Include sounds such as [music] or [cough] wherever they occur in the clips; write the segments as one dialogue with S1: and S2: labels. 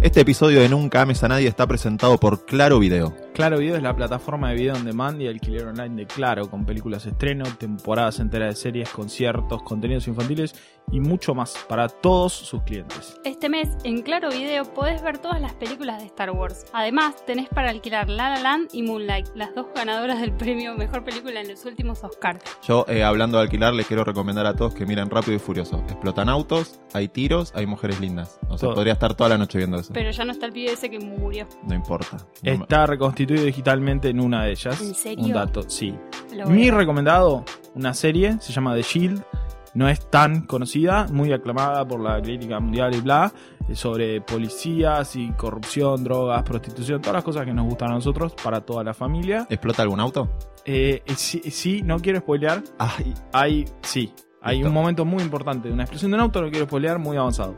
S1: Este episodio de Nunca Ames a Nadie está presentado por Claro Video.
S2: Claro Video es la plataforma de video on demand y alquiler online de Claro, con películas de estreno, temporadas enteras de series, conciertos, contenidos infantiles y mucho más para todos sus clientes.
S3: Este mes en Claro Video podés ver todas las películas de Star Wars. Además, tenés para alquilar La La Land y Moonlight, las dos ganadoras del premio Mejor Película en los últimos Oscars.
S1: Yo, eh, hablando de alquilar, les quiero recomendar a todos que miren Rápido y Furioso. Explotan autos, hay tiros, hay mujeres lindas. O sea,
S2: Todo.
S1: podría estar toda la noche viendo eso.
S3: Pero ya no está el pibe ese que murió.
S1: No importa. No me-
S2: Está reconstituido digitalmente en una de ellas.
S3: ¿En serio?
S2: Un dato, sí.
S3: Lo
S2: Mi
S3: veo.
S2: recomendado, una serie, se llama The Shield. No es tan conocida, muy aclamada por la crítica mundial y bla, eh, sobre policías y corrupción, drogas, prostitución, todas las cosas que nos gustan a nosotros para toda la familia.
S1: ¿Explota algún auto?
S2: Eh, eh, sí, sí, no quiero spoilear,
S1: Ay,
S2: hay, sí, hay
S1: Listo.
S2: un momento muy importante de una explosión de un auto, no quiero spoilear, muy avanzado.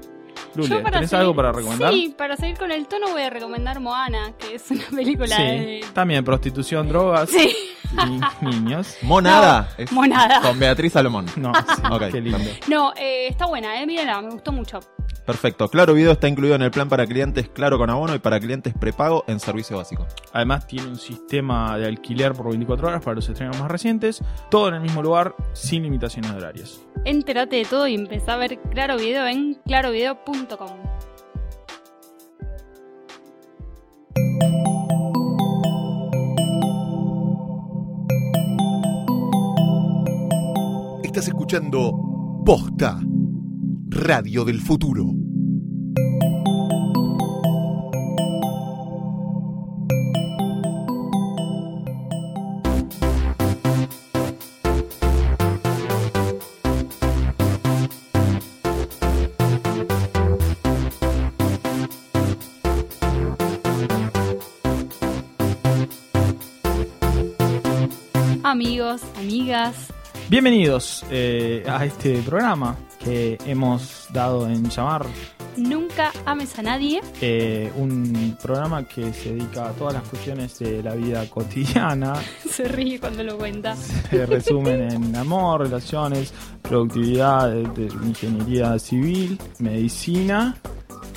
S2: Lule,
S3: Yo
S2: ¿tenés
S3: seguir-
S2: algo para recomendar?
S3: Sí, para seguir con el tono voy a recomendar Moana, que es una película
S2: Sí,
S3: de...
S2: también prostitución, drogas
S3: Sí,
S2: y niños.
S1: monada. Es-
S3: monada.
S1: Con Beatriz
S2: [laughs]
S1: Salomón.
S3: [laughs]
S2: No, sí,
S1: Ok,
S2: qué lindo.
S1: perfecto.
S3: No, eh, está buena, eh, mírala, me gustó mucho.
S1: Perfecto. Claro Video está incluido en el plan para clientes Claro con abono y para clientes prepago en servicio básico.
S2: Además tiene un sistema de alquiler por 24 horas para los estrenos más recientes, todo en el mismo lugar, sin limitaciones de horarios.
S3: Entérate de todo y empezá a ver Claro Video en clarovideo.com.
S4: Estás escuchando Posta, Radio del Futuro.
S3: Amigos, amigas,
S2: Bienvenidos eh, a este programa que hemos dado en llamar
S3: nunca ames a nadie. [laughs]
S2: eh, un programa que se dedica a todas las cuestiones de la vida cotidiana,
S3: Se ríe cuando lo cuenta.
S2: [laughs] se Eh, resumen en amor, relaciones, productividad, eh, de- ingeniería civil, medicina,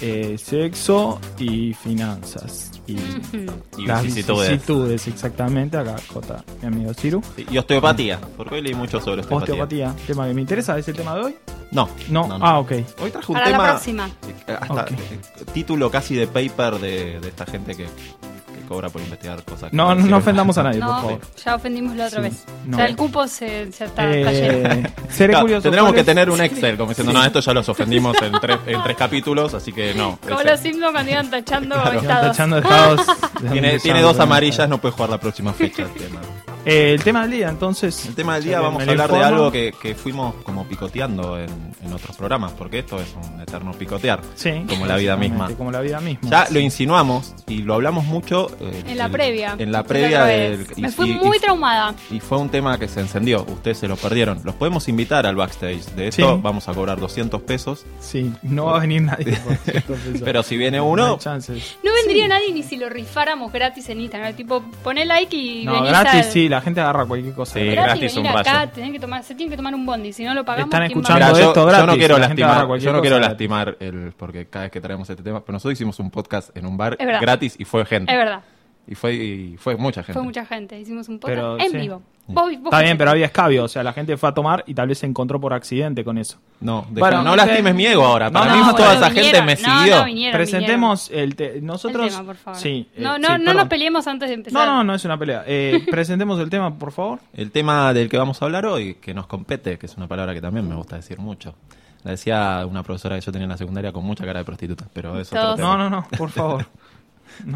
S2: eh, sexo y finanzas. Y
S3: Mm.
S5: y
S2: las
S5: vicisitudes.
S2: vicisitudes, exactamente, acá Jota, mi amigo Ciru.
S1: Y osteopatía, porque hoy leí mucho sobre osteopatía.
S2: Osteopatía, tema que me interesa, ¿es el tema de hoy?
S1: No,
S2: No,
S1: No, no.
S2: ah, ok.
S1: hoy traje un
S3: Para la
S1: tema.
S3: próxima.
S1: eh, Hasta
S2: Ok.
S1: eh, título casi de paper de, de esta gente que, que cobra por investigar cosas. que
S2: No, no,
S1: sirven.
S2: no ofendamos
S1: [laughs]
S2: a nadie, por
S3: No,
S2: favor.
S3: ya ofendimos la otra
S2: Sí,
S3: vez.
S2: no.
S3: O sea, el cupo se, se está cayendo.
S2: Eh, seré
S1: Claro,
S2: curioso.
S1: tendremos
S2: ¿cuál
S1: que
S2: es?
S1: tener un Excel, como diciendo, no, esto ya los ofendimos en tres, en tres capítulos, así que no.
S3: Como
S1: ese-
S3: los Simpsons cuando iban tachando
S2: Se van
S3: estados.
S1: [laughs]
S2: tachando estados.
S1: Tiene, tiene dos amarillas, no puede jugar la próxima fecha. El tema,
S2: Eh, el tema del día, entonces.
S1: El tema del
S2: Eh,
S1: día vamos
S2: me
S1: a
S2: lo
S1: hablar de
S2: informo.
S1: algo que, que fuimos como picoteando en, en otros programas, porque esto es un eterno picotear.
S2: Sí.
S1: como la vida misma.
S2: Como la vida misma.
S1: Ya lo insinuamos y lo hablamos mucho. eh,
S3: En la previa.
S1: En la previa
S3: otra
S1: del.
S3: vez.
S1: y-
S3: Me fui
S1: y-
S3: muy
S1: y-
S3: traumada.
S1: Y fue un tema que se encendió, ustedes se lo perdieron. Los podemos invitar al backstage. De esto
S2: Sí.
S1: vamos a cobrar 200 pesos.
S2: Sí, no va a venir
S1: [laughs]
S2: nadie. por cierto, eso.
S1: Pero si viene
S2: No
S1: uno,
S2: hay chances.
S3: No vendría nadie ni si lo rifáramos gratis en Instagram. Tipo, poné like y
S2: No,
S3: venís
S2: gratis
S3: al-
S2: sí, la gente agarra cualquier cosa.
S5: Sí,
S3: Gratis,
S5: gratis
S3: venir
S5: un
S3: acá,
S5: rayo.
S3: tenés que tomar, se tienen que tomar un bondi, si no lo pagamos.
S2: Están
S3: ¿quién va?
S2: escuchando
S1: Mirá, yo,
S2: esto
S1: yo
S2: gratis,
S1: no quiero
S2: la gente agarra
S1: lastimar,
S2: cualquier
S1: yo no
S2: cosa
S1: quiero
S2: gratis.
S1: lastimar el, porque cada vez que traemos este tema, pero nosotros hicimos un podcast en un bar
S3: Es verdad.
S1: gratis y fue gente.
S3: Es verdad,
S1: Y fue, y fue mucha gente.
S3: fue mucha gente, hicimos un podcast
S2: Pero,
S3: en
S2: sí.
S3: vivo. Vos- vos-
S2: Está bien, pero había escabio, o sea, la gente fue a tomar y tal vez se encontró por accidente con eso.
S1: No, deja-
S2: Bueno,
S1: no
S2: dice-
S1: lastimes mi ego ahora.
S2: No,
S1: Para
S2: no,
S1: mí
S2: bueno,
S1: toda esa
S3: vinieron,
S1: gente me
S3: no,
S1: siguió.
S3: no, vinieron,
S2: Presentemos el te-
S3: vinieron.
S2: nosotros
S3: el tema, por favor.
S2: Sí, eh,
S3: no,
S2: sí,
S3: no, no
S2: perdón.
S3: nos peleemos antes de empezar.
S2: No, no, no es una pelea.
S3: [laughs]
S2: Eh, presentemos el tema, por favor.
S1: El tema del que vamos a hablar hoy, que nos compete, que es una palabra que también me gusta decir mucho. La decía una profesora que yo tenía en la secundaria con mucha cara de prostituta, pero eso
S3: Todos.
S2: No, no, no, por
S1: [laughs]
S2: favor.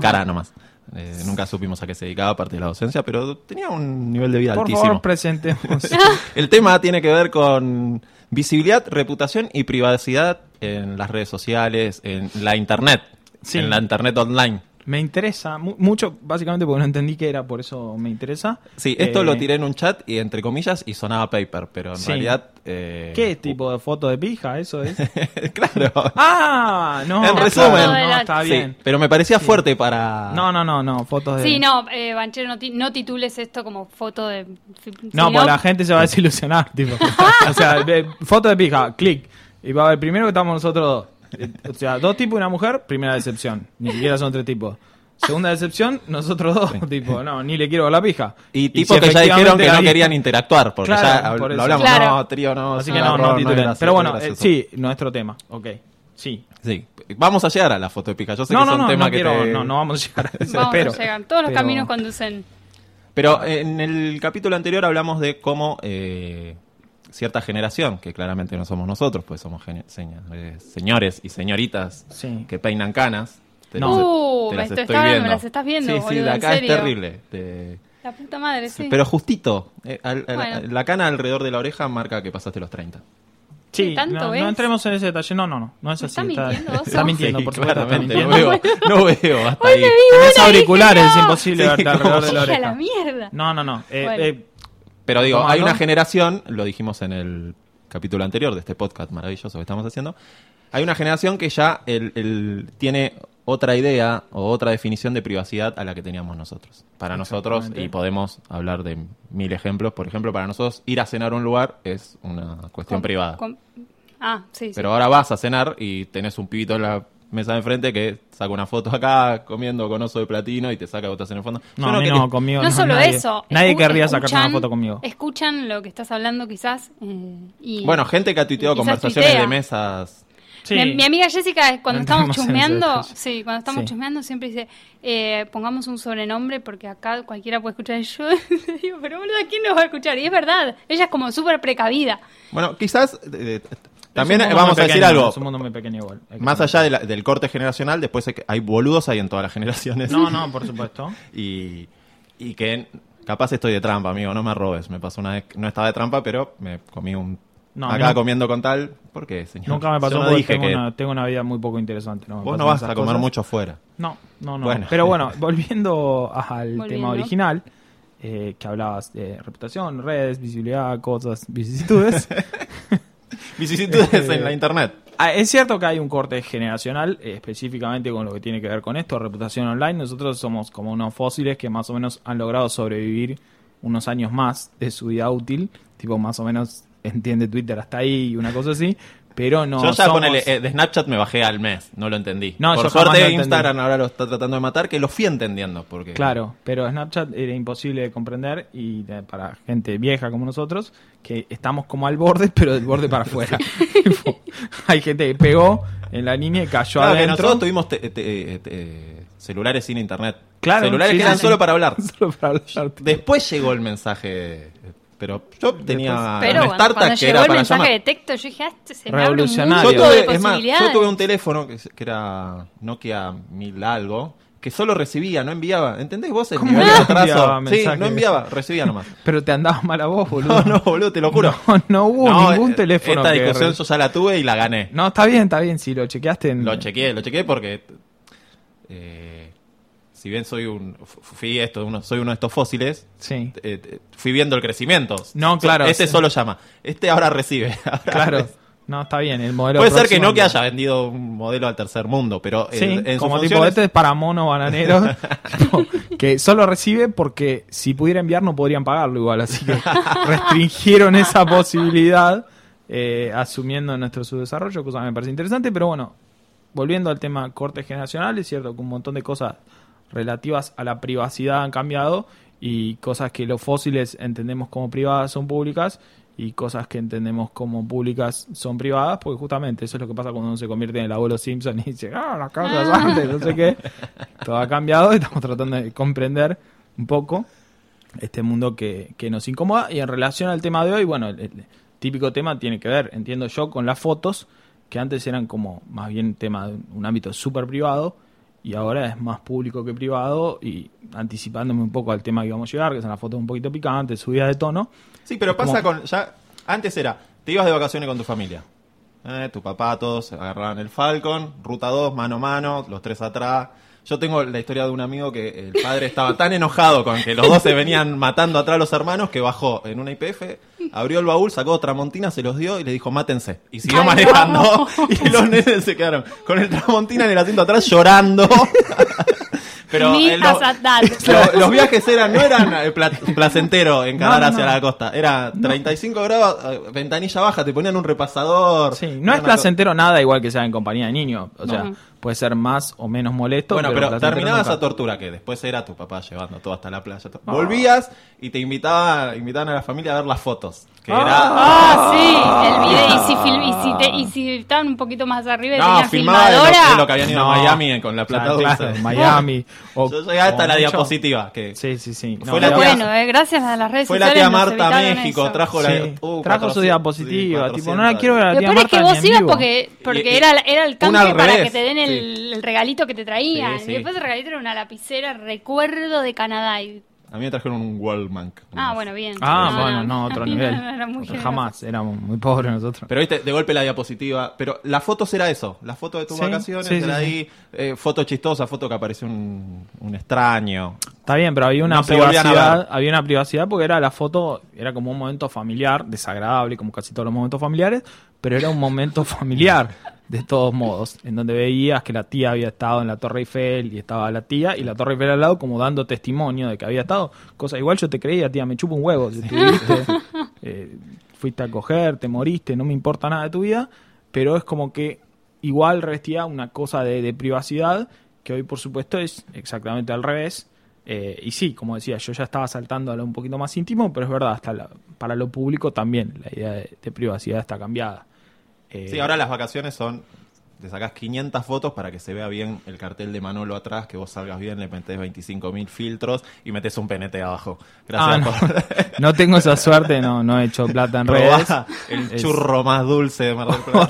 S1: Cara nomás. Eh, nunca supimos a qué se dedicaba aparte de la docencia, pero tenía un nivel de vida
S2: Por
S1: altísimo.
S2: favor,
S3: [laughs]
S2: presentemos.
S1: El tema tiene que ver con visibilidad, reputación y privacidad en las redes sociales, en la internet,
S2: Sí.
S1: en la internet online.
S2: Me interesa mu- mucho, básicamente porque no entendí qué era, por eso me interesa.
S1: Sí, esto
S2: Eh,
S1: lo tiré en un chat y entre comillas y sonaba paper, pero en
S2: Sí.
S1: realidad... eh,
S2: ¿Qué tipo de foto de pija? Eso es.
S1: [laughs] claro.
S2: ¡Ah! No,
S1: En
S2: claro,
S1: resumen.
S2: no, está
S1: Sí,
S2: Ah, bien.
S1: pero me parecía fuerte para...
S2: No, no, no, no, fotos de.
S3: Sí, no, eh, Banchero, no, ti- no titules esto como foto de.
S2: No,
S3: si
S2: pues la gente se va a [laughs] desilusionar, tipo. o sea, de- foto de pija, clic. Y va a ver primero que estamos nosotros dos. Eh, O sea, dos tipos y una mujer, primera decepción. Ni siquiera son tres tipos. Segunda decepción, nosotros dos, tipo, no, ni le quiero la pija.
S1: Y tipo
S2: si
S1: que ya dijeron
S2: efectivamente
S1: que no
S2: ahí-
S1: querían interactuar, porque
S2: Claro,
S1: ya habl-
S2: por eso.
S1: lo hablamos,
S3: Claro.
S1: no, trío, no.
S2: Así
S1: es
S2: que
S1: un
S2: no,
S1: error,
S2: no,
S1: es
S2: titulen.
S1: gracioso,
S2: Pero bueno,
S1: no es
S2: eh,
S1: gracioso.
S2: sí, nuestro tema, ok. Sí.
S1: Sí. Vamos a llegar a la foto de pica. Yo sé
S2: No,
S1: que
S2: no,
S1: son
S2: no,
S1: temas
S2: no
S1: que
S2: quiero,
S1: te-
S2: no, no vamos a
S3: [laughs]
S2: llegar a eso,
S3: Vamos,
S2: espero.
S3: no llegan. Todos los
S2: Pero-
S3: caminos conducen.
S1: Pero en el capítulo anterior hablamos de cómo eh, cierta generación, que claramente no somos nosotros, pues somos gene- seña- eh, señores y señoritas
S2: Sí.
S1: que peinan canas. Te
S2: No.
S1: las- e-,
S3: Uh,
S1: te
S3: me
S1: las
S3: estoy-
S1: estoy
S3: estaba- me
S1: viendo.
S3: las estás viendo,
S1: Sí, sí,
S3: boludo,
S1: de
S3: en
S1: acá es
S3: serio.
S1: terrible. Te-
S3: La puta madre, sí. [laughs]
S1: Pero justito, eh, al- al-
S3: Bueno.
S1: la cana alrededor de la oreja marca que pasaste los 30.
S2: Sí,
S3: Sí, tanto
S2: no, no
S3: es.
S2: entremos en ese detalle. No, no, no. No es así.
S3: ¿Me está mintiendo, Oso?
S2: está mintiendo,
S1: Sí,
S2: por supuesto. Está
S1: claramente, no
S2: mintiendo.
S1: veo, no veo hasta ahí.
S2: Tenés
S3: Una,
S2: auriculares,
S3: dije
S2: es
S3: no.
S2: imposible
S1: Sí,
S2: verte
S1: como-
S2: alrededor de la
S3: Hija de la
S2: oreja.
S3: mierda.
S2: No, no, no. Eh,
S3: Bueno.
S2: eh,
S1: Pero digo,
S2: ¿Cómo
S1: hay
S2: habló?
S1: una generación, lo dijimos en el capítulo anterior de este podcast maravilloso que estamos haciendo, hay una generación que ya el- el- tiene otra idea o otra definición de privacidad a la que teníamos nosotros. Para nosotros,
S2: Exactamente.
S1: y podemos hablar de mil ejemplos, por ejemplo, para nosotros ir a cenar a un lugar es una cuestión
S3: Com-
S1: privada.
S3: com- Ah, sí, sí.
S1: Pero ahora vas a cenar y tenés un pibito en la mesa de enfrente que saca una foto acá comiendo con oso de platino y te saca botas en el fondo. Yo
S2: no, a mí
S1: quería-
S2: no, conmigo.
S3: no, solo
S2: nadie-
S3: eso.
S2: Nadie
S3: escu-
S2: querría sacarse una
S3: escuchan-
S2: foto conmigo.
S3: Escuchan lo que estás hablando quizás. eh, y
S1: Bueno, gente que ha tuiteado
S3: Quizás
S1: conversaciones
S3: tuitea.
S1: de mesas
S2: Sí.
S3: Mi, mi amiga Jessica, cuando
S2: No
S3: estamos
S2: entremos en ese
S3: chusmeando,
S2: detalle.
S3: sí, cuando estamos
S2: Sí.
S3: chusmeando siempre dice, eh, pongamos un sobrenombre porque acá cualquiera puede escuchar. [laughs] Y yo digo, pero boludo, ¿quién nos va a escuchar? Y es verdad, ella es como súper precavida.
S1: Bueno, quizás eh, también
S2: Es un mundo
S1: vamos a
S2: muy
S1: decir
S2: pequeño,
S1: algo.
S2: Es un mundo muy pequeño igual.
S1: Más allá de la- del corte generacional, después hay, que- hay boludos ahí en todas las [laughs] generaciones.
S2: No, no, por supuesto.
S1: Y, y que capaz estoy de trampa, amigo, no me robes. Me pasó una vez, que no estaba de trampa, pero me comí un...
S2: No,
S1: acá
S2: no.
S1: comiendo con tal. ¿Por qué, señor?
S2: Nunca me pasó
S1: Yo no
S2: porque
S1: dije
S2: tengo,
S1: que
S2: una, tengo una vida muy poco interesante. No me
S1: vos
S2: pasan
S1: no vas
S2: esas
S1: a comer
S2: cosas.
S1: mucho afuera.
S2: No, no, no.
S1: Bueno.
S2: Pero bueno, volviendo al tema
S3: Volviendo.
S2: original, eh, que hablabas de reputación, redes, visibilidad, cosas, vicisitudes.
S1: [laughs] Vicisitudes en la internet.
S2: Ah, es cierto que hay un corte generacional, eh, específicamente con lo que tiene que ver con esto, reputación online. Nosotros somos como unos fósiles que más o menos han logrado sobrevivir unos años más de su vida útil. Tipo, más o menos entiende Twitter hasta ahí y una cosa así. Pero no
S1: yo ya
S2: somos...
S1: ponele, eh, de Snapchat me bajé al mes, no lo entendí.
S2: No, yo
S1: Por
S2: jamás lo
S1: suerte
S2: entendí.
S1: Instagram ahora lo está tratando de matar, que lo fui entendiendo. Porque
S2: Claro, pero Snapchat era imposible de comprender y de- para gente vieja como nosotros, que estamos como al borde, [laughs] pero del borde para afuera. [laughs] Tipo, Hay gente que pegó en la línea y cayó
S1: Claro, que
S2: adentro.
S1: nosotros tuvimos te- te- eh, te- celulares sin internet.
S2: Claro,
S1: celulares
S2: sí,
S1: que eran
S2: sí.
S1: solo para hablar.
S2: [laughs] [laughs] Solo para hablar.
S1: Después llegó el mensaje. Pero yo tenía
S3: Pero
S1: Ah, un
S3: cuando,
S1: startup
S3: cuando
S1: que
S3: llegó
S1: era
S3: el
S1: para
S3: mensaje
S1: llamar.
S3: de texto, yo dije, ah, este se me abre un
S2: Revolucionario.
S3: mundo
S1: Yo
S2: radio.
S1: tuve,
S3: de
S1: es más,
S3: posibilidades.
S1: yo tuve un teléfono que, se- que era Nokia 1000 algo, que solo recibía, no enviaba. ¿Entendés vos el
S2: ¿Cómo
S1: nivel de
S2: no enviaba
S1: atraso? Sí,
S2: mensajes?
S1: no enviaba, recibía nomás.
S2: [laughs] Pero te andaba mal a vos, boludo.
S1: No,
S2: [laughs]
S1: no, boludo, te lo juro.
S2: No, no hubo
S1: No,
S2: ningún
S1: eh,
S2: teléfono.
S1: Esta
S2: que-
S1: discusión yo ya la tuve y la gané.
S2: No, está bien, está bien. Si lo chequeaste en.
S1: Lo chequeé, lo chequeé porque. eh, si bien soy un. Fui esto, uno, soy uno de estos fósiles,
S2: Sí.
S1: eh, eh, fui viendo el crecimiento.
S2: No, claro.
S1: Este
S2: Sí.
S1: solo llama. Este ahora recibe. Ahora [laughs]
S2: Claro.
S1: recibe.
S2: No, está bien. El modelo.
S1: Puede ser que
S2: próximo-
S1: no que haya vendido un modelo al tercer mundo, pero eh,
S2: Sí,
S1: en sus
S2: como tipo,
S1: funciones-
S2: este es para
S1: [laughs]
S2: mono bananero. tipo, que solo recibe porque si pudiera enviar no podrían pagarlo igual.
S1: [laughs]
S2: Así que restringieron esa posibilidad eh, asumiendo nuestro subdesarrollo, cosa que me parece interesante. Pero bueno, volviendo al tema corte generacional, es cierto que un montón de cosas relativas a la privacidad han cambiado y cosas que los fósiles entendemos como privadas son públicas y cosas que entendemos como públicas son privadas, porque justamente eso es lo que pasa cuando uno se convierte en el abuelo Simpson y dice, ah, las cosas antes, no sé qué. Todo ha cambiado y estamos tratando de comprender un poco este mundo que, que nos incomoda. Y en relación al tema de hoy, bueno, el, el típico tema tiene que ver, entiendo yo, con las fotos, que antes eran como más bien tema de un- un ámbito súper privado, y ahora es más público que privado, y anticipándome un poco al tema que íbamos a llegar, que son las fotos un poquito picantes, subidas de tono.
S1: Sí, pero
S2: es
S1: pasa con. ya Antes era, te ibas de vacaciones con tu familia. Eh, tu papá, todos agarraban el Falcon, ruta 2, mano a mano, los tres atrás. Yo tengo la historia de un amigo que el padre estaba tan enojado con que los dos se venían matando atrás los hermanos que bajó en una IPF, abrió el baúl, sacó tramontina, se los dio y le dijo mátense. Y siguió
S3: Ay,
S1: manejando [laughs]
S3: no. [laughs]
S1: y los nenes se quedaron con el tramontina en el asiento atrás llorando. Pero
S3: Me
S1: eh, los,
S3: as a
S1: [laughs]
S3: dad.
S1: lo- los viajes eran, no eran eh, pla- placenteros en
S2: No,
S1: Canadá
S2: no,
S1: hacia
S2: no.
S1: la costa. Era 35 grados, eh, ventanilla baja, te ponían un repasador.
S2: Sí,
S1: Era
S2: no es
S1: una cosa-
S2: placentero nada igual que sea en compañía de niños. O sea,
S3: Ujú.
S2: puede ser más o menos molesto.
S1: Bueno, pero,
S2: placentero
S1: terminaba
S2: nunca.
S1: esa tortura que después era tu papá llevando todo hasta la playa. todo.
S2: Ah.
S1: Volvías y te invitaba, invitaban a la familia a ver las fotos. Que
S3: Ah, sí, el video. Y si, fil- y si, te- y si estaban un poquito más arriba y
S1: era.
S3: tenían
S1: filmada de lo-
S3: filmadora.
S1: de lo que habían ido
S2: No.
S1: a Miami eh, con la
S2: O sea,
S1: plata dulce.
S2: claro, Miami.
S1: [laughs]
S2: o-
S1: Yo llegué hasta
S2: o
S1: la
S2: mucho-
S1: diapositiva. Que
S2: Sí, sí, sí.
S1: Fue la
S2: yo-
S1: tía-
S3: bueno, eh, gracias a las redes
S1: Fue la
S3: sociales.
S1: tía
S3: nos
S1: Marta a
S3: evitaron
S1: México,
S3: eso.
S1: trajo la.
S2: Sí,
S1: uh,
S2: trajo
S1: 400,
S2: su diapositiva.
S1: sí,
S2: tipo, no la
S1: 400.
S2: quiero ver a la
S3: Lo
S2: tía
S3: peor es que
S2: Ah, Marta ni
S3: vos
S2: en
S3: ibas
S2: vivo.
S3: porque,
S1: Y- y-
S3: porque era, era el
S1: una
S3: canje
S1: al
S3: para que
S1: revés,
S3: te den el,
S1: sí.
S3: el regalito que te traían.
S1: Sí, sí.
S3: Y después el regalito era una lapicera, recuerdo de Canadá. Y-
S1: A mí me trajeron un Wallman.
S3: Ah, bueno, bien.
S2: Ah, bueno, no, [laughs] otro
S3: [laughs]
S2: nivel.
S3: era muy generoso.
S2: Jamás, éramos muy pobres nosotros.
S1: Pero viste, de golpe la diapositiva. Pero las fotos era eso. La foto de tus
S2: Sí,
S1: vacaciones
S2: sí, sí,
S1: era
S2: sí.
S1: ahí. eh, foto chistosa, foto que apareció un, un extraño.
S2: Está bien, pero había una
S1: No se volvían a
S2: privacidad,
S1: ver.
S2: había una privacidad porque era la foto, era como un momento familiar, desagradable, como casi todos los momentos familiares, pero era un momento [laughs] familiar, de todos modos, en donde veías que la tía había estado en la Torre Eiffel y estaba la tía y la Torre Eiffel al lado como dando testimonio de que había estado, cosa igual yo te creía, tía, me chupa un huevo, [laughs] si estuviste, eh, fuiste a coger, te moriste, no me importa nada de tu vida, pero es como que igual restía una cosa de, de privacidad que hoy por supuesto es exactamente al revés. Eh, y sí, como decía, yo ya estaba saltando a lo un poquito más íntimo, pero es verdad, hasta la- para lo público también la idea de, de privacidad está cambiada. Eh,
S1: Sí, ahora las vacaciones son. Te sacás 500 fotos para que se vea bien el cartel de Manolo atrás, que vos salgas bien, le metés 25.000 filtros y metés un penete abajo. Gracias
S2: ah, no,
S1: por
S2: [laughs] no tengo esa suerte, no, no he hecho
S1: [laughs]
S2: plata en redes.
S1: probar el
S2: Es
S1: churro más dulce de Mar del
S2: [laughs]
S1: Plata.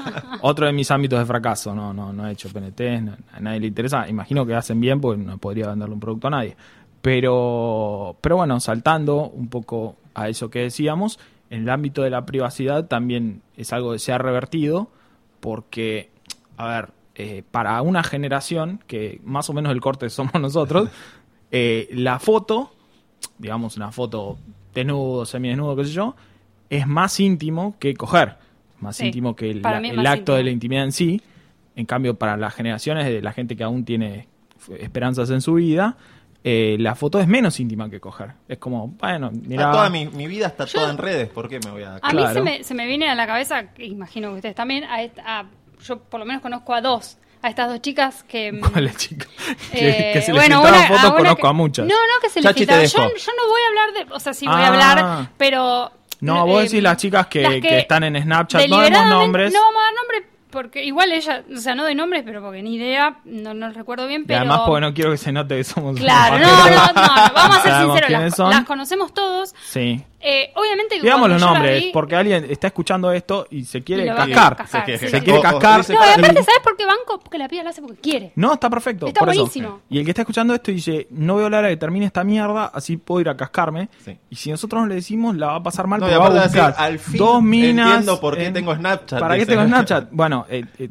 S2: Otro, otro de mis ámbitos de fracaso, no, no, no he hecho PNTs, no- a nadie le interesa. Imagino que hacen bien porque no podría venderle un producto a nadie. Pero, pero bueno, saltando un poco a eso que decíamos, en el ámbito de la privacidad también es algo que se ha revertido porque, a ver, eh, para una generación, que más o menos el corte somos [laughs] nosotros, eh, la foto, digamos una foto desnudo, semidesnudo, qué sé yo, es más íntimo que coger, más
S3: Sí,
S2: íntimo que el,
S3: para mí es
S2: el
S3: más
S2: acto
S3: íntimo.
S2: de la intimidad en sí. En cambio, para las generaciones de la gente que aún tiene f- esperanzas en su vida, eh, la foto es menos íntima que coger. Es como, bueno,
S1: Está
S2: mira,
S1: toda
S2: [laughs]
S1: mi, mi vida está toda en redes, ¿por qué me voy a.?
S3: A
S2: Claro.
S3: mí se me, se me viene a la cabeza, que imagino que ustedes también, a, est- a- yo por lo menos conozco a dos, a estas dos chicas
S2: [laughs]
S3: que... mm,
S2: ¿cuál es,
S3: [laughs]
S2: chico? Que-
S3: eh,
S2: que se les
S3: bueno,
S2: filtraban
S3: una-
S2: fotos,
S3: una
S2: conozco
S3: que-
S2: a muchas.
S3: No, no, que se les
S1: Chachi, te
S3: filtraban. Yo,
S1: dejo.
S3: yo no voy a hablar de... O sea, sí voy a
S2: Ah.
S3: hablar, pero...
S2: No, vos
S3: eh,
S2: decís las chicas que,
S3: las
S2: que están en Snapchat, no demos
S3: deliberadamente-
S2: nombres.
S3: No vamos a dar nombres, porque igual ella, o sea, no de nombres, pero porque ni idea, no, no recuerdo bien,
S2: Y
S3: pero...
S2: además porque no quiero que se note que somos...
S3: Claro, no, no, no, no, vamos a ser
S2: [laughs] Sabemos
S3: sinceros,
S2: quiénes
S3: las,
S2: son.
S3: las conocemos todos.
S2: Sí.
S3: Eh, obviamente que
S2: Digamos
S3: cuando
S2: los
S3: yo las
S2: nombres,
S3: vi-
S2: porque alguien está escuchando esto y se quiere
S3: Y lo va a
S2: cascar.
S3: cascar. Se
S1: quiere-
S3: sí.
S2: Se quiere
S1: o- o
S2: cascar.
S1: dice,
S3: No, y aparte,
S2: El-
S3: ¿sabes por qué banco? Porque la piba lo hace porque quiere.
S2: No, está perfecto.
S3: Está
S2: por eso.
S3: buenísimo.
S2: Y el que está escuchando esto dice, no veo la hora de que termine esta mierda, así puedo ir a cascarme.
S1: Sí.
S2: Y si nosotros no le decimos, la va a pasar mal.
S1: No, y
S2: porque va
S1: aparte
S2: a
S1: va a decir,
S2: buscar
S1: "Al fin
S2: dos minas.
S1: entiendo por qué tengo Snapchat",
S2: ¿Para qué
S1: dice. [laughs]
S2: tengo Snapchat? Bueno, eh, eh,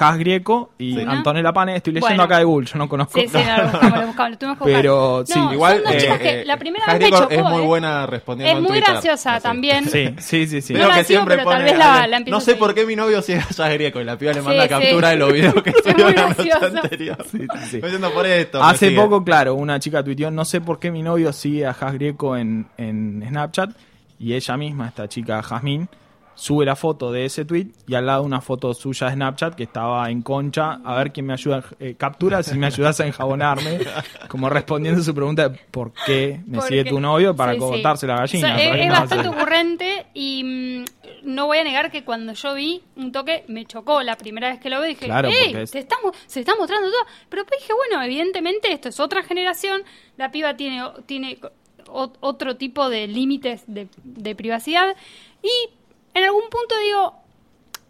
S2: Has Grieco y
S1: Sí.
S2: Antonella Pane, estoy leyendo
S3: Bueno.
S2: acá de Google, yo no conozco. [laughs]
S3: Sí, sí, no, lo buscamos, lo buscamos, lo tuvimos que buscar.
S2: Pero,
S3: No,
S2: sí,
S3: son
S1: Igual,
S3: dos
S1: eh,
S3: chicas que
S1: eh,
S3: la primera
S1: Harry
S3: vez me
S1: Cor-
S3: chocó,
S1: es muy
S3: eh.
S1: buena respondiendo
S3: Es
S1: en
S3: muy
S1: Twitter.
S3: graciosa
S1: Así.
S3: también.
S2: sí, sí, sí. sí.
S1: Creo
S3: No la
S1: que
S3: sigo,
S1: siempre
S3: pero tal
S1: pone
S3: vez la-
S1: Ale-
S3: la empiezo
S1: No
S3: a
S1: sé
S3: seguir.
S1: por qué mi novio sigue a Greco y la piba le
S3: Sí,
S1: manda
S3: sí.
S1: captura
S3: [laughs]
S1: de los videos que
S3: Es muy
S1: subió la noche
S3: gracioso.
S1: anterior.
S2: Sí, sí, sí.
S1: Estoy diciendo por esto. me
S2: Hace
S1: sigue.
S2: poco, claro, una chica tuiteó, no sé por qué mi novio sigue a Has Grieco en, en Snapchat y ella misma, esta chica Jazmín, sube la foto de ese tweet y al lado una foto suya de Snapchat que estaba en concha, a ver quién me ayuda, eh, captura si me ayudas
S1: [laughs]
S2: a enjabonarme, como respondiendo su pregunta de por qué me
S3: Porque-
S2: sigue tu novio para
S3: Sí, sí.
S2: cortarse la gallina.
S3: O
S2: ¿por
S3: sea, es
S2: qué
S3: es
S2: no?
S3: bastante
S2: O sea,
S3: ocurrente y mm, no voy a negar que cuando yo vi un toque me chocó la primera vez que lo vi. Dije,
S2: Claro,
S3: "Ey,
S2: porque es-
S3: te está mu- se está mostrando todo. Pero después dije, bueno, evidentemente esto es otra generación. La piba tiene, tiene o- otro tipo de límites de, de privacidad. Y en algún punto digo,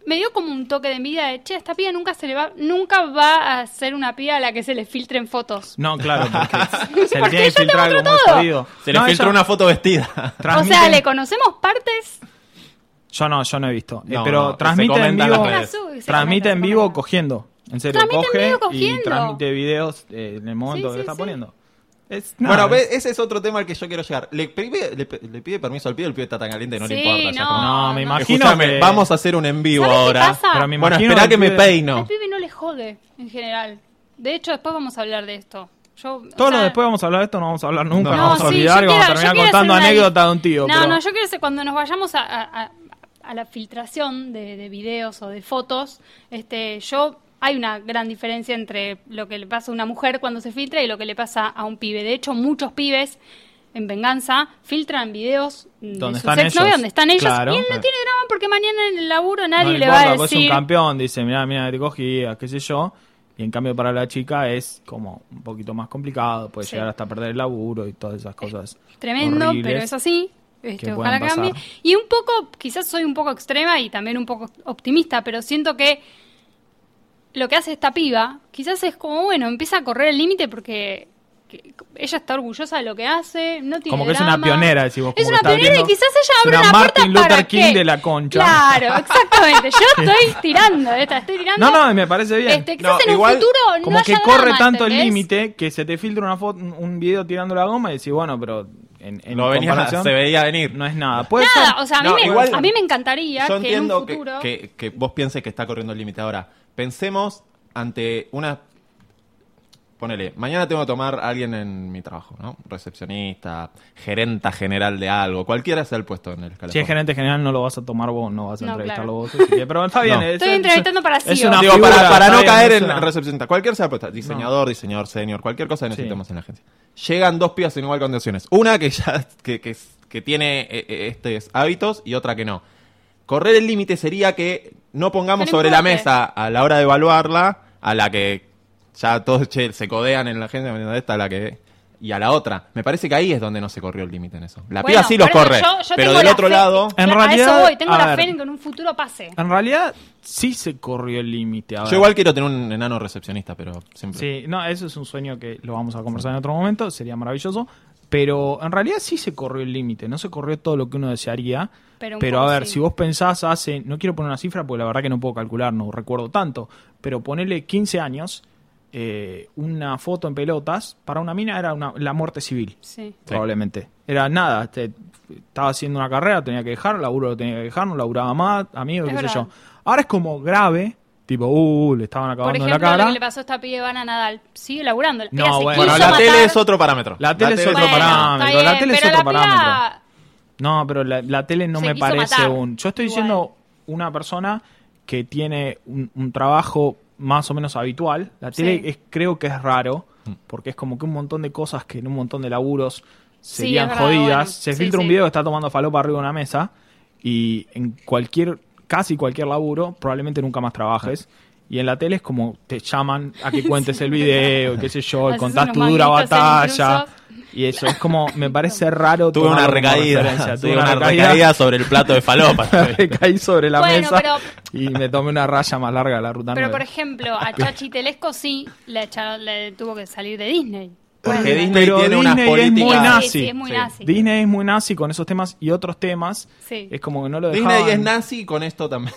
S3: me dio como un toque de envidia de, che, a esta piba nunca se le va, nunca va a ser una piba a la que se le filtren fotos.
S2: No, claro,
S3: [laughs]
S2: porque se le
S3: Porque
S2: tiene que
S3: ella te
S2: filtrar algo
S3: mostró
S2: muy
S3: todo.
S2: jodido.
S1: Se le
S2: No,
S1: filtró
S2: ella
S1: una foto vestida.
S2: transmite-
S3: O sea, le conocemos partes
S2: Yo no, yo no he visto. [laughs] Eh,
S1: No,
S2: pero
S1: no, se
S2: transmite en
S1: comenta en las
S2: vivo.
S1: redes.
S3: Se comenta, se
S2: transmite en
S3: comenta.
S2: vivo cogiendo. En serio,
S3: Transmite en
S2: coge
S3: vivo
S2: y
S3: cogiendo.
S2: transmite videos eh, en el momento
S3: Sí,
S2: que
S3: sí,
S2: lo está
S3: sí.
S2: poniendo. Es-
S1: Bueno,
S2: nada,
S1: ve,
S2: es-
S1: ese es otro tema al que yo quiero llegar. Le pide, le, pe- le pide permiso al pibe, el pibe está tan caliente, no le
S3: Sí,
S1: importa. ya
S3: no.
S1: como-
S2: No, me
S3: no.
S2: imagino
S1: Escuchame,
S2: que...
S1: vamos a hacer un en vivo
S3: ¿Sabes qué
S1: ahora.
S3: pasa?
S2: Pero me
S1: Bueno,
S2: imagino
S1: espera
S2: que
S1: que
S2: el
S1: me
S2: pibe-
S1: peino.
S3: Al pibe no le jode en general. De hecho, después vamos a hablar de esto. Yo, o
S2: Todos
S3: sea,
S2: los después vamos a hablar de esto, no vamos a hablar nunca,
S1: No,
S2: vamos a
S3: sí,
S2: olvidar
S3: yo
S2: y vamos a
S3: quiero-
S2: terminar
S3: yo quiero
S2: contando
S3: hacer una
S2: anécdotas de un tío.
S3: No,
S2: pero-
S3: no, yo quiero ser, cuando nos vayamos a, a- a- a la filtración de, de videos o de fotos, este, yo hay una gran diferencia entre lo que le pasa a una mujer cuando se filtra y lo que le pasa a un pibe. De hecho, muchos pibes en venganza filtran videos mm, de
S2: Donde
S3: sus
S2: están
S3: exnovios
S2: ellos.
S3: donde están ellos
S2: Claro.
S3: y él no
S1: Sí.
S3: tiene drama porque mañana en el laburo nadie
S2: no
S3: le
S2: importa,
S3: va a
S2: vos sos un
S3: decir
S2: campeón, dice, mira, mira, te cogí, ah, qué sé yo. Y en cambio para la chica es como un poquito más complicado, puede
S3: Sí.
S2: llegar hasta perder el laburo y todas esas cosas.
S3: tremendo,
S2: horribles.
S3: pero es así. Este,
S2: que
S3: ojalá
S2: pueden
S3: cambie.
S2: pasar.
S3: Y un poco, quizás soy un poco extrema y también un poco optimista, pero siento que lo que hace esta piba, quizás es como, bueno, empieza a correr el límite porque que- ella está orgullosa de lo que hace, no tiene
S2: Como que es una
S3: drama.
S2: pionera, decimos.
S3: Es una pionera y quizás ella abre
S2: una
S3: una puerta
S2: Martin Luther
S3: para
S2: King
S3: que-
S2: de la concha. [laughs]
S3: Claro, exactamente. Yo estoy tirando, esta, estoy tirando.
S2: No, no, me parece bien.
S3: Este, quizás
S1: No,
S3: en
S1: igual,
S3: un futuro
S2: como
S3: no
S2: que
S3: haya
S2: corre
S3: drama,
S2: tanto el
S3: ¿entendés?
S2: límite que se te filtra una foto, un video tirando la goma y decís, bueno, pero en, en
S1: Lo venía,
S2: comparación
S1: se veía venir.
S2: no es nada. Puede
S3: Nada,
S2: ser.
S3: o sea, a mí,
S1: No,
S3: me,
S1: igual-
S3: a mí me encantaría
S1: Yo
S3: que en
S1: entiendo
S3: un
S1: que,
S3: futuro...
S1: que- que vos pienses que está corriendo el límite. Ahora, pensemos ante una... Ponele, mañana tengo que tomar a alguien en mi trabajo, ¿no? Recepcionista, gerenta general de algo, cualquiera sea el puesto en el escalafón.
S2: Si es gerente general no lo vas a tomar vos, no vas a
S3: No,
S2: entrevistarlo
S3: claro.
S2: vos. así que- pero está bien.
S1: [laughs] No.
S2: es-
S3: Estoy
S2: es-
S3: entrevistando para E
S2: es
S3: CEO.
S2: una
S1: Digo,
S2: figura,
S1: para, para
S2: está
S1: no
S2: bien,
S1: caer
S2: es
S1: en
S2: una-
S1: recepcionista, cualquier sea el puesto, diseñador, diseñador senior, cualquier cosa necesitamos en la agencia. Llegan dos pibas en igual condiciones. Una que ya que, que, que tiene eh, eh, estos hábitos y otra que no. Correr el límite sería que no pongamos
S3: Que no
S1: sobre la
S3: importe.
S1: mesa a la hora de evaluarla a la que ya todos che, se codean en la agencia, ¿me entendés? Esta, a la que y a la otra. Me parece que ahí es donde no se corrió el límite en eso. La
S3: Bueno,
S1: piba sí lo
S3: por
S1: corre,
S3: eso yo- yo
S1: pero
S3: tengo
S1: del
S3: la
S1: otro
S3: fe-
S1: lado
S2: En
S3: a
S2: realidad,
S3: eso voy, tengo
S2: a
S3: la
S2: ver. Ah,
S3: fe en que en un futuro pase.
S2: En realidad, sí se corrió el límite. a ver.
S1: yo igual quiero tener un enano recepcionista, pero siempre
S2: Sí, no, eso es un sueño que lo vamos a conversar en otro momento, sería maravilloso. Pero en realidad sí se corrió el límite, no se corrió todo lo que uno desearía.
S3: Pero
S2: Pero,
S3: un poco
S2: a ver,
S3: sí.
S2: si vos pensás hace, no quiero poner una cifra porque la verdad que no puedo calcular, no recuerdo tanto, pero ponele 15 años, eh, una foto en pelotas, para una mina era una- la muerte civil.
S3: Sí.
S1: Sí.
S2: probablemente. Era nada, te- estaba haciendo una carrera, tenía que dejar, laburo lo tenía que dejar, no laburaba más, amigos,
S3: Es
S2: qué sé yo.
S3: verdad.
S2: Ahora es como grave, tipo, uh, le estaban
S3: Por
S2: acabando
S3: ejemplo,
S2: la
S3: lo
S2: cara.
S3: que le pasó a esta piba a Nadal. Sigue laburando. La
S2: No,
S3: piba se
S2: bueno.
S1: Bueno,
S3: quiso
S1: la
S3: matar.
S1: tele es otro parámetro.
S2: La tele es otro
S3: Bueno,
S2: parámetro,
S3: está
S2: la
S3: bien,
S2: tele es
S3: pero
S2: otro
S3: la piba-
S2: parámetro. No, pero la, la tele no
S3: Se
S2: me
S3: quiso
S2: parece
S3: matar.
S2: un... Yo estoy
S3: Igual.
S2: diciendo una persona que tiene un, un trabajo más o menos habitual. La tele
S3: Sí.
S2: es, creo que es raro, porque es como que un montón de cosas que en un montón de laburos
S3: Sí,
S2: serían
S3: es verdad,
S2: jodidas.
S3: bueno,
S2: Se
S3: sí,
S2: filtra
S3: sí.
S2: un video que está tomando falopa arriba de una mesa y en cualquier, casi cualquier laburo, probablemente nunca más trabajes. Y en la tele es como te llaman a que
S3: [laughs]
S2: cuentes el video, qué sé yo, y
S3: Haces
S2: contás
S3: unos
S2: tu dura
S3: manguitos en
S2: batalla.
S3: intrusos.
S2: Y eso es como, me parece raro.
S1: Tuve
S2: tomarlo
S1: una
S2: como
S1: recaída.
S2: referencia.
S1: Tuve una recaída sobre el plato de
S2: [laughs]
S1: falopa. [laughs]
S2: Caí sobre la
S3: Bueno,
S2: mesa
S3: pero-
S2: y me tomé una raya más larga de la ruta.
S3: Pero,
S2: nueve.
S3: por ejemplo,
S2: [laughs]
S3: a Chachi Telesco sí le, echa- le tuvo que salir de Disney.
S1: Porque
S3: Bueno,
S1: Disney
S2: Pero
S1: tiene unas
S2: Ah, Disney es
S1: políticas.
S2: muy
S3: sí,
S2: nazi.
S3: Sí, es muy
S1: Sí.
S3: nazi.
S2: Disney es muy nazi con esos temas y otros temas.
S3: Sí.
S2: Es como que no lo dejaban.
S1: Disney es nazi y con esto
S2: [laughs]
S1: también.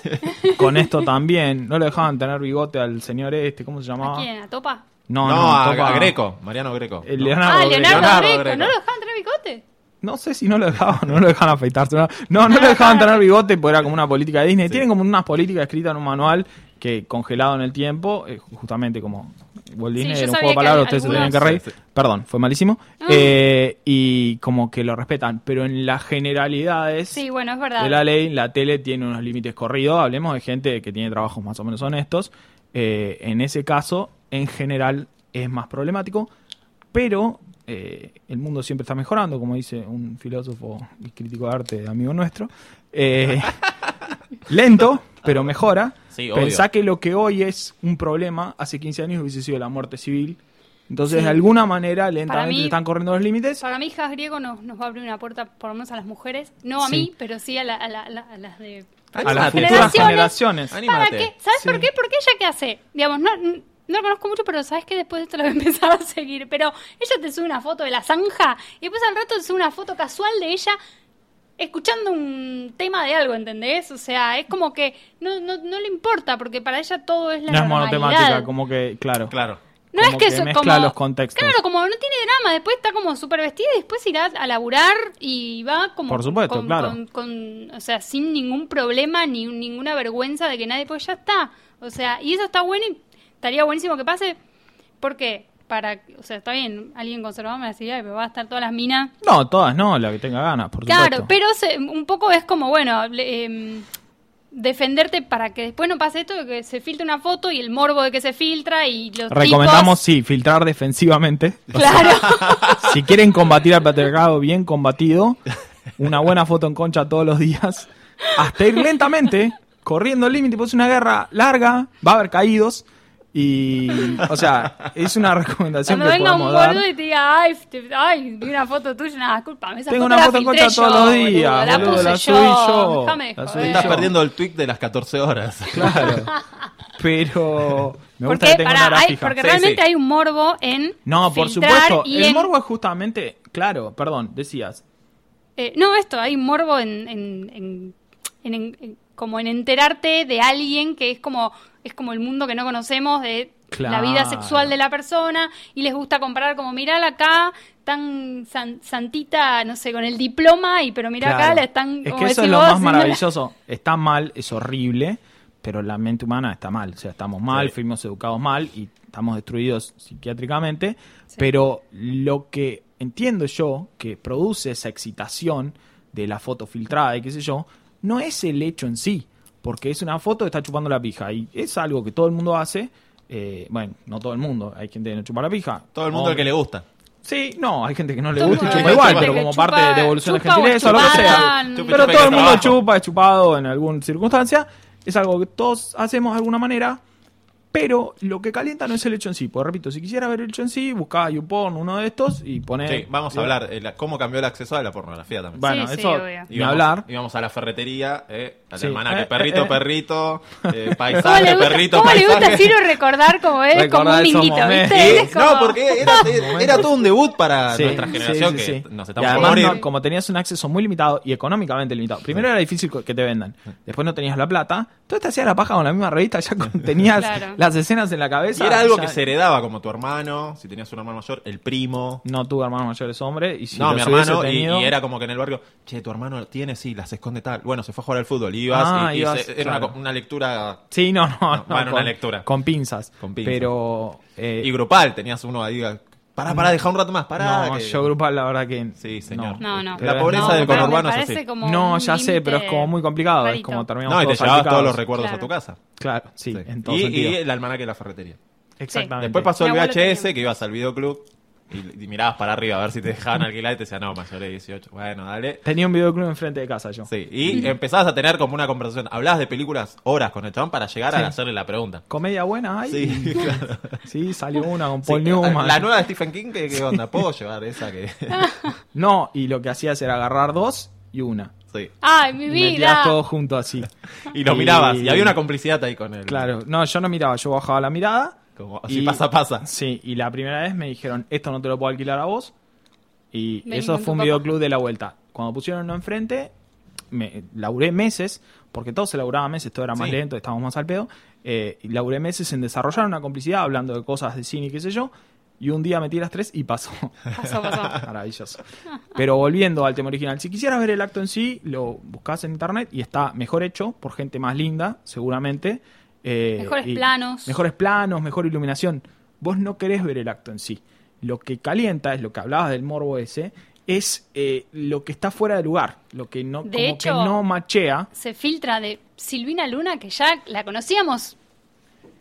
S2: Con esto también. No lo dejaban tener bigote al señor este. ¿Cómo se
S3: ¿A
S2: llamaba?
S3: quién? ¿A Topa?
S1: No,
S2: No, no,
S1: a,
S2: topa-
S1: a Greco, Mariano Greco.
S2: Eh,
S1: No.
S2: Leonardo
S3: Ah,
S2: Greco.
S3: Leonardo,
S1: Leonardo
S3: Greco.
S1: Greco.
S3: ¿No lo dejaban tener bigote?
S2: No sé si no lo dejaban, no lo dejaban afeitarse. No, no, no lo dejaban tener bigote porque era como una política de Disney. Tienen como unas políticas escritas en un manual que congelado en el tiempo, eh, justamente como Walt
S3: Sí,
S2: Disney
S3: yo
S2: era un
S3: sabía
S2: juego de
S3: que
S2: palabras,
S3: al-
S2: ustedes se tenían
S3: algunos-
S2: que reír.
S1: Sí, sí.
S2: Perdón, fue malísimo.
S3: Ah.
S2: Eh, y como que lo respetan, pero en las generalidades
S3: Sí, bueno, es verdad.
S2: de la ley, la tele tiene unos límites corridos. Hablemos de gente que tiene trabajos más o menos honestos. Eh, en ese caso, en general, es más problemático. Pero eh, el mundo siempre está mejorando, como dice un filósofo y crítico de arte, amigo nuestro. Eh, lento, pero mejora.
S1: Sí, obvio.
S2: Pensá que lo que hoy es un problema, hace 15 años hubiese sido la muerte civil. Entonces, de alguna manera, lentamente
S3: mí-
S2: se están corriendo los límites.
S3: Para mí, Hijas Griego nos, nos va a abrir una puerta, por lo menos a las mujeres. No a
S2: Sí.
S3: mí, pero sí a, la- a la- a la- a las de.
S2: A las
S1: Anímate.
S2: futuras
S3: Generaciones.
S2: generaciones.
S3: ¿Para
S1: Anímate.
S3: qué? ¿Sabes
S2: Sí.
S3: por qué? Porque ella qué hace. Digamos, no, no la conozco mucho, pero sabes que después de esto la voy a [laughs] empezar a seguir. Pero ella te sube una foto de la zanja y después al rato te sube una foto casual de ella escuchando un tema de algo, ¿entendés? O sea, es como que no, no, no le importa porque para ella todo es la
S2: No es
S3: normalidad.
S2: monotemática, como que, claro.
S1: Claro.
S3: No
S2: Como
S3: es que,
S2: que
S3: eso
S2: mezcla
S3: como,
S2: los contextos.
S3: Claro, como no tiene drama, después está como súper vestida y después irá a laburar y va como.
S2: Por supuesto,
S3: con-
S2: claro.
S3: con- con- o sea, sin ningún problema ni ninguna vergüenza de que nadie, pues ya está. O sea, y eso está bueno y estaría buenísimo que pase. ¿Por qué? para, o sea, está bien, alguien conservador me va a decir, "Ay, pero va a estar todas las minas.
S2: No, todas no, la que tenga ganas, por
S3: Claro,
S2: supuesto.
S3: pero se- un poco es como, bueno, le- em, defenderte para que después no pase esto de que se filtre una foto y el morbo de que se filtra y los
S2: Recomendamos,
S3: tipos-
S2: sí, filtrar defensivamente. [laughs]
S3: Claro, [laughs]
S2: si quieren combatir al patriarcado bien combatido, una buena foto en concha todos los días, hasta ir lentamente, corriendo el límite, pues es una guerra larga, va a haber caídos. Y, o sea, es una recomendación
S3: cuando
S2: que
S3: venga un
S2: podemos dar.
S3: gordo y te diga, ay, te- ay, vi una foto tuya, nada, disculpame, esa
S2: Tengo
S3: foto
S2: una
S3: la
S2: foto en
S3: filtré
S2: contra todos
S3: yo,
S2: los días,
S3: boludo, la
S2: boludo,
S3: puse
S2: la
S3: yo,
S2: subí yo,
S3: déjame de
S2: la subí
S3: joder.
S1: Estás
S2: yo.
S1: perdiendo el tweak de las 14 horas. [laughs]
S2: Claro. Pero me gusta
S3: porque
S2: que tenga
S3: pará,
S2: una hora
S3: hay-
S2: fija.
S3: porque
S1: Sí,
S3: realmente
S1: sí.
S3: hay un morbo en
S2: No, por
S3: filtrar
S2: supuesto.
S3: y
S2: El
S3: en-
S2: morbo es justamente, claro, perdón, decías.
S3: Eh, no, esto, hay morbo en, en- en- en- en- en- como en enterarte de alguien que es como, es como el mundo que no conocemos, de la
S2: Claro.
S3: vida sexual de la persona, y les gusta comparar como, mirá la acá, tan san- santita, no sé, con el diploma, y pero mirá acá,
S2: Claro.
S3: la están...
S2: Es
S3: como
S2: que eso
S3: decís
S2: es lo
S3: vos,
S2: más
S3: haciéndola-
S2: maravilloso. Está mal, es horrible, pero la mente humana está mal. O sea, estamos mal,
S1: Sí.
S2: fuimos educados mal y estamos destruidos psiquiátricamente. Pero lo que entiendo yo que produce esa excitación de la foto filtrada y qué sé yo, no es el hecho en sí, porque es una foto que está chupando la pija y es algo que todo el mundo hace. eh, bueno, no todo el mundo, hay gente que no chupa la pija.
S1: Todo el mundo al que le gusta.
S2: Sí, no, hay gente que no le
S3: [laughs] Todo
S2: gusta y
S3: el mundo
S2: chupa
S1: hay
S2: igual,
S1: gente
S2: pero
S3: que
S2: como
S3: chupa-
S2: parte de devolución de
S3: chupa o
S2: gentileza o lo que sea.
S3: chupada,
S1: Chupa,
S2: Pero
S1: chupa,
S2: todo
S1: que
S2: el mundo
S1: trabajo.
S2: chupa, es chupado en alguna circunstancia. Es algo que todos hacemos de alguna manera. Pero lo que calienta no es el hecho en sí. Pues repito, si quisiera ver el hecho en sí, buscaba YouPorn, uno de estos y poner.
S1: Sí, vamos a hablar eh, la- cómo cambió el acceso a la pornografía también.
S2: Bueno,
S3: Sí, sí,
S2: eso.
S3: obvio.
S2: ni
S1: Íbamos-
S2: hablar.
S1: Íbamos a la ferretería, eh, al
S2: Sí.
S1: almanaque,
S2: Eh,
S1: perrito,
S2: eh, eh.
S1: perrito, eh,
S3: ¿Cómo le
S1: paisaje,
S3: gusta,
S1: perrito,
S3: cómo le gusta a
S1: paisaje.
S3: Ciro recordar como es, como
S2: Recordar
S3: un
S2: esos
S3: minguito,
S2: momentos.
S3: viste? Él [laughs] es como-
S1: No, porque era,
S3: [laughs]
S1: era todo un debut para
S2: Sí,
S1: nuestra
S2: sí,
S1: generación
S2: sí,
S1: que
S2: sí.
S1: nos
S2: Y
S1: estamos por
S2: además,
S1: morir.
S2: no, como tenías un acceso muy limitado y económicamente limitado. Primero era difícil co- que te vendan. Después no tenías la plata. Entonces te hacías la paja con la misma revista. Ya
S1: [laughs]
S2: con- tenías
S3: Claro.
S2: las escenas en la
S1: Y
S2: cabeza.
S1: era algo
S2: ya-
S1: que se heredaba, como tu hermano, si tenías un hermano mayor, el primo.
S2: No tuve hermanos mayores hombres. Y si
S1: no, mi
S2: los hubiese
S1: hermano, y,
S2: tenido-
S1: y era como que en el barrio, che, tu hermano tiene, sí, las esconde tal. Bueno, se fue a jugar al fútbol, ibas,
S2: Ah,
S1: y, y
S2: ibas,
S1: se- era una
S2: claro.
S1: co- una lectura
S2: Sí, no, no. no,
S1: bueno, una lectura.
S2: Con pinzas.
S1: Con pinzas.
S2: Pero. eh,
S1: Y grupal, tenías uno ahí. Pará, pará, deja un rato más, pará.
S2: no,
S1: que-
S2: yo grupal, la verdad que.
S1: Sí, señor.
S3: No, no.
S1: La
S2: Pero-
S1: pobreza
S3: no,
S1: del
S3: pero me
S1: conurbano es
S3: parece
S1: así.
S3: como
S2: no,
S3: un
S2: ya sé, pero es
S3: límite
S2: como muy complicado. Es
S3: rarito.
S2: como terminamos
S1: No, y te
S2: todos
S1: llevabas todos
S2: salpicados.
S1: los recuerdos a tu
S3: Claro.
S1: casa.
S2: Claro, sí,
S1: Sí.
S2: en todo
S1: y,
S2: sentido.
S1: y el almanaque de la ferretería.
S2: Exactamente.
S1: Después pasó el
S3: Mi abuelo
S1: VHS,
S3: tenía.
S1: que ibas al videoclub y, y mirabas para arriba a ver si te dejaban alquilar y te decían, no, mayor de 18. Bueno, dale.
S2: Tenía un videoclub enfrente de casa yo.
S1: Sí, y empezabas a tener como una conversación. Hablabas de películas horas con el chabón para llegar
S2: Sí.
S1: a hacerle la pregunta.
S2: Comedia buena hay.
S1: [laughs] Sí, claro. [laughs]
S2: Sí, salió una con Paul
S1: Sí,
S2: Newman.
S1: La nueva de Stephen King, ¿qué, qué onda? ¿Puedo llevar esa que.? [laughs]
S2: No, y lo que hacías era agarrar dos y una.
S1: sí.
S3: Ay, mi
S2: Y
S3: vida.
S2: metías todo
S1: [laughs]
S2: junto así.
S1: Y lo
S2: Y-
S1: mirabas, y había una complicidad ahí con él.
S2: Claro, no, yo no miraba, yo bajaba la mirada.
S1: Como, si
S2: y-
S1: pasa, pasa.
S2: Sí, y la primera vez me dijeron, esto no te lo puedo alquilar a vos. Y
S3: Vení
S2: eso
S3: con
S2: fue
S3: tu
S2: un
S3: papá.
S2: videoclub de la vuelta. Cuando pusieron uno enfrente, me, laburé meses, porque todo se laburaba meses, todo era más
S1: Sí.
S2: lento, estábamos más al pedo. eh, y laburé meses en desarrollar una complicidad hablando de cosas de cine y qué sé yo. Y un día metí las tres y pasó.
S3: [laughs] [laughs] Pasó, pasó.
S2: Maravilloso. Pero volviendo al tema original, si quisieras ver el acto en sí, lo buscas en internet y está mejor hecho por gente más linda, seguramente. eh,
S3: Mejores
S2: y-
S3: planos.
S2: Mejores planos, mejor iluminación. Vos no querés ver el acto en sí. Lo que calienta, es lo que hablabas del morbo ese, es eh, lo que está fuera de lugar, lo que no,
S3: De
S2: como
S3: hecho-
S2: que no machea.
S3: se filtra de Silvina Luna, que ya la conocíamos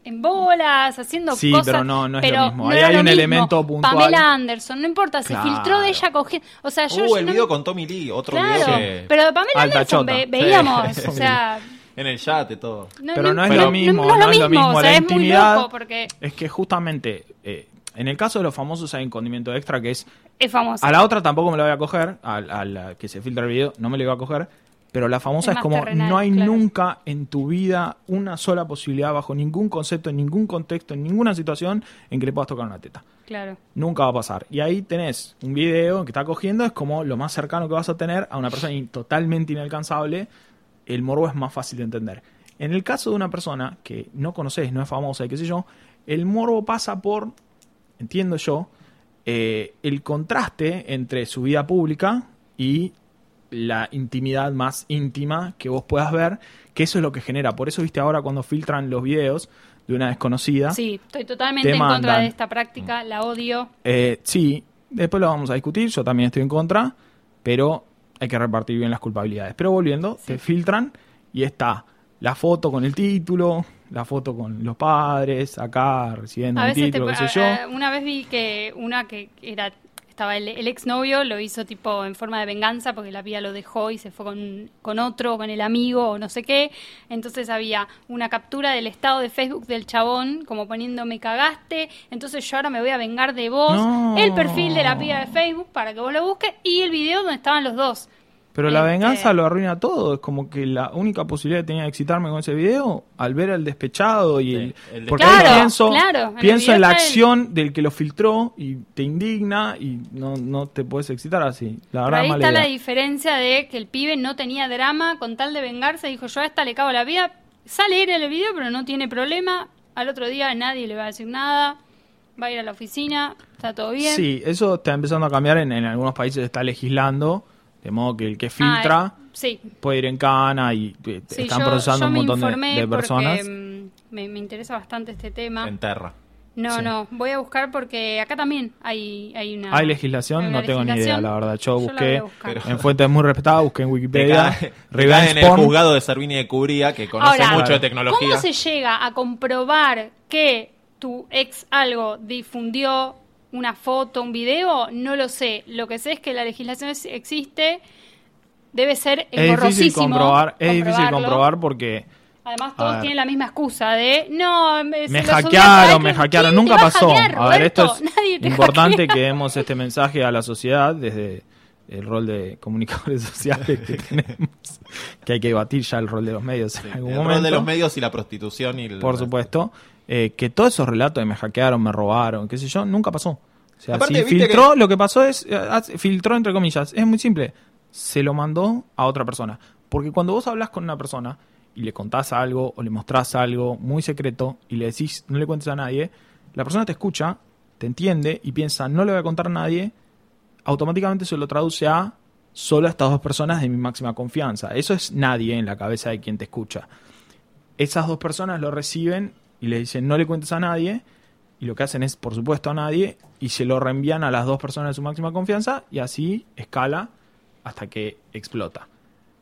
S3: en bolas, haciendo
S2: Sí,
S3: cosas.
S2: pero no, no es lo
S3: pero
S2: mismo.
S3: no
S2: Ahí
S3: era
S2: hay
S3: lo
S2: un
S3: mismo.
S2: elemento puntual.
S3: Pamela Anderson, no importa,
S2: Claro.
S3: se filtró de ella cogiendo. O sea, yo.
S1: Uh,
S3: yo
S1: el
S3: no-
S1: video con Tommy Lee, otro
S3: Claro,
S1: video que-
S3: pero de Pamela
S2: Alta
S3: Anderson
S2: chota.
S3: ve-
S2: [laughs]
S3: veíamos.
S1: Sí.
S3: O sea.
S1: en el chat y todo.
S3: No,
S2: Pero no es
S1: lo
S2: mismo,
S3: No,
S2: no
S3: es lo mismo. O sea,
S2: la
S3: es muy
S2: intimidad.
S3: loco porque
S2: Es que justamente, eh, en el caso de los famosos hay un condimento extra que es
S3: es famosa.
S2: A la otra tampoco me la voy a coger, al, al que se filtra el video, no me la iba a coger. Pero la famosa
S3: Es
S2: es,
S3: más
S2: como,
S3: terrenal,
S2: no hay
S3: claro.
S2: nunca en tu vida una sola posibilidad, bajo ningún concepto, en ningún contexto, en ninguna situación, en que le puedas tocar una teta.
S3: Claro.
S2: Nunca va a pasar. Y ahí tenés un video que está cogiendo, es como lo más cercano que vas a tener a una persona in- totalmente inalcanzable. El morbo es más fácil de entender. En el caso de una persona que no conoces, no es famosa y qué sé yo, el morbo pasa por, entiendo yo, eh, el contraste entre su vida pública y la intimidad más íntima que vos puedas ver, que eso es lo que genera. Por eso, viste, ahora cuando filtran los videos de una desconocida.
S3: Sí, estoy totalmente
S2: Te
S3: en contra
S2: mandan.
S3: de esta práctica, la odio.
S2: Eh, sí, después lo vamos a discutir, yo también estoy en contra, pero hay que repartir bien las culpabilidades. Pero volviendo, te filtran y está la foto con el título, la foto con los padres, acá recibiendo
S3: A
S2: un
S3: veces te, eh,
S2: título, qué
S3: a-
S2: sé yo.
S3: a- una vez vi que una que era estaba el, el exnovio lo hizo tipo en forma de venganza porque la piba lo dejó y se fue con, con otro, con el amigo o no sé qué. Entonces había una captura del estado de Facebook del chabón como poniendo me cagaste, entonces yo ahora me voy a vengar de vos.
S2: No.
S3: El perfil de la piba de Facebook para que vos lo busques y el video donde estaban los dos.
S2: Pero la
S3: Este-
S2: venganza lo arruina todo. Es como que la única posibilidad que tenía de excitarme con ese video, al ver al despechado y
S1: Sí,
S2: el...
S1: el
S2: porque
S1: despechado.
S2: ahí
S3: Claro,
S2: pienso,
S3: claro, en el
S2: pienso en
S3: video
S2: la
S3: está el-
S2: acción del que lo filtró y te indigna y no, no te puedes excitar así. La
S3: Pero
S2: verdad,
S3: ahí
S2: mala
S3: está la
S2: idea.
S3: diferencia de que el pibe no tenía drama con tal de vengarse, dijo yo a esta le cago la vida, sale él en el video pero no tiene problema, al otro día nadie le va a decir nada, va a ir a la oficina, está todo bien.
S2: Sí, eso está empezando a cambiar. En, en algunos países está legislando, de modo que el que
S3: Ah,
S2: filtra
S3: eh, sí,
S2: puede ir en cana y eh,
S3: sí,
S2: están
S3: yo,
S2: procesando
S3: yo
S2: un
S3: me
S2: montón de,
S3: informé
S2: de personas.
S3: porque mm, me, me interesa bastante este tema.
S1: En Terra.
S3: No,
S2: sí.
S3: no, voy a buscar porque acá también hay, hay una...
S2: ¿Hay legislación?
S3: hay una
S2: no tengo ni idea,
S3: legislación.
S2: la verdad. Yo
S3: la voy
S2: busqué
S3: a buscar.
S1: pero-
S2: en fuentes muy respetadas, busqué en
S1: Te
S2: Wikipedia.
S1: cae, te cae
S2: Revenge
S1: en el
S2: porn.
S1: juzgado de Servini de Curia, que conoce
S3: Ahora,
S1: mucho de
S3: ¿Cómo
S1: tecnología.
S3: se llega a comprobar que tu ex algo difundió una foto, un video? No lo sé. Lo que sé es que la legislación es- existe. Debe ser
S2: Es difícil
S3: engorrosísimo
S2: comprobar, es difícil
S3: comprobarlo.
S2: comprobar porque
S3: Además, todos
S2: ver.
S3: tienen la misma excusa de no, me, se
S2: me
S3: lo subí a
S2: hackearon,
S3: iCloud".
S2: me
S3: ¿Quién
S2: hackearon,
S3: te
S2: nunca
S3: va a
S2: pasó.
S3: hackear,
S2: a ver, esto
S3: Roberto? [laughs] Nadie
S2: es
S3: te
S2: importante
S3: hackea.
S2: que demos este mensaje a la sociedad desde el rol de comunicadores [laughs]
S1: [laughs]
S2: sociales que tenemos, que hay que debatir ya el rol de los medios en
S1: El
S2: algún
S1: rol
S2: momento.
S1: de los medios y la prostitución y el-
S2: por supuesto, eh, que todos esos relatos de me hackearon, me robaron, qué sé yo, nunca pasó. O sea,
S1: Aparte,
S2: si
S1: viste
S2: filtró, lo que pasó es, eh, hace- filtró entre comillas, es muy simple, se lo mandó a otra persona. Porque cuando vos hablas con una persona y le contás algo o le mostrás algo muy secreto y le decís, no le cuentes a nadie, la persona te escucha, te entiende y piensa, no le voy a contar a nadie, automáticamente se lo traduce a solo a estas dos personas de mi máxima confianza. Eso es nadie en la cabeza de quien te escucha. Esas dos personas lo reciben y le dicen no le cuentes a nadie y lo que hacen es por supuesto a nadie y se lo reenvían a las dos personas de su máxima confianza y así escala hasta que explota.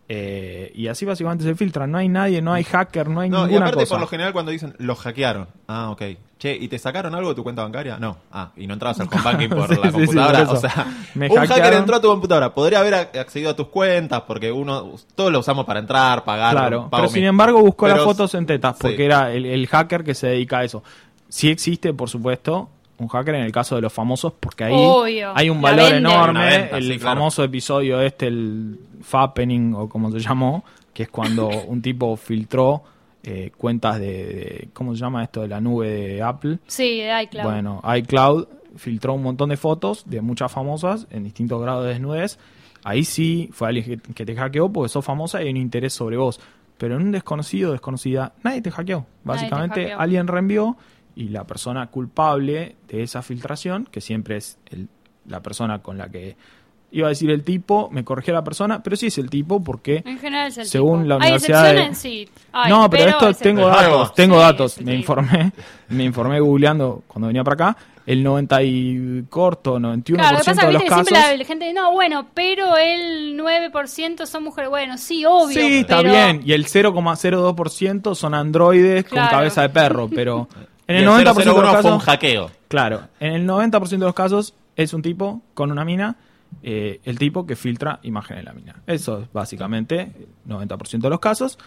S2: Eh, y así básicamente se filtra. No hay nadie, no hay hacker, no hay
S1: No, y
S2: ninguna
S1: aparte,
S2: cosa.
S1: por lo general, cuando dicen los hackearon, ah, ok. Che, ¿y te sacaron algo de tu cuenta bancaria? No, ah, y no entrabas al home banking
S2: [laughs]
S1: por
S2: Sí, sí,
S1: la
S2: sí,
S1: computadora.
S2: por
S1: o
S2: eso.
S1: sea,
S2: [laughs] Me
S1: un hacker
S2: hackearon.
S1: entró a tu computadora, podría haber ac- accedido a tus cuentas, porque uno, todos lo usamos para entrar, pagar.
S2: Claro,
S1: pago
S2: pero
S1: mi-
S2: sin embargo buscó
S1: Pero
S2: las fotos en tetas,
S1: sí.
S2: porque era el, el hacker que se dedica a eso. Sí existe, por supuesto, un hacker en el caso de los famosos, porque ahí
S3: Obvio,
S2: hay un
S3: la
S2: valor
S3: venden.
S2: enorme.
S1: Una venta,
S2: el
S1: sí, claro.
S2: famoso episodio este, el Fappening o como se llamó, que
S1: [laughs]
S2: es cuando un tipo filtró eh, cuentas de, de- ¿cómo se llama esto? De la nube de Apple.
S3: Sí, de iCloud.
S2: Bueno, iCloud filtró un montón de fotos de muchas famosas en distintos grados de desnudez. Ahí sí fue alguien que- que te hackeó porque sos famosa y hay un interés sobre vos. Pero en un desconocido o desconocida, nadie te hackeó. Básicamente,
S3: hackeó.
S2: alguien reenvió y la persona culpable de esa filtración, que siempre es el- la persona con la que iba a decir el tipo, me corrigió la persona, pero sí es el tipo porque
S3: en general es el
S2: según
S3: tipo.
S2: la
S3: Hay
S2: universidad de-
S3: excepciones, sí. Hay,
S2: no, pero, esto
S3: es el
S2: tengo
S3: tipo.
S1: Claro.
S2: datos, tengo
S3: Sí,
S2: datos.
S3: sí,
S2: Me
S3: sí.
S2: informé, me informé googleando cuando venía para acá. El 90 y corto, 91%
S3: Claro, lo que pasa
S2: de
S3: es
S2: los
S3: que siempre
S2: casos.
S3: la, la gente dice, no, bueno, pero el 9% son mujeres. Bueno, sí, obvio.
S2: sí, está
S3: pero-
S2: bien. Y el 0,02% son androides
S3: Claro.
S2: con cabeza de perro, pero en
S1: y
S2: el 90% de los
S1: 001 fue un
S2: casos.
S1: hackeo.
S2: Claro, en el 90% de los casos es un tipo con una mina, eh, el tipo que filtra imágenes de la mina. Eso es básicamente el 90% de los casos.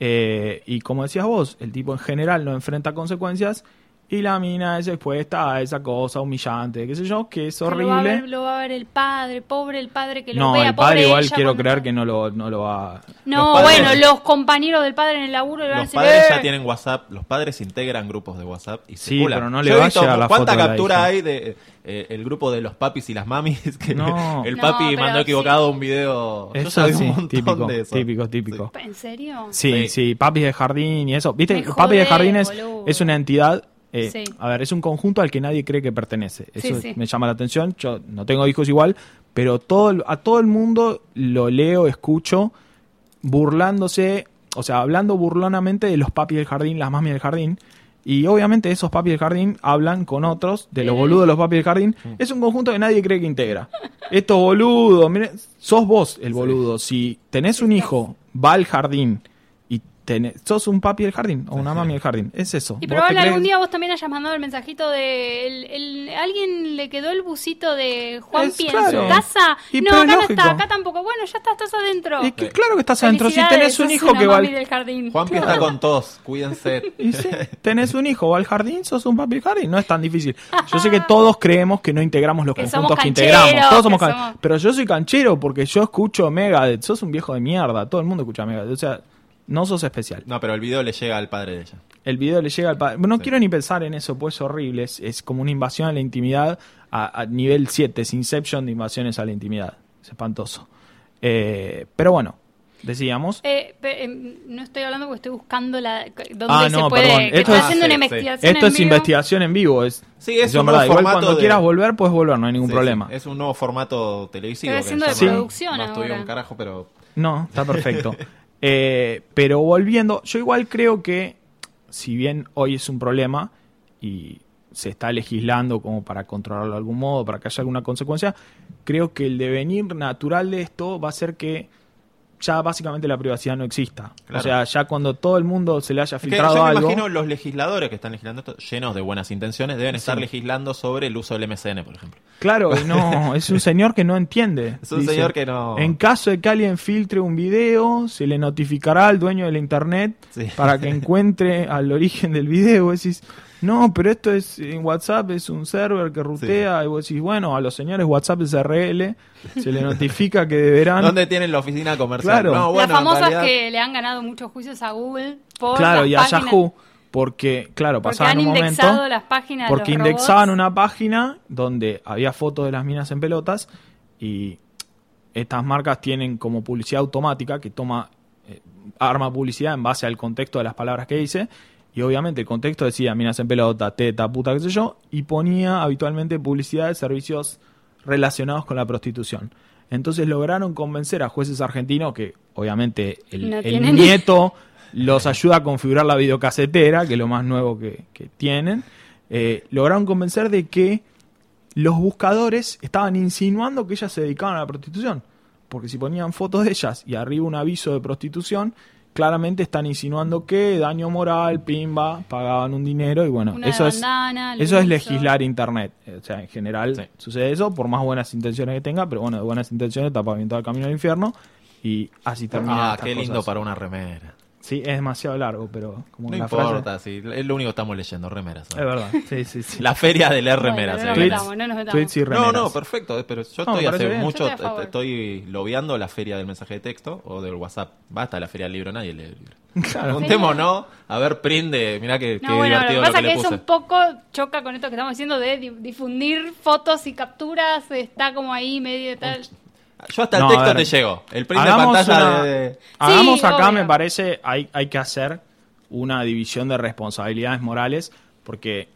S2: Eh, y como decías vos, el tipo en general no enfrenta consecuencias y la mina es expuesta a esa cosa humillante, qué sé yo, que es
S3: Que Lo va, a ver,
S2: horrible.
S3: lo va a ver el padre, pobre el padre que lo
S2: No,
S3: vea,
S2: el padre
S3: pobre
S2: igual
S3: ella
S2: quiero
S3: cuando-
S2: creer que no lo, no lo va...
S3: No,
S1: Los padres-
S3: bueno, los compañeros del padre en el laburo le van a
S1: Los
S3: decir,
S1: padres
S3: "Eh".
S1: ya tienen WhatsApp, los padres integran grupos de WhatsApp y
S2: Sí,
S1: circulan.
S2: pero no le
S1: Yo he
S2: va a
S1: visto
S2: llegar la
S1: ¿Cuánta
S2: foto a la
S1: captura
S2: hija?
S1: hay de eh, el grupo de los papis y las mamis? [laughs] Que
S2: No.
S1: el
S3: No,
S1: papi
S3: pero
S1: mandó
S3: sí.
S1: equivocado un video. Yo
S2: Eso
S1: sabía
S2: sí,
S1: un montón
S2: típico,
S1: de eso.
S2: típico, típico.
S3: ¿En serio?
S2: Sí, sí,
S1: Sí.
S2: papis de jardín y eso. ¿Viste?
S3: Me
S2: papis de
S3: jodés,
S2: jardín es,
S3: boludo.
S2: es una entidad. eh,
S3: Sí.
S2: A ver, es un conjunto al que nadie cree que pertenece.
S3: Sí,
S2: Eso
S3: sí.
S2: me llama la atención. Yo no tengo hijos igual, pero todo, el- a todo el mundo lo leo, escucho, burlándose, o sea, hablando burlonamente de los papis del jardín, las mamis del jardín. Y obviamente esos papis del jardín hablan con otros,
S3: Eh,
S2: de los boludos de los papis del jardín. Es un conjunto que nadie cree que integra. Estos boludos, miren, sos vos el boludo. Si tenés un hijo, va al jardín y tenés- sos un papi del jardín o una mami del jardín. Es eso.
S3: Y
S2: Vos te
S3: probable algún
S2: crees-
S3: día vos también hayas mandado el mensajito de. el- el- alguien le quedó el busito de Juan
S2: Es
S3: en
S2: claro.
S3: su casa.
S2: Y
S3: no,
S2: pero
S3: acá
S2: es
S3: no
S2: lógico.
S3: está, acá tampoco. Bueno, ya está, estás adentro.
S2: Es que claro que estás adentro. Si
S3: Felicidades,
S2: tenés un
S3: sos
S2: hijo
S3: una
S2: que va
S3: mami
S2: al...
S3: del jardín.
S1: Juan que está con tos, cuídense.
S2: [laughs]
S1: [laughs]
S2: Y sí, tenés un hijo, va al jardín, sos un papi del jardín. No es tan difícil. Yo sé que todos creemos que no integramos los
S3: Ah. Que
S2: conjuntos
S3: somos
S2: que integramos.
S3: cancheros,
S2: Todos somos
S3: que
S2: can-
S3: somos-
S2: Pero yo soy canchero porque yo escucho Megadeth. Sos un viejo de mierda. Todo el mundo escucha Megadeth. O sea, no sos especial.
S1: No, pero el video le llega al padre de ella.
S2: El video le llega al padre. No quiero ni pensar en eso, pues es horrible. Es, es como una invasión a la intimidad a, a nivel 7. Es Inception de invasiones a la intimidad. Es espantoso. Eh, pero bueno, decíamos.
S3: Eh, pe- em, no estoy hablando porque estoy buscando la dónde
S2: Ah,
S3: se
S2: no,
S3: puede.
S2: perdón.
S3: que
S2: Esto este,
S3: estoy
S1: es-
S3: haciendo
S1: sí,
S3: una
S1: sí.
S3: investigación.
S2: Esto
S3: en
S2: es
S3: vivo.
S2: investigación en vivo. Es,
S1: Sí, es
S2: yo,
S1: un
S2: verdad,
S1: nuevo
S2: igual
S1: formato
S2: cuando
S1: de-
S2: quieras volver, puedes volver, no hay ningún
S1: Sí,
S2: problema.
S1: sí, Es un nuevo formato televisivo.
S3: Estoy haciendo
S1: que
S3: de
S1: se llama-
S3: producción
S1: No estudió
S3: ahora.
S1: un carajo, pero
S2: No, está
S1: [laughs]
S2: perfecto. Eh, pero volviendo, yo igual creo que, si bien hoy es un problema y se está legislando como para controlarlo de algún modo, para que haya alguna consecuencia, creo que el devenir natural de esto va a ser que ya básicamente la privacidad no exista.
S1: Claro.
S2: O sea, ya cuando todo el mundo se le haya
S1: Es que yo
S2: filtrado
S1: me
S2: algo.
S1: imagino los legisladores que están legislando esto, llenos de buenas intenciones, deben estar
S2: Sí.
S1: legislando sobre el uso del MCN, por ejemplo.
S2: Claro, y
S1: [laughs]
S2: no, es un señor que no entiende.
S1: Es un señor que no-
S2: En caso de que alguien filtre un video, se le notificará al dueño del internet
S1: [laughs] Sí.
S2: para que encuentre al origen del video. Vos decís, no, pero esto es en WhatsApp, es un server que rutea. Y vos decís, bueno, a los señores WhatsApp SRL se le notifica que deberán.
S1: ¿Dónde tienen la oficina comercial?
S2: Ah, Claro.
S1: No, bueno,
S3: Las famosas
S1: en realidad-
S3: que le han ganado muchos juicios a Google por
S2: Claro,
S3: las
S2: y a
S3: páginas-
S2: Yahoo, porque, claro,
S3: porque
S2: pasaban
S3: han
S2: un momento.
S3: indexado las páginas
S2: Porque
S3: los robots.
S2: indexaban una página donde había fotos de las minas en pelotas y estas marcas tienen como publicidad automática que toma eh, arma publicidad en base al contexto de las palabras que dice y obviamente el contexto decía minas en pelotas, teta, puta, qué sé yo y ponía habitualmente publicidad de servicios relacionados con la prostitución. Entonces lograron convencer a jueces argentinos que obviamente el,
S3: No
S2: el
S3: tienen-
S2: nieto los ayuda a configurar la videocasetera, que es lo más nuevo que, que tienen, eh, lograron convencer de que los buscadores estaban insinuando que ellas se dedicaban a la prostitución. Porque si ponían fotos de ellas y arriba un aviso de prostitución, claramente están insinuando que daño moral, pimba, pagaban un dinero y bueno,
S3: Una
S2: eso es,
S3: bandana, el
S2: eso es
S3: lienzo.
S2: legislar internet. O sea, en general sucede eso, por más buenas intenciones que tenga, pero bueno, de buenas intenciones tapa bien todo el camino al infierno y así termina.
S1: Ah,
S2: estas
S1: qué lindo
S2: cosas.
S1: para una remera.
S2: Sí, es demasiado largo, pero como
S1: No
S2: la
S1: importa, sí, es lo único que estamos leyendo, remeras.
S2: frase. Es verdad, sí, sí,
S1: [laughs]
S2: sí.
S1: La feria de leer
S3: Bueno,
S1: remeras.
S3: no nos
S1: señores.
S3: metamos, no nos metamos.
S2: Tweets y
S1: No,
S2: remeras.
S1: no, perfecto, eh, pero yo
S2: No,
S1: estoy
S2: me parece
S1: hace
S2: bien.
S1: mucho,
S3: Yo estoy a favor.
S1: eh, estoy lobeando la feria del mensaje de texto o del WhatsApp. Basta la feria del libro, nadie lee el libro. Preguntemos, ¿no? A ver, prinde, mirá que,
S3: No, bueno, lo que
S1: divertido lo
S3: pasa
S1: que
S3: es que
S1: le
S3: eso
S1: puse.
S3: un poco choca con esto que estamos diciendo de di- difundir fotos y capturas, está como ahí medio tal.
S1: Yo hasta el
S2: No, a
S1: texto
S2: ver.
S1: te llego. El print de
S2: Hagamos
S1: pantalla
S2: una-
S1: de- de...
S2: Hagamos
S3: Sí,
S2: acá,
S3: obvio.
S2: me parece, hay, hay que hacer una división de responsabilidades morales, porque,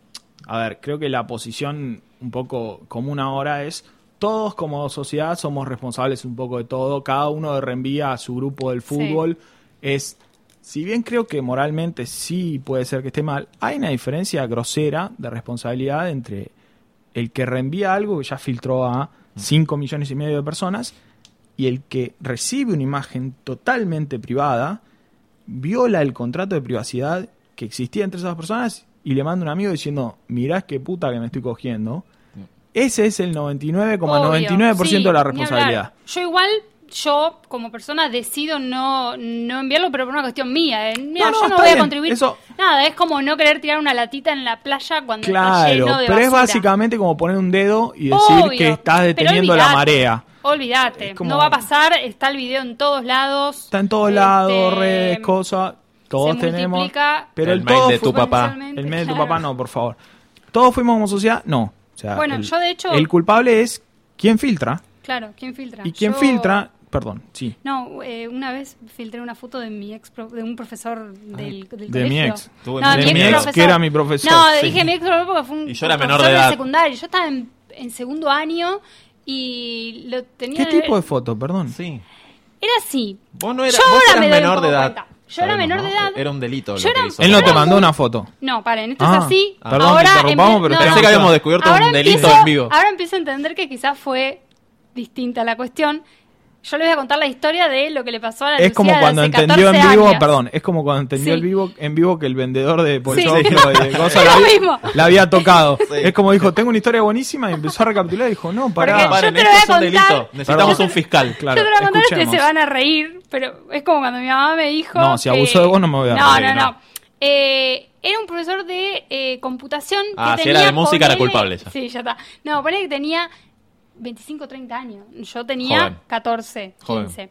S2: a ver, creo que la posición un poco común ahora es, todos como sociedad somos responsables un poco de todo, cada uno reenvía a su grupo del fútbol, es, si bien creo que moralmente sí puede ser que esté mal, hay una diferencia grosera de responsabilidad entre el que reenvía algo que ya filtró a
S1: Mm.
S2: 5 millones y medio de personas y el que recibe una imagen totalmente privada viola el contrato de privacidad que existía entre esas personas y le manda un amigo diciendo, mirá qué puta que me estoy cogiendo.
S1: Mm.
S2: Ese es el 99,99%
S3: Obvio, sí,
S2: de la
S3: ni
S2: responsabilidad.
S3: hablar. Yo igual, yo como persona decido no, no enviarlo, pero por una cuestión mía. eh. Mira,
S2: No, no,
S3: yo no
S2: está
S3: voy
S2: bien,
S3: a contribuir.
S2: eso-
S3: Nada, es como no querer tirar una latita en la playa cuando está
S2: Claro,
S3: lleno de
S2: pero es
S3: basura.
S2: básicamente como poner un dedo y decir
S3: Obvio,
S2: que estás
S3: pero
S2: deteniendo la
S3: olvidate,
S2: marea.
S3: Olvídate,
S2: Es como-
S3: no va a pasar, está el video en todos lados.
S2: Está en todos
S3: Este,
S2: lados, redes, cosas, todos
S3: se
S2: tenemos.
S3: multiplica
S2: Pero
S1: El
S2: el
S1: mail
S2: todo
S1: de tu
S2: fu-
S1: papá.
S3: exponencialmente,
S2: El medio de tu
S3: claro.
S2: papá no, por favor. ¿Todos fuimos como sociedad? No. O sea,
S3: Bueno,
S2: el,
S3: yo de hecho-
S2: El culpable es quien filtra.
S3: Claro, ¿quién filtra?
S2: Y quien
S3: Yo-
S2: filtra. Perdón, sí.
S3: No, eh, una vez filtré una foto de mi ex, pro- de un profesor del, del
S2: de mi
S3: colegio.
S2: ex.
S1: Tuve
S3: No,
S1: mi- de mi ex,
S3: profesor.
S2: que era mi profesor,
S3: No,
S2: sí.
S3: dije mi ex profesor porque fue un
S1: Y yo era menor
S3: profesor
S1: de edad.
S3: secundario. Yo estaba en, en segundo año y lo tenía...
S2: ¿Qué tipo de foto? Perdón.
S1: Sí.
S3: Era así.
S1: Vos no eras,
S3: yo
S1: vos
S3: ahora
S1: eras
S3: me doy un
S1: menor
S3: poco
S1: de edad.
S3: cuenta. Yo era
S1: Sabemos,
S3: menor
S1: ¿no?
S3: de edad.
S1: Era un delito. lo
S3: Yo era-
S1: que hizo.
S2: Él no te
S3: Pero-
S2: mandó una foto.
S3: No, paren, esto
S2: Ah,
S3: es así.
S2: perdón que interrumpamos,
S3: empie-
S2: pero
S1: Pensé que
S2: Ahora
S1: habíamos descubierto
S3: ahora
S1: un delito
S3: empiezo-
S1: en vivo.
S3: Ahora empiezo a entender que quizás fue distinta la cuestión. Yo les voy a contar la historia de lo que le pasó a la
S2: Es como
S3: Lucía de
S2: cuando
S3: hace
S2: entendió en
S3: 14
S2: vivo,
S3: años.
S2: perdón, es como cuando entendió
S3: Sí.
S2: en vivo, en vivo que el vendedor de Pollo
S3: Sí. [laughs]
S2: cosa
S3: Lo
S2: la, había-
S3: mismo.
S2: la había tocado.
S1: Sí.
S2: Es como dijo, tengo una historia buenísima y empezó a recapitular y dijo, no,
S3: Porque
S2: pará.
S3: yo
S1: Paren,
S3: te lo
S1: esto
S3: voy
S1: es un
S3: a contar.
S1: delito. Necesitamos
S2: Perdón.
S1: un fiscal.
S2: Claro,
S3: Yo te lo voy a contar, ustedes se
S2: escuchemos.
S3: van a reír, pero es como cuando mi mamá me dijo.
S2: No, si
S3: que-
S2: abusó de vos no me voy a reír,
S3: No, no,
S2: no.
S3: no. Eh, era un profesor de eh, computación que
S1: Ah, si
S3: tenía,
S1: era de música, era
S3: ponele-
S1: culpable ya.
S3: Sí, ya está. No, ponele que tenía 25, 30 años. Yo tenía
S1: Joven.
S3: 14, 15.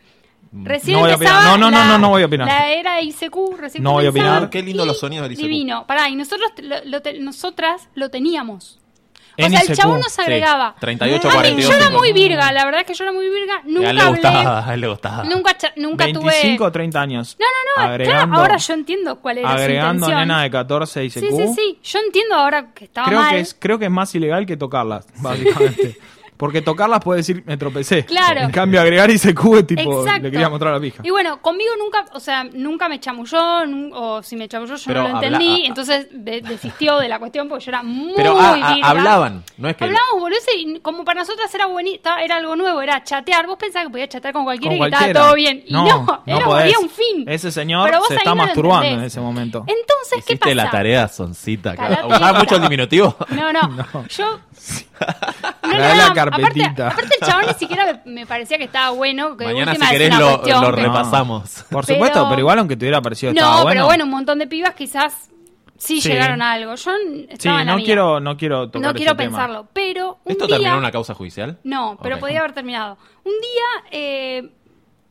S3: Recién
S2: No voy a opinar. No,
S3: empezaba
S2: no, no,
S3: la-
S2: no, no voy a opinar.
S3: La era ICQ, recién
S2: No voy a
S3: comenzaba.
S2: opinar.
S1: Qué lindo
S3: Y
S1: los sonidos del ICQ.
S3: Divino. Pará, y nosotros te- lo- lo te- nosotras lo teníamos. O
S2: En
S3: sea, el
S2: ICQ.
S3: chabón nos agregaba.
S1: Sí, 38,
S3: Ah, bien, Yo era
S1: 42.
S3: muy virga, la verdad es que yo era muy virga.
S1: Y
S3: Nunca
S1: a él le
S3: hablé.
S1: gustaba, a él le gustaba.
S3: Nunca, cha- nunca
S2: 25 o
S3: tuve.
S2: 30 años.
S3: No, no, no. Claro, ahora yo entiendo cuál era
S2: agregando
S3: su intención.
S2: nena de 14 y
S3: Sí, sí, sí. Yo entiendo ahora que estaba
S2: Creo
S3: mal.
S2: que, es, creo que es más ilegal que tocarlas, [laughs] básicamente. Porque tocarlas puede decir, me tropecé.
S3: Claro.
S2: En cambio, agregar y se cube, tipo,
S3: Exacto.
S2: le quería mostrar la pija.
S3: Y bueno, conmigo nunca, o sea, nunca me chamulló, nun- o si me chamulló yo
S1: Pero
S3: no lo
S1: habla-
S3: entendí,
S1: a- a-
S3: entonces de- desistió de la cuestión porque yo era muy
S1: Pero ah, ah,
S3: virga.
S1: hablaban, no es que-
S3: Hablábamos, boludo, y como para nosotras era bonita, era algo nuevo, era chatear. Vos pensabas que podías chatear con cualquiera y que estaba todo bien. Y no, era,
S2: podés.
S3: había un fin.
S2: Ese señor
S3: Pero vos
S2: se
S3: ahí
S2: está
S3: no lo
S2: masturbando en
S3: entendés.
S2: ese momento.
S3: Entonces, ¿qué pasa?
S1: Hiciste la tarea soncita.
S3: Calate,
S1: claro. Usaba mucho el
S3: claro.
S1: diminutivo.
S3: No, no, yo... No,
S2: Trae
S3: no, no,
S2: la
S3: aparte-
S2: carpetita.
S3: Aparte, el chabón ni siquiera me parecía que estaba bueno. Que de
S1: Mañana, si
S3: última es
S1: querés,
S3: una
S1: lo,
S3: cuestión,
S1: lo
S3: pero-
S1: repasamos.
S2: Por
S3: Pero-
S2: supuesto, pero igual aunque te hubiera parecido estaba
S3: No, pero bueno, un montón de pibas quizás sí,
S2: Sí.
S3: llegaron a algo. Yo n-
S2: Sí,
S3: estaba en la
S2: no
S3: mía.
S2: quiero, no quiero tocar
S3: No quiero
S2: ese tema.
S3: pensarlo, pero un
S1: ¿Esto
S3: día...
S1: terminó en una causa judicial?
S3: No, pero
S1: Ok.
S3: podía haber terminado. Un día, eh,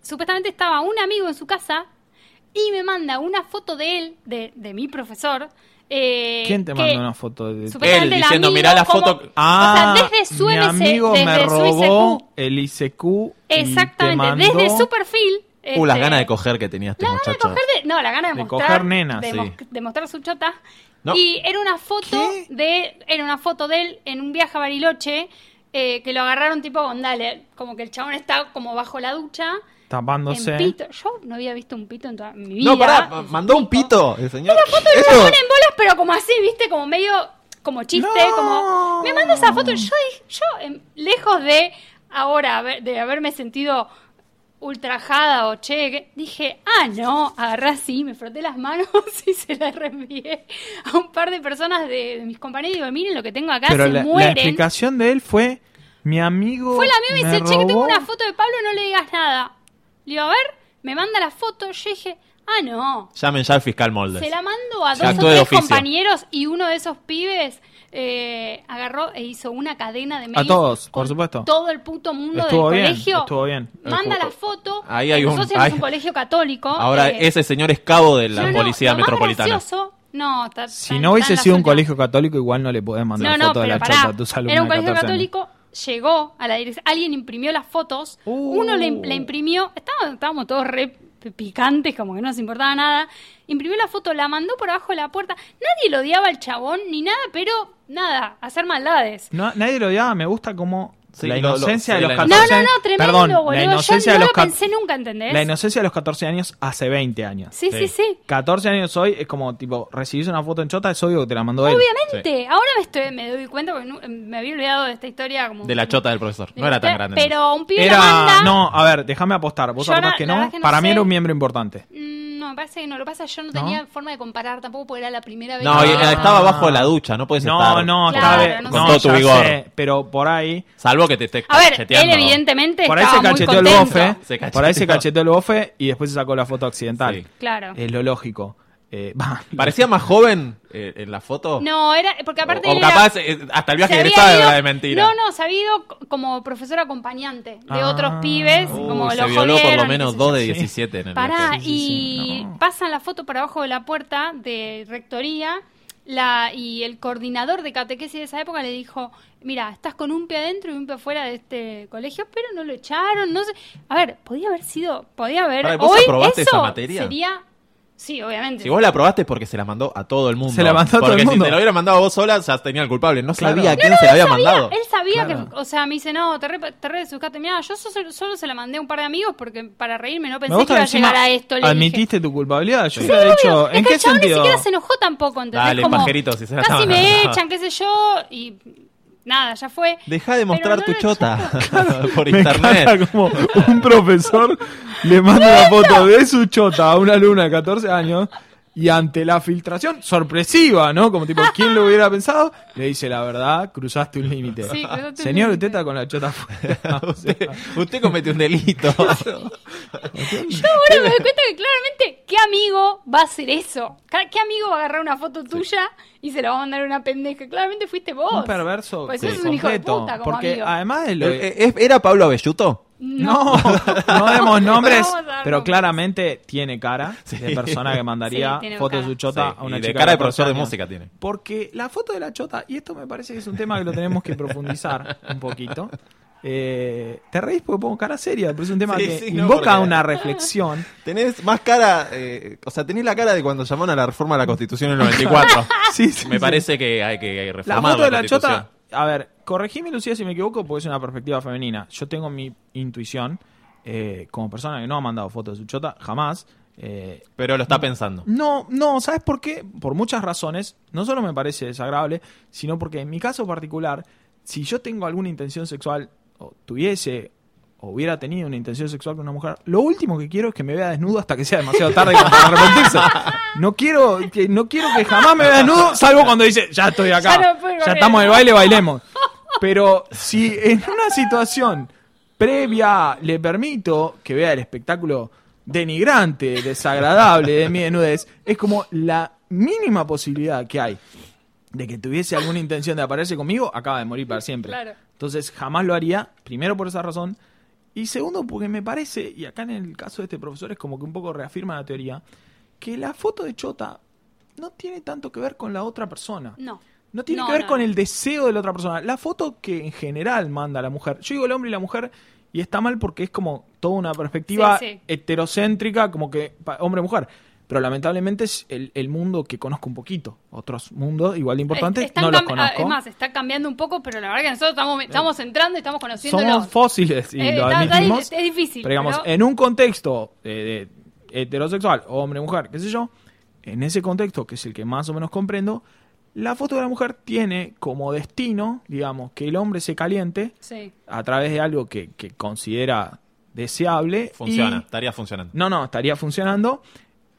S3: supuestamente estaba un amigo en su casa y me manda una foto de él, de, de mi profesor. eh,
S2: ¿Quién te
S3: que
S2: mandó una foto de
S3: supuestamente
S1: Él
S3: el
S1: diciendo,
S3: amigo
S1: "Mirá la
S3: como-
S1: foto".
S2: Ah,
S3: o sea, desde su
S2: mi
S3: MC,
S2: amigo
S3: desde
S2: me
S3: su
S2: robó
S3: ICQ.
S2: el ICQ. y te
S3: Exactamente,
S2: mandó-
S3: desde su perfil.
S1: Uh, las
S3: este,
S1: ganas de coger que tenía este
S3: La gana de
S1: muchacho.
S3: coger de- no, la gana de,
S2: De
S3: mostrar.
S2: coger nenas,
S3: de,
S1: sí.
S3: mos- de mostrar su chota.
S1: No.
S3: Y era una foto de. Era una foto de él en un viaje a Bariloche. eh, que lo agarraron tipo con dale. Como que el chabón está como bajo la ducha.
S2: Tapándose.
S3: En pito. Yo no había visto un pito en toda mi vida.
S1: No, pará, ma- mandó un pito el señor.
S3: Lo ponen
S1: Esto,
S3: en bolas, pero como así, viste, como medio. Como chiste,
S2: No.
S3: como. Me manda esa foto. Yo, dije- yo em, lejos de ahora haber- de haberme sentido ultrajada o che, que- dije, ah, no, agarré así, me froté las manos [laughs] y se las reenvié a un par de personas de, de mis compañeros y digo, miren lo que tengo acá,
S2: Pero
S3: se
S2: la, la
S3: mueren.
S2: explicación de él fue: Mi amigo.
S3: Fue la amiga y me
S2: me
S3: dice, che, que tengo
S2: robó".
S3: una foto de Pablo, no le digas nada. Le digo, a ver, me manda la foto, yo dije, ah, no,
S1: Llamen ya al fiscal Moldes.
S3: se la mando a
S1: Se
S3: dos o
S1: actuó de
S3: tres
S1: oficio.
S3: compañeros y uno de esos pibes eh, agarró e hizo una cadena de mails
S2: todos, por
S3: con
S2: supuesto.
S3: Todo el puto mundo
S2: Estuvo
S3: del
S2: bien,
S3: colegio.
S2: estuvo bien.
S3: Manda
S1: Estuvo-
S3: la foto.
S1: Ahí hay un-
S3: Nosotros
S1: hay-
S3: éramos un colegio católico.
S1: Ahora,
S3: eh,
S1: ese señor es cabo de la
S3: no, no,
S1: Policía
S3: lo más
S1: Metropolitana.
S3: gracioso- no, está-
S2: Si
S3: está-
S2: no hubiese
S3: está en
S2: sido un
S3: las últimas.
S2: colegio católico, igual no le podés mandar
S3: No, no,
S2: foto de
S3: pero
S2: la
S3: pará.
S2: chota a tus alumnos.
S3: Era un
S2: de
S3: colegio
S2: 14 años.
S3: católico, llegó a la dirección, alguien imprimió las fotos,
S2: Uh.
S3: uno le, le imprimió, estábamos, estábamos todos re picantes, como que no nos importaba nada, imprimió la foto, la mandó por abajo de la puerta, nadie lo odiaba al chabón ni nada, pero nada, hacer maldades.
S2: No, nadie lo odiaba, me gusta como
S1: Sí,
S2: la
S1: lo- lo-
S2: inocencia
S1: sí,
S2: de los
S1: la
S3: No,
S2: 14
S1: inocencia.
S3: no, no, tremendo,
S2: Perdón,
S3: boludo,
S2: la
S3: yo
S2: inocencia
S3: no
S2: de
S3: lo
S2: los cat-
S3: pensé nunca, ¿entendés?
S2: La inocencia de los 14 años hace 20 años.
S3: sí, sí, sí,
S2: 14 años hoy es como, tipo, recibís una foto en chota, es obvio que te la mandó él.
S3: Obviamente, ahora me, estoy, me doy cuenta porque nu- me había olvidado de esta historia como...
S1: De la chota del profesor.
S3: de
S1: No
S3: la
S1: era tan
S3: historia,
S1: grande.
S3: Pero un pibe la
S2: Era,
S3: manda...
S2: no, a ver, déjame apostar. Vos
S3: Yo
S2: sabés
S3: la-
S2: que
S3: la
S2: no.
S3: verdad que no
S2: Para mí
S3: sé.
S2: era un miembro importante.
S3: Mm, No, me parece que no. Lo que pasa es que yo no
S2: ¿No?
S3: tenía forma de comparar tampoco porque era la primera vez.
S1: No,
S3: que-
S1: y- eh, estaba bajo la ducha, no puedes
S2: No,
S1: estar.
S2: no,
S3: Claro,
S2: estaba- no,
S3: no
S1: sé. Con todo tu
S2: ya
S1: vigor.
S2: sé, pero por ahí.
S1: Salvo que te estés
S3: A ver, él
S1: cacheteando.
S3: evidentemente
S2: Por ahí se
S3: estaba muy
S2: cacheteó el
S3: contento.
S2: bofe.
S1: Se cacheteó.
S2: Por ahí se cacheteó el bofe y después se sacó la foto accidental.
S1: Sí.
S3: Claro.
S2: Es lo lógico. Eh, [laughs] va.
S1: ¿Parecía más joven eh, en la foto?
S3: No, era porque aparte
S1: o, o
S3: él era-
S1: capaz eh, hasta el
S3: se
S1: viaje
S3: había
S1: egresado
S3: ido-
S1: era de mentira.
S3: No, no, se había ido c- como profesor acompañante de
S2: Ah.
S3: otros pibes,
S1: Uy,
S3: como
S1: Uh, se
S3: lo
S1: violó por lo
S3: jodieron,
S1: menos
S3: qué sé
S1: dos
S3: yo.
S1: de
S2: Sí.
S1: 17 en el
S3: Pará,
S1: viaje.
S3: y pasan la foto por abajo de la puerta de rectoría la, y el coordinador de catequesis de esa época le dijo, mira, estás con un pie adentro y un pie afuera de este colegio, pero no lo echaron, no sé. A ver, podía haber sido, podía haber...
S1: Pará, ¿y vos
S3: hoy
S1: aprobaste
S3: eso
S1: esa materia?
S3: sería... Sí, obviamente.
S1: Si vos la probaste es porque se la mandó a todo el mundo.
S2: Se la mandó a todo el
S1: Porque si
S2: mundo.
S1: te la hubiera mandado a vos sola, ya tenía el culpable. No
S2: Claro.
S1: sabía a
S2: No,
S1: quién se la había
S3: sabía,
S1: mandado.
S3: Él sabía
S2: Claro.
S3: que, o sea, me dice, no, te re, te re desuscaste. Mirá, yo so- solo, se la mandé a un par de amigos porque para reírme no pensé
S2: Me gusta
S3: que iba a
S2: encima
S3: llegar a esto. Le dije.
S2: admitiste tu culpabilidad. Yo
S1: Sí,
S2: hubiera
S3: Obvio,
S2: dicho,
S3: es
S2: ¿en
S3: que
S2: qué
S3: el chabón
S2: sentido?
S3: ni siquiera se enojó tampoco, ¿entendés?
S1: Dale,
S3: Como,
S1: pajerito, si se la
S3: Casi
S1: estaban-
S3: me echan, qué sé yo, y nada, ya fue.
S1: Deja de mostrar
S3: no
S1: tu
S3: lo
S1: chota [laughs] por
S2: Me
S1: internet.
S2: encanta como un profesor le manda una foto de su chota a una alumna de 14 años y ante la filtración sorpresiva, ¿no? Como tipo, ¿quién lo hubiera pensado? Le dice, la verdad, cruzaste un límite.
S3: Sí, cruzaste un
S2: Señor,
S3: límite.
S2: usted está con la chota afuera. [laughs] O sea,
S1: usted, [laughs] usted cometió un
S3: [laughs]
S1: delito.
S3: [laughs] Yo ahora
S1: [laughs]
S3: me doy cuenta que claramente, ¿qué amigo va a hacer eso? Ca- ¿Qué amigo va a agarrar una foto tuya y se la va a mandar a una pendeja? Claramente fuiste vos.
S2: un perverso
S3: Pues
S2: sí,
S3: eso es un hijo de
S2: completo.
S3: puta como
S2: porque
S3: amigo.
S2: además de lo...
S1: Eh, ¿Era Pablo Abelluto?
S2: No,
S3: [laughs]
S2: no demos nombres,
S3: No vamos a dar
S2: pero
S3: nombres.
S2: claramente tiene
S1: [laughs]
S2: cara de persona que mandaría
S3: Sí, tiene
S2: fotos de
S3: cara.
S2: su chota
S1: Sí,
S2: a una
S1: y de
S2: chica.
S1: cara de
S2: 14
S1: profesor de
S2: años.
S1: música tiene.
S2: Porque la foto de la chota, y esto me parece que es un tema que lo tenemos que
S1: [laughs]
S2: profundizar un poquito. eh, te reís porque pongo cara seria, pero es un tema
S1: Sí,
S2: que
S1: sí, no,
S2: invoca
S1: porque- [laughs]
S2: una reflexión.
S1: Tenés más cara, eh, o sea, tenés la cara de cuando llamaron a la reforma de la Constitución en el [laughs] 94.
S2: Sí, sí,
S1: Me
S2: sí.
S1: parece que hay que
S2: La
S1: reformar
S2: foto de la
S1: Constitución.
S2: chota. A ver, corregime, Lucía, si me equivoco, porque es una perspectiva femenina. Yo tengo mi intuición, eh, como persona que no ha mandado fotos de su chota, jamás. eh,
S1: Pero lo está pensando.
S2: No, no, ¿sabes por qué? Por muchas razones. No solo me parece desagradable, sino porque en mi caso particular, si yo tengo alguna intención sexual, o tuviese, o hubiera tenido una intención sexual con una mujer, lo último que quiero es que me vea desnudo hasta que sea demasiado tarde como para arrepentirse. No quiero que, no quiero que jamás me vea desnudo, salvo cuando dice, ya estoy acá,
S3: Ya
S2: ya,
S3: no puedo volver".
S2: estamos en el baile, bailemos. Pero si en una situación previa le permito que vea el espectáculo denigrante, desagradable de mi desnudez, es como la mínima posibilidad que hay de que tuviese alguna intención de aparecerse conmigo, acaba de morir para siempre.
S3: Claro.
S2: Entonces jamás lo haría, primero por esa razón, y segundo porque me parece, y acá en el caso de este profesor es como que un poco reafirma la teoría, que la foto de Chota no tiene tanto que ver con la otra persona.
S3: No.
S2: No tiene
S3: No,
S2: que ver
S3: no.
S2: con el deseo de la otra persona. La foto que en general manda la mujer. Yo digo el hombre y la mujer y está mal porque es como toda una perspectiva
S3: Sí, sí.
S2: heterocéntrica, como que hombre-mujer. Pero lamentablemente es el, el mundo que conozco un poquito. Otros mundos igual de importantes
S3: Es- están
S2: no los
S3: cam- ah,
S2: conozco.
S3: Es más, está cambiando un poco, pero la verdad que nosotros
S1: Eh.
S3: estamos, estamos entrando y estamos conociéndolo.
S2: Somos fósiles y
S3: Eh,
S2: lo
S3: está- está di-
S2: admitimos.
S3: es difícil,
S2: Pero digamos,
S3: pero-
S2: en un contexto eh, de heterosexual, hombre-mujer, qué sé yo, en ese contexto, que es el que más o menos comprendo, la foto de la mujer tiene como destino, digamos, que el hombre se caliente
S3: Sí.
S2: a través de algo que, que considera deseable. y-
S1: Funciona, estaría funcionando.
S2: no, no, estaría funcionando.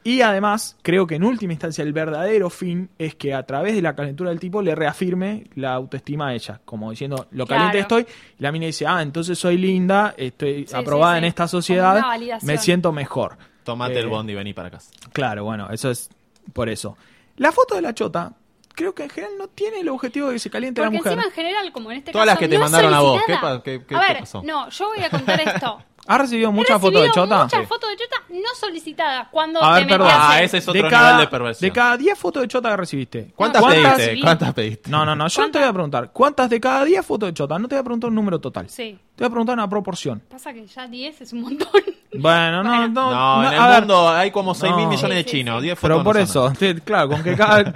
S2: Y además, creo que en última instancia el verdadero fin es que a través de la calentura del tipo le reafirme la autoestima a ella. Como diciendo, lo caliente
S3: Claro.
S2: estoy. Y la mina dice, ah, entonces soy linda, estoy
S3: Sí,
S2: aprobada
S3: sí,
S2: en
S3: sí.
S2: esta
S3: Como
S2: sociedad,
S3: una validación.
S2: me siento mejor.
S1: Tomate
S2: Eh,
S1: el bondi y vení para casa.
S2: Claro, bueno, eso es por eso. La foto de la chota, creo que en general no tiene el objetivo de que se caliente
S3: Porque
S2: la mujer.
S3: encima en general, como en este
S1: Todas
S3: caso,
S1: las que te
S3: no es
S1: mandaron a vos,
S3: solicitada.
S1: ¿qué pa- qué- qué-
S3: a
S1: qué
S3: ver,
S1: pasó?
S3: no, yo voy a contar
S1: [laughs]
S3: esto.
S2: ¿Ha recibido
S3: He
S2: muchas
S3: recibido
S2: fotos de chota?
S3: Muchas fotos de chota no solicitadas. Cuando
S2: A
S3: te
S2: ver,
S3: metías
S2: perdón.
S1: Ah,
S3: en-
S1: ese es otro nivel de perversión.
S2: De cada 10 fotos de chota que recibiste,
S1: ¿Cuántas
S3: ¿cuántas
S1: pediste?
S3: vi?
S1: ¿Cuántas pediste?
S2: No, no, no, yo no te voy a preguntar. ¿Cuántas de cada 10 fotos de chota? No te voy a preguntar un número total.
S3: Sí.
S2: Te voy a preguntar una proporción.
S3: Pasa que ya 10 es un montón. [laughs]
S2: Bueno, no, no.
S1: No,
S2: no,
S1: en el
S2: a ver,
S1: mundo hay como 6 mil
S2: No.
S1: millones de
S3: Sí, sí,
S1: chinos.
S3: sí.
S1: 10
S2: Pero
S1: fotos
S2: por
S1: no
S2: eso,
S1: son
S2: te- [laughs] claro, con que
S1: [laughs]
S2: cada,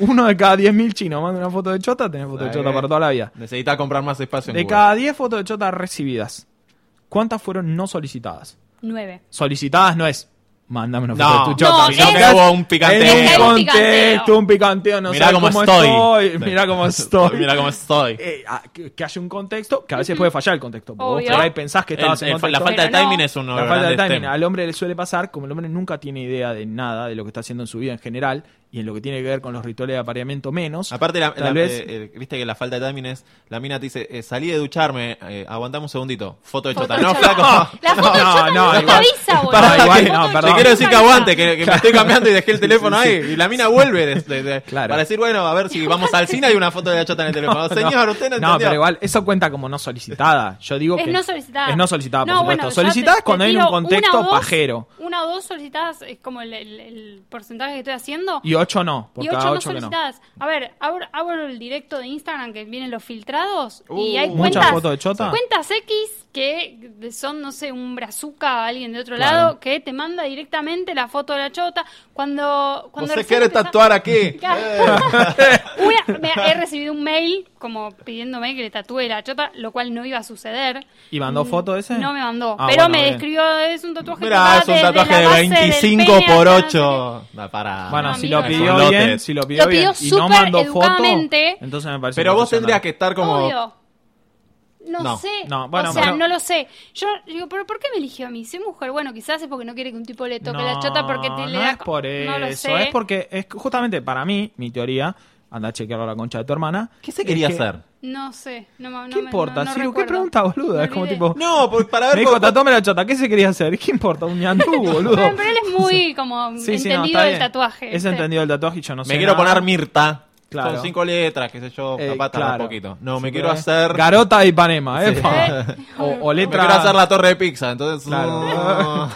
S2: uno de cada 10.000 chinos manda una foto de chota, tenés foto
S1: nada.
S2: de chota para toda la vida.
S1: Necesitas comprar más espacio en
S2: De
S1: Google.
S2: cada 10 fotos de chota recibidas, ¿cuántas fueron no solicitadas?
S3: 9.
S2: Solicitadas no es. Mándame una foto
S1: No,
S2: de tu chota.
S3: no, sino
S2: que
S3: que
S2: es
S1: hubo un picanteo.
S2: En
S1: Hay
S2: un
S3: un picanteo.
S2: contexto, un picanteo. No
S1: Mirá
S2: sabes
S1: cómo estoy. [laughs]
S2: Mirá cómo estoy.
S1: Mira cómo estoy.
S2: eh, a- [laughs] que, que haya un contexto, que a veces puede fallar el contexto. porque Vos
S3: Obvio.
S2: por ahí pensás que estabas
S1: El-
S2: en
S1: el- la
S2: contexto.
S1: falta de
S3: Pero no.
S1: timing es uno
S2: La falta de
S1: grandes
S2: timing.
S1: temas.
S2: Al hombre le suele pasar, como el hombre nunca tiene idea de nada, de lo que está haciendo en su vida en general, y en lo que tiene que ver con los rituales de apareamiento menos.
S1: Aparte, la-
S2: tal
S1: la-
S2: vez-
S1: eh, eh, viste que la falta de timing es. La mina te dice: eh, salí de ducharme, eh, aguantame un segundito. Foto de
S3: Foto Oh,
S1: chota.
S3: de
S1: No,
S3: chota.
S1: flaco.
S3: La foto de
S2: No,
S3: chota
S2: no,
S3: no, te
S2: igual.
S3: avisa, boludo.
S2: Pará,
S3: La
S2: igual,
S3: foto
S2: no,
S3: de
S2: perdón.
S1: Te
S3: chota
S1: quiero decir
S3: no
S1: que
S3: te avisa.
S1: aguante, que, que me estoy cambiando y dejé el teléfono ahí. Y la mina vuelve de- de- de-
S2: Claro.
S1: para decir, bueno, a ver si vamos al cine hay una foto de la chota en el teléfono. Señor, usted no
S2: [laughs] No,
S1: entendió.
S2: pero igual, eso cuenta como no solicitada. Yo digo
S3: Es
S2: que.
S3: no solicitada.
S2: Es no solicitada, por
S3: No,
S2: supuesto.
S3: bueno, ya
S2: solicitada
S3: te-
S2: es cuando
S3: te
S2: hay un
S3: tiro una
S2: contexto
S3: o dos-
S2: pajero.
S3: Una o dos solicitadas es como el, el- el porcentaje que estoy haciendo.
S2: Y ocho no, por
S3: Y
S2: cada
S3: ocho no
S2: ocho que no.
S3: solicitadas. A ver, abro, abro el directo de Instagram que vienen los filtrados y
S1: Uh,
S3: hay
S1: ¿muchas
S3: cuentas,
S2: fotos de chota?
S3: cuentas X que son, no sé, un brazuca o alguien de otro
S2: Claro.
S3: lado que te manda directamente la foto de la chota. Cuando. cuando
S1: ¿Usted
S3: recién
S1: quiere
S3: empezá-
S1: tatuar
S3: [laughs]
S1: aquí? Eh,
S3: Una- me- he recibido un mail como pidiéndome que le tatúe la chota, lo cual no iba a suceder.
S2: ¿Y mandó foto ese?
S3: Mm, No me mandó,
S2: Ah,
S3: pero
S2: bueno,
S3: me
S2: bien.
S3: describió, es un tatuaje que va
S1: Mira, es un
S3: desde
S1: tatuaje
S3: la
S1: de
S3: base del
S1: 25
S3: pene
S1: por
S3: hasta no sé [laughs]
S1: 8. No, pará.
S2: Bueno,
S3: No,
S2: si
S3: amigo,
S2: lo pidió
S1: Son
S2: bien,
S1: lotes.
S2: si lo pidió
S3: Lo pidió
S2: bien y no
S3: súper
S2: mandó foto,
S3: educadamente.
S2: entonces me parece
S1: Pero vos
S2: profesional.
S1: tendrías que estar
S3: qué.
S1: como...
S3: Obvio. No,
S1: No,
S3: sé.
S2: no, bueno,
S3: o sea,
S2: bueno.
S3: no lo sé. Yo digo, pero ¿por qué me eligió a mí? Soy mujer. Bueno, quizás es porque no quiere que un tipo le toque la chota porque te
S2: no
S3: le da.
S2: es por eso,
S3: no lo sé.
S2: es porque es que justamente para mí, mi teoría, anda a chequearlo a la concha de tu hermana.
S1: ¿Qué se
S2: es
S1: quería
S2: que-
S1: hacer?
S3: No sé. No, me- no
S2: ¿Qué
S3: me-
S2: importa,
S3: no- no
S2: Ciru? ¿Qué
S3: recuerdo.
S2: pregunta boluda?
S3: Me
S2: Es como
S3: olvidé.
S2: tipo,
S1: No, pues para
S2: me
S1: ver...
S2: dijo,
S1: cómo-
S2: tatame la chota, ¿qué se quería hacer? ¿Qué importa? Un
S3: [laughs]
S2: ñandú, boludo.
S3: Pero, pero él
S2: [laughs]
S3: es muy como entendido
S2: está
S3: del
S2: bien.
S3: tatuaje.
S2: Es
S3: ¿viste? [laughs]
S2: entendido el tatuaje y yo no sé
S1: Me quiero
S2: nada.
S1: poner Mirta.
S2: Claro.
S1: Son cinco letras, qué sé yo,
S2: Eh,
S1: capaz tarda
S2: claro.
S1: un poquito. No,
S2: Sí,
S1: me
S2: pero
S1: quiero
S2: es
S1: hacer...
S2: Garota de Ipanema, ¿eh?
S1: Sí.
S2: pa. O, [laughs] o
S1: Me
S2: letra...
S1: quiero hacer la torre de pizza, entonces...
S2: Claro. [laughs]
S1: no.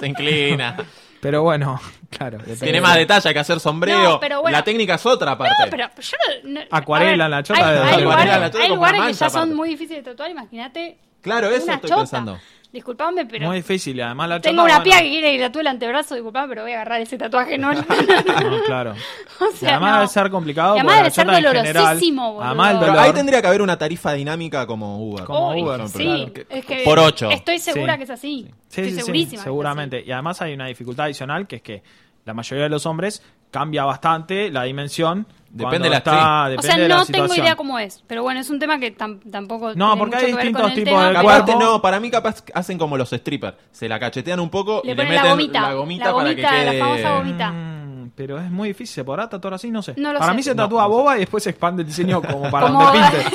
S1: se
S3: [laughs]
S1: inclina.
S2: Pero bueno, [laughs] claro. depende.
S1: Tiene más detalle que hacer sombreo.
S3: No, pero bueno.
S1: La técnica es otra aparte.
S3: No, pero yo no- no-
S2: Acuarela
S3: a ver,
S2: en la chota
S3: Hay,
S2: de-
S3: hay
S2: Acuarela
S3: lugares,
S1: en la chota
S3: hay
S1: con
S3: lugares
S1: una
S3: que ya
S1: mancha,
S3: son
S1: aparte.
S3: muy difíciles de tatuar, imagínate.
S1: Claro, eso
S3: una
S1: estoy
S3: chota.
S1: pensando.
S3: Disculpame, pero
S2: Muy difícil, y además la chota...
S3: tengo una
S2: bueno,
S3: pía que quiere ir a tu el antebrazo, disculpame, pero voy a agarrar ese tatuaje, no. no, no,
S2: [laughs]
S3: no.
S2: No, Ah, claro.
S3: O
S2: Y
S3: sea,
S2: además
S3: no.
S2: debe ser complicado.
S3: Y además
S2: porque la
S3: debe ser
S2: chota en
S3: dolorosísimo,
S2: general-
S3: boludo.
S2: Además el
S1: Pero
S2: dolor.
S1: ahí tendría que haber una tarifa dinámica como Uber.
S2: Como
S3: Uy,
S2: Uber,
S3: sí,
S2: claro.
S3: es que
S1: Por ocho.
S3: Estoy segura
S2: Sí.
S3: que es así.
S2: Sí,
S3: estoy
S2: sí, sí,
S3: segurísima. que es
S2: seguramente. Y además hay una dificultad adicional que es que la mayoría de los hombres cambia bastante la dimensión.
S1: Depende
S2: cuando
S1: de la
S2: está,
S3: así. O
S2: depende
S3: sea,
S2: de la
S3: no tengo
S2: situación.
S3: idea cómo es, pero bueno, es un tema que tam- tampoco.
S2: No,
S3: tiene
S2: porque
S3: mucho
S2: hay
S3: que ver
S2: distintos
S3: con el
S2: tipos
S3: tema,
S2: de
S3: pero-
S2: cuerpo.
S1: Capaz, no, para mí capaz hacen como los strippers. Se la cachetean un poco
S3: Le
S1: y le
S3: ponen
S1: meten
S3: la gomita,
S1: la gomita
S3: la
S1: para
S3: gomita,
S1: que
S3: la
S1: quede...
S3: famosa gomita.
S2: Mm, pero es muy difícil. ¿Se podrá tatuar así? No sé.
S3: No lo
S2: para
S3: sé.
S2: mí se
S1: No,
S2: tatúa
S1: no sé.
S2: boba y después se expande el diseño como para
S3: Como-
S2: donde
S3: [laughs]
S2: pinte.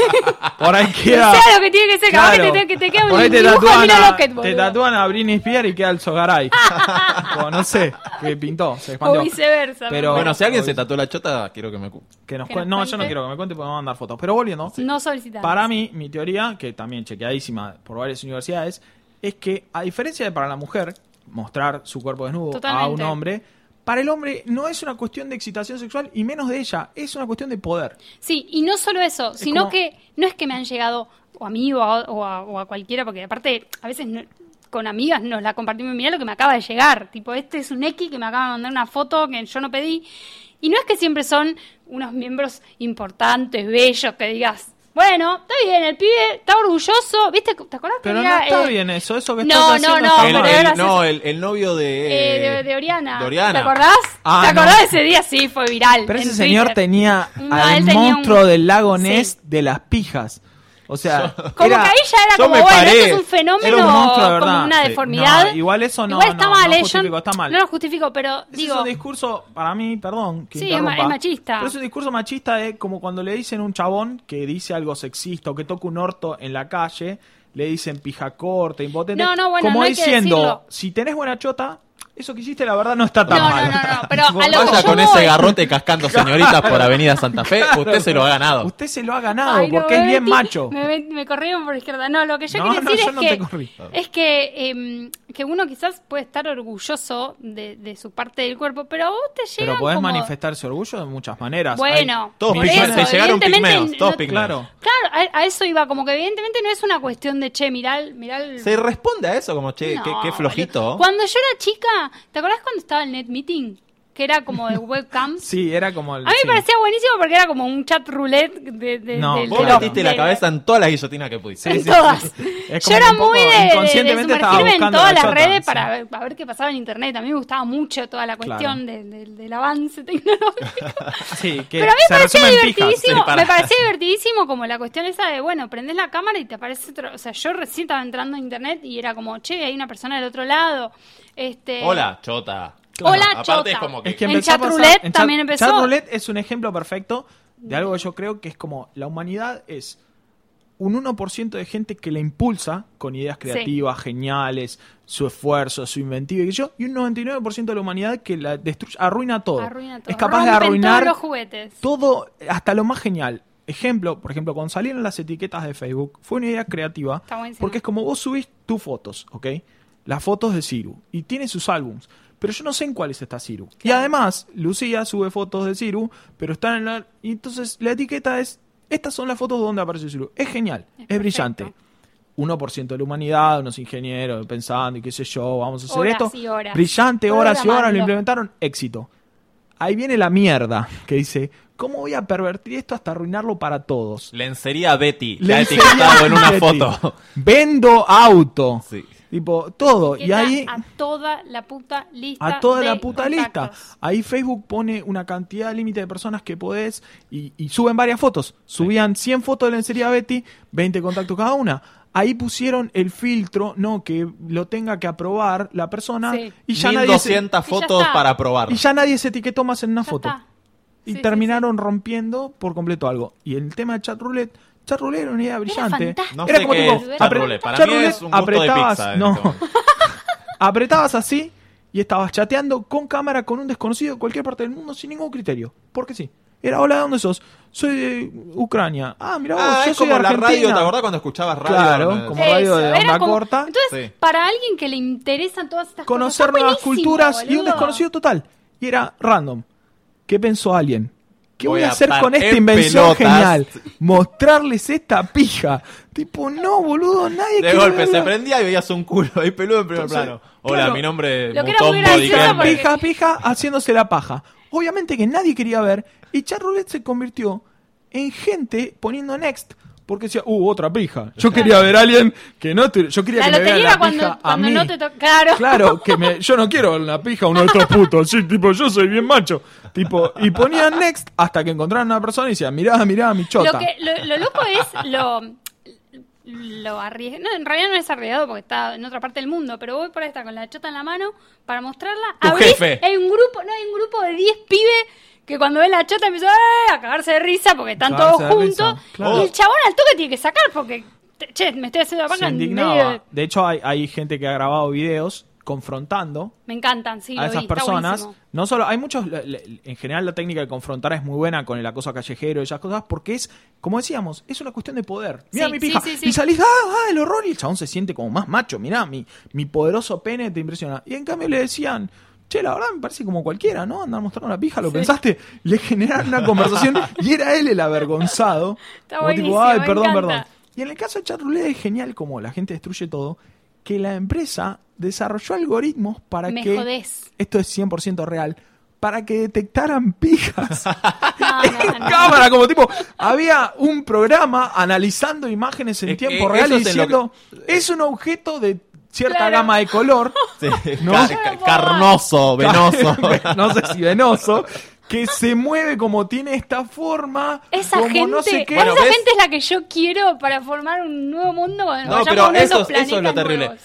S2: Por ahí queda.
S3: sea lo que tiene que ser, capaz
S2: Claro.
S3: que te- que te queda un
S2: Por ahí te
S3: dibujo de
S2: tatúan,
S3: Mira
S2: a,
S3: Lockett,
S2: te
S3: boludo.
S2: tatúan a Britney Spears y queda el
S3: [laughs]
S2: Sogaray. o no sé, que pintó, se expandió.
S3: O viceversa.
S2: Pero-
S1: Bueno, si alguien
S2: Obvio.
S1: se tatuó la chota, quiero que me... cu-
S2: Que nos
S3: Que
S2: cuen-
S3: nos
S2: No,
S3: cuente.
S2: yo no quiero que me cuente porque me van a mandar fotos. Pero volviendo,
S3: no solicitar.
S2: para mí, mi teoría, que también chequeadísima por varias universidades, es que a diferencia de para la mujer, mostrar su cuerpo desnudo a un
S3: Totalmente.
S2: hombre, para el hombre no es una cuestión de excitación sexual y menos de ella, es una cuestión de poder.
S3: Sí, y no solo eso, sino
S2: como-
S3: que no es que me han llegado o a mí o a, o a- o a cualquiera, porque aparte a veces no- con amigas nos la compartimos, mirá lo que me acaba de llegar, tipo, este es un X que me acaba de mandar una foto que yo no pedí, y no es que siempre son unos miembros importantes, bellos, que digas, bueno, está bien, el pibe está orgulloso, ¿viste? ¿Te acuerdas que
S2: Pero no
S3: había,
S2: está
S3: eh,
S2: bien eso, eso que
S3: no,
S2: estás
S3: no,
S2: haciendo
S3: no,
S1: el,
S2: está
S3: pero
S2: mal.
S1: el-
S3: era-
S1: no, el, el novio de...
S3: Ah, eh, de, de Oriana.
S1: de Oriana.
S3: ¿Te acordás?
S2: Ah,
S3: ¿Te
S2: no.
S3: acordás de ese día? Sí, fue viral.
S2: Pero ese
S3: en
S2: señor
S3: Twitter.
S2: tenía
S3: No,
S2: al
S3: él tenía un-
S2: monstruo del lago
S3: Sí.
S2: Ness de las pijas. O sea,
S3: Como
S2: era-
S3: que ahí ya era
S1: yo
S3: como,
S1: me
S3: bueno,
S1: paré.
S3: esto es un fenómeno,
S2: Era un monstruo de verdad.
S3: como una
S2: Sí.
S3: deformidad.
S2: No, igual eso no-
S3: Igual está
S2: no-
S3: mal,
S2: no
S3: eh, yo
S2: justifico, está mal.
S3: No lo justifico, pero
S2: Ese
S3: digo,
S2: es un discurso, para mí, perdón. Que
S3: Sí,
S2: interrumpa,
S3: es ma- es machista.
S2: Pero es un discurso machista, es como cuando le dicen a un chabón que dice algo sexista o que toca un orto en la calle, le dicen pija corta, impotente.
S3: No, no, bueno,
S2: como
S3: no hay que decirlo.
S2: diciendo, si tenés buena chota, eso que hiciste la verdad no está tan
S3: No, no,
S2: mal.
S3: no, no,
S2: [laughs]
S3: pero a lo que
S1: Vaya
S3: yo
S1: con
S3: voy-
S1: ese garrote cascando señoritas por Avenida Santa Fe, usted se lo ha ganado.
S2: Usted se lo ha ganado
S3: Ay, no,
S2: porque
S3: me
S2: es bien
S3: metí-
S2: macho.
S3: Me, met- me corrieron por izquierda. No, lo que yo
S2: No,
S3: quería
S2: no,
S3: decir
S2: yo
S3: es,
S2: no te corrí.
S3: que, es que em, que uno quizás puede estar orgulloso de, de su parte del cuerpo, pero a vos te llega
S2: Pero podés
S3: como...
S2: manifestar su orgullo de muchas maneras.
S3: Bueno,
S2: Hay
S1: Todos
S3: por
S2: millones-
S1: pigmeos,
S3: eso,
S1: te llegaron
S3: evidentemente,
S1: pigmeos, todos
S3: no-
S1: pigmeos.
S2: Claro.
S3: Claro, a, a eso iba, como que evidentemente no es una cuestión de, che, mirá, el- mirá el...
S1: Se responde a eso como, che,
S3: No,
S1: qué, qué
S3: boludo.
S1: flojito.
S3: Cuando yo era chica, ¿te acordás cuando estaba el net meeting? Que era como
S2: [laughs]
S3: de webcam.
S2: Sí, era como el.
S3: A mí
S2: sí.
S3: me parecía buenísimo porque era como un chat roulette de, de-
S2: No,
S3: del-
S1: Vos
S3: de los-
S1: metiste la
S3: de- [laughs]
S1: cabeza en todas las guillotinas que pudiste.
S3: en todas.
S2: Es
S3: Yo
S2: como
S3: era
S2: un poco
S3: muy de- de, de
S2: inconscientemente estaba
S3: sumergirme en
S2: buscando la
S3: todas las
S2: chota,
S3: redes
S2: sí.
S3: para ver, para ver qué pasaba en internet. A mí me gustaba mucho toda la cuestión de- de- del avance [laughs] tecnológico.
S2: Sí, que
S3: Pero a mí
S2: se
S3: me parecía
S2: resume en pijas.
S3: divertidísimo,
S1: Sí, para.
S2: [laughs]
S3: me parecía divertidísimo como la cuestión esa de, bueno, prendés la cámara y te aparece otro, o sea, yo recién estaba entrando a internet y era como, che, hay una persona del otro lado, este...
S1: Hola, chota.
S3: Hola,
S1: Aparte
S3: chota.
S1: es como que...
S2: Es que
S3: En
S2: empezó a
S3: chat
S2: pasar-
S3: roulette
S2: en
S3: también empezó.
S2: Chat roulette es un ejemplo perfecto de algo que yo creo que es como la humanidad es un 1% de gente que la impulsa con ideas creativas, geniales, su esfuerzo, su inventiva y qué sé yo, y un 99% de la humanidad que la destruye, arruina todo.
S3: Arruina todo.
S2: Es capaz de
S3: Rompen
S2: arruinar
S3: todos los juguetes.
S2: todo, hasta lo más genial. Ejemplo, por ejemplo, cuando salieron las etiquetas de Facebook, fue una idea creativa.
S3: Está buenísimo.
S2: Porque es como vos subís tus fotos, ¿ok? Las fotos de Ciru. Y tiene sus álbums. Pero yo no sé en cuáles está Ciru. Y además, Lucía sube fotos de Ciru, pero están en la. Y entonces la etiqueta es: estas son las fotos donde apareció Ciru. Es genial, es,
S3: perfecto.
S2: brillante. 1% de la humanidad, unos ingenieros pensando y qué sé yo, vamos a hacer
S3: Horas
S2: esto.
S3: y horas.
S2: Brillante, horas y horas, lo
S3: Programando.
S2: implementaron, éxito. Ahí viene la mierda que dice, ¿cómo voy a pervertir esto hasta arruinarlo para todos?
S1: Lencería Betty.
S2: Le
S1: La he
S2: enseñé
S1: etiquetado en una
S2: a Betty.
S1: foto.
S2: [laughs] Vendo auto.
S1: Sí.
S2: Tipo, todo. Y
S3: Etiqueta
S2: ahí,
S3: a toda la puta lista.
S2: a toda
S3: de
S2: la puta lista.
S3: contactos.
S2: Ahí Facebook pone una cantidad límite de personas que podés y, y suben varias fotos. Subían 100 fotos de lencería Betty, 20 contactos cada una. Ahí pusieron el filtro, no, que lo tenga que aprobar la persona
S3: Sí.
S2: y ya nadie
S1: 1200
S2: se,
S3: Y ya
S1: fotos
S3: está.
S1: para probar.
S2: y ya nadie se etiquetó más en una
S3: Ya
S2: foto.
S3: está.
S2: Y
S3: Sí, sí,
S2: terminaron rompiendo por completo algo. Y el tema de chat roulette, chat roulette era una idea brillante.
S3: fantástico.
S1: No
S2: era
S1: sé qué
S2: tipo,
S1: es chat
S2: apre-
S1: roulette. Para
S2: chat
S1: mí
S2: roulette
S1: es un gusto de
S2: apretabas-
S1: pizza. en
S2: no,
S1: este momento.
S2: [laughs] apretabas así y estabas chateando con cámara con un desconocido de cualquier parte del mundo sin ningún criterio. Porque sí. Era, hola, ¿de dónde sos? Soy de Ucrania. Ah, mira vos,
S1: Ah,
S2: yo
S1: es
S2: soy
S1: como
S2: de
S1: la
S2: Argentina.
S1: radio, ¿te acordás cuando escuchabas radio?
S2: Claro,
S1: Eh,
S2: como- radio de
S3: era
S2: onda corta.
S3: Entonces,
S1: Sí.
S3: para alguien que le interesan todas estas
S2: Conocer
S3: cosas, está
S2: nuevas
S3: buenísimo,
S2: culturas y un
S3: boludo.
S2: desconocido total. Y era random. ¿Qué pensó alguien? ¿Qué voy,
S1: Voy
S2: a
S1: a
S2: hacer
S1: atar
S2: con esta
S1: en
S2: invención
S1: pelotas.
S2: genial? Mostrarles esta pija. Tipo, no, boludo, nadie
S1: De
S2: quiere
S1: golpe se
S2: hablar.
S1: prendía y veías un culo ahí peludo en primer
S2: Entonces,
S1: plano. Hola,
S2: claro.
S1: mi nombre es
S3: Lo que era muy
S1: Mutombo Di
S3: gracioso
S1: Kempe.
S3: porque-
S2: pija, pija, haciéndose la paja. Obviamente que nadie quería ver. Y Chat Roulette se convirtió en gente poniendo next. Porque decía, uh, otra pija. Yo quería ver a alguien que no tuviera- Yo quería
S3: La
S2: que me
S3: lotería
S2: viera
S3: era
S2: la
S3: cuando,
S2: pija a
S3: cuando
S2: mí.
S3: no te tocaron.
S2: Claro, que me, yo no quiero la pija a uno de estos putos. Sí, tipo, yo soy bien macho. Tipo, y ponían next hasta que encontraron a una persona y decían, mirá, mirá, mi chota.
S3: Lo, que, lo, lo loco es lo, lo arriesgado. No, en realidad no es arriesgado porque está en otra parte del mundo, pero voy por ahí, está con la chota en la mano para mostrarla.
S1: Tu
S3: Abrís-
S1: jefe.
S3: Hay un grupo, no, hay un grupo de 10 pibes que cuando ve la chota empezó "Eh", a cagarse de risa porque están
S2: Cagarse
S3: todos
S2: de risa,
S3: juntos.
S2: claro.
S3: Y el chabón al toque tiene que sacar porque, te- che, me estoy haciendo la paja.
S2: Se
S3: en
S2: indignaba.
S3: medio de-
S2: De hecho, hay, hay gente que ha grabado videos confrontando
S3: Me encantan, sí, lo
S2: a esas
S3: vi, está
S2: personas.
S3: buenísimo.
S2: No solo, hay muchos, la- la- en general la técnica de confrontar es muy buena con el acoso callejero y esas cosas, porque es, como decíamos, es una cuestión de poder. Mira
S3: Sí,
S2: mi pija,
S3: sí, sí, sí.
S2: y salís, ah, ah, el horror, y el chabón se siente como más macho, mirá, mi, mi poderoso pene te impresiona. Y en cambio le decían... Che, la verdad me parece como cualquiera, ¿no? Andar mostrando una pija, ¿lo pensaste? Le generaron una conversación y era él el avergonzado.
S3: [laughs] Está
S2: Como tipo,
S3: buenísimo,
S2: ay,
S3: me
S2: perdón,
S3: encanta.
S2: perdón. Y en el caso de Chatroulette es genial como la gente destruye todo, que la empresa desarrolló algoritmos para
S3: Me
S2: que...
S3: jodés.
S2: Esto es 100% real. Para que detectaran
S3: [laughs]
S2: pijas [laughs]
S3: No, no,
S2: en
S3: no, no.
S2: cámara, como tipo, había un programa analizando imágenes en
S1: Eh,
S2: tiempo
S1: eh,
S2: real
S1: eso
S2: y
S1: es en lo
S2: diciendo, es un objeto de cierta
S3: Claro.
S2: gama de
S3: [laughs]
S2: color,
S1: Sí,
S2: ¿No?
S1: ca- ca- carnoso,
S2: [laughs]
S1: venoso.
S2: no sé si venoso, que se mueve como tiene esta forma,
S3: Esa
S2: como
S3: gente,
S2: no sé qué.
S1: Bueno,
S3: esa
S1: ¿ves?
S3: gente es la que yo quiero para formar un nuevo mundo cuando nos
S1: No,
S3: vayamos
S1: pero
S3: a esos
S1: eso, es-
S3: planetas
S1: eso es lo terrible.
S3: nuevos.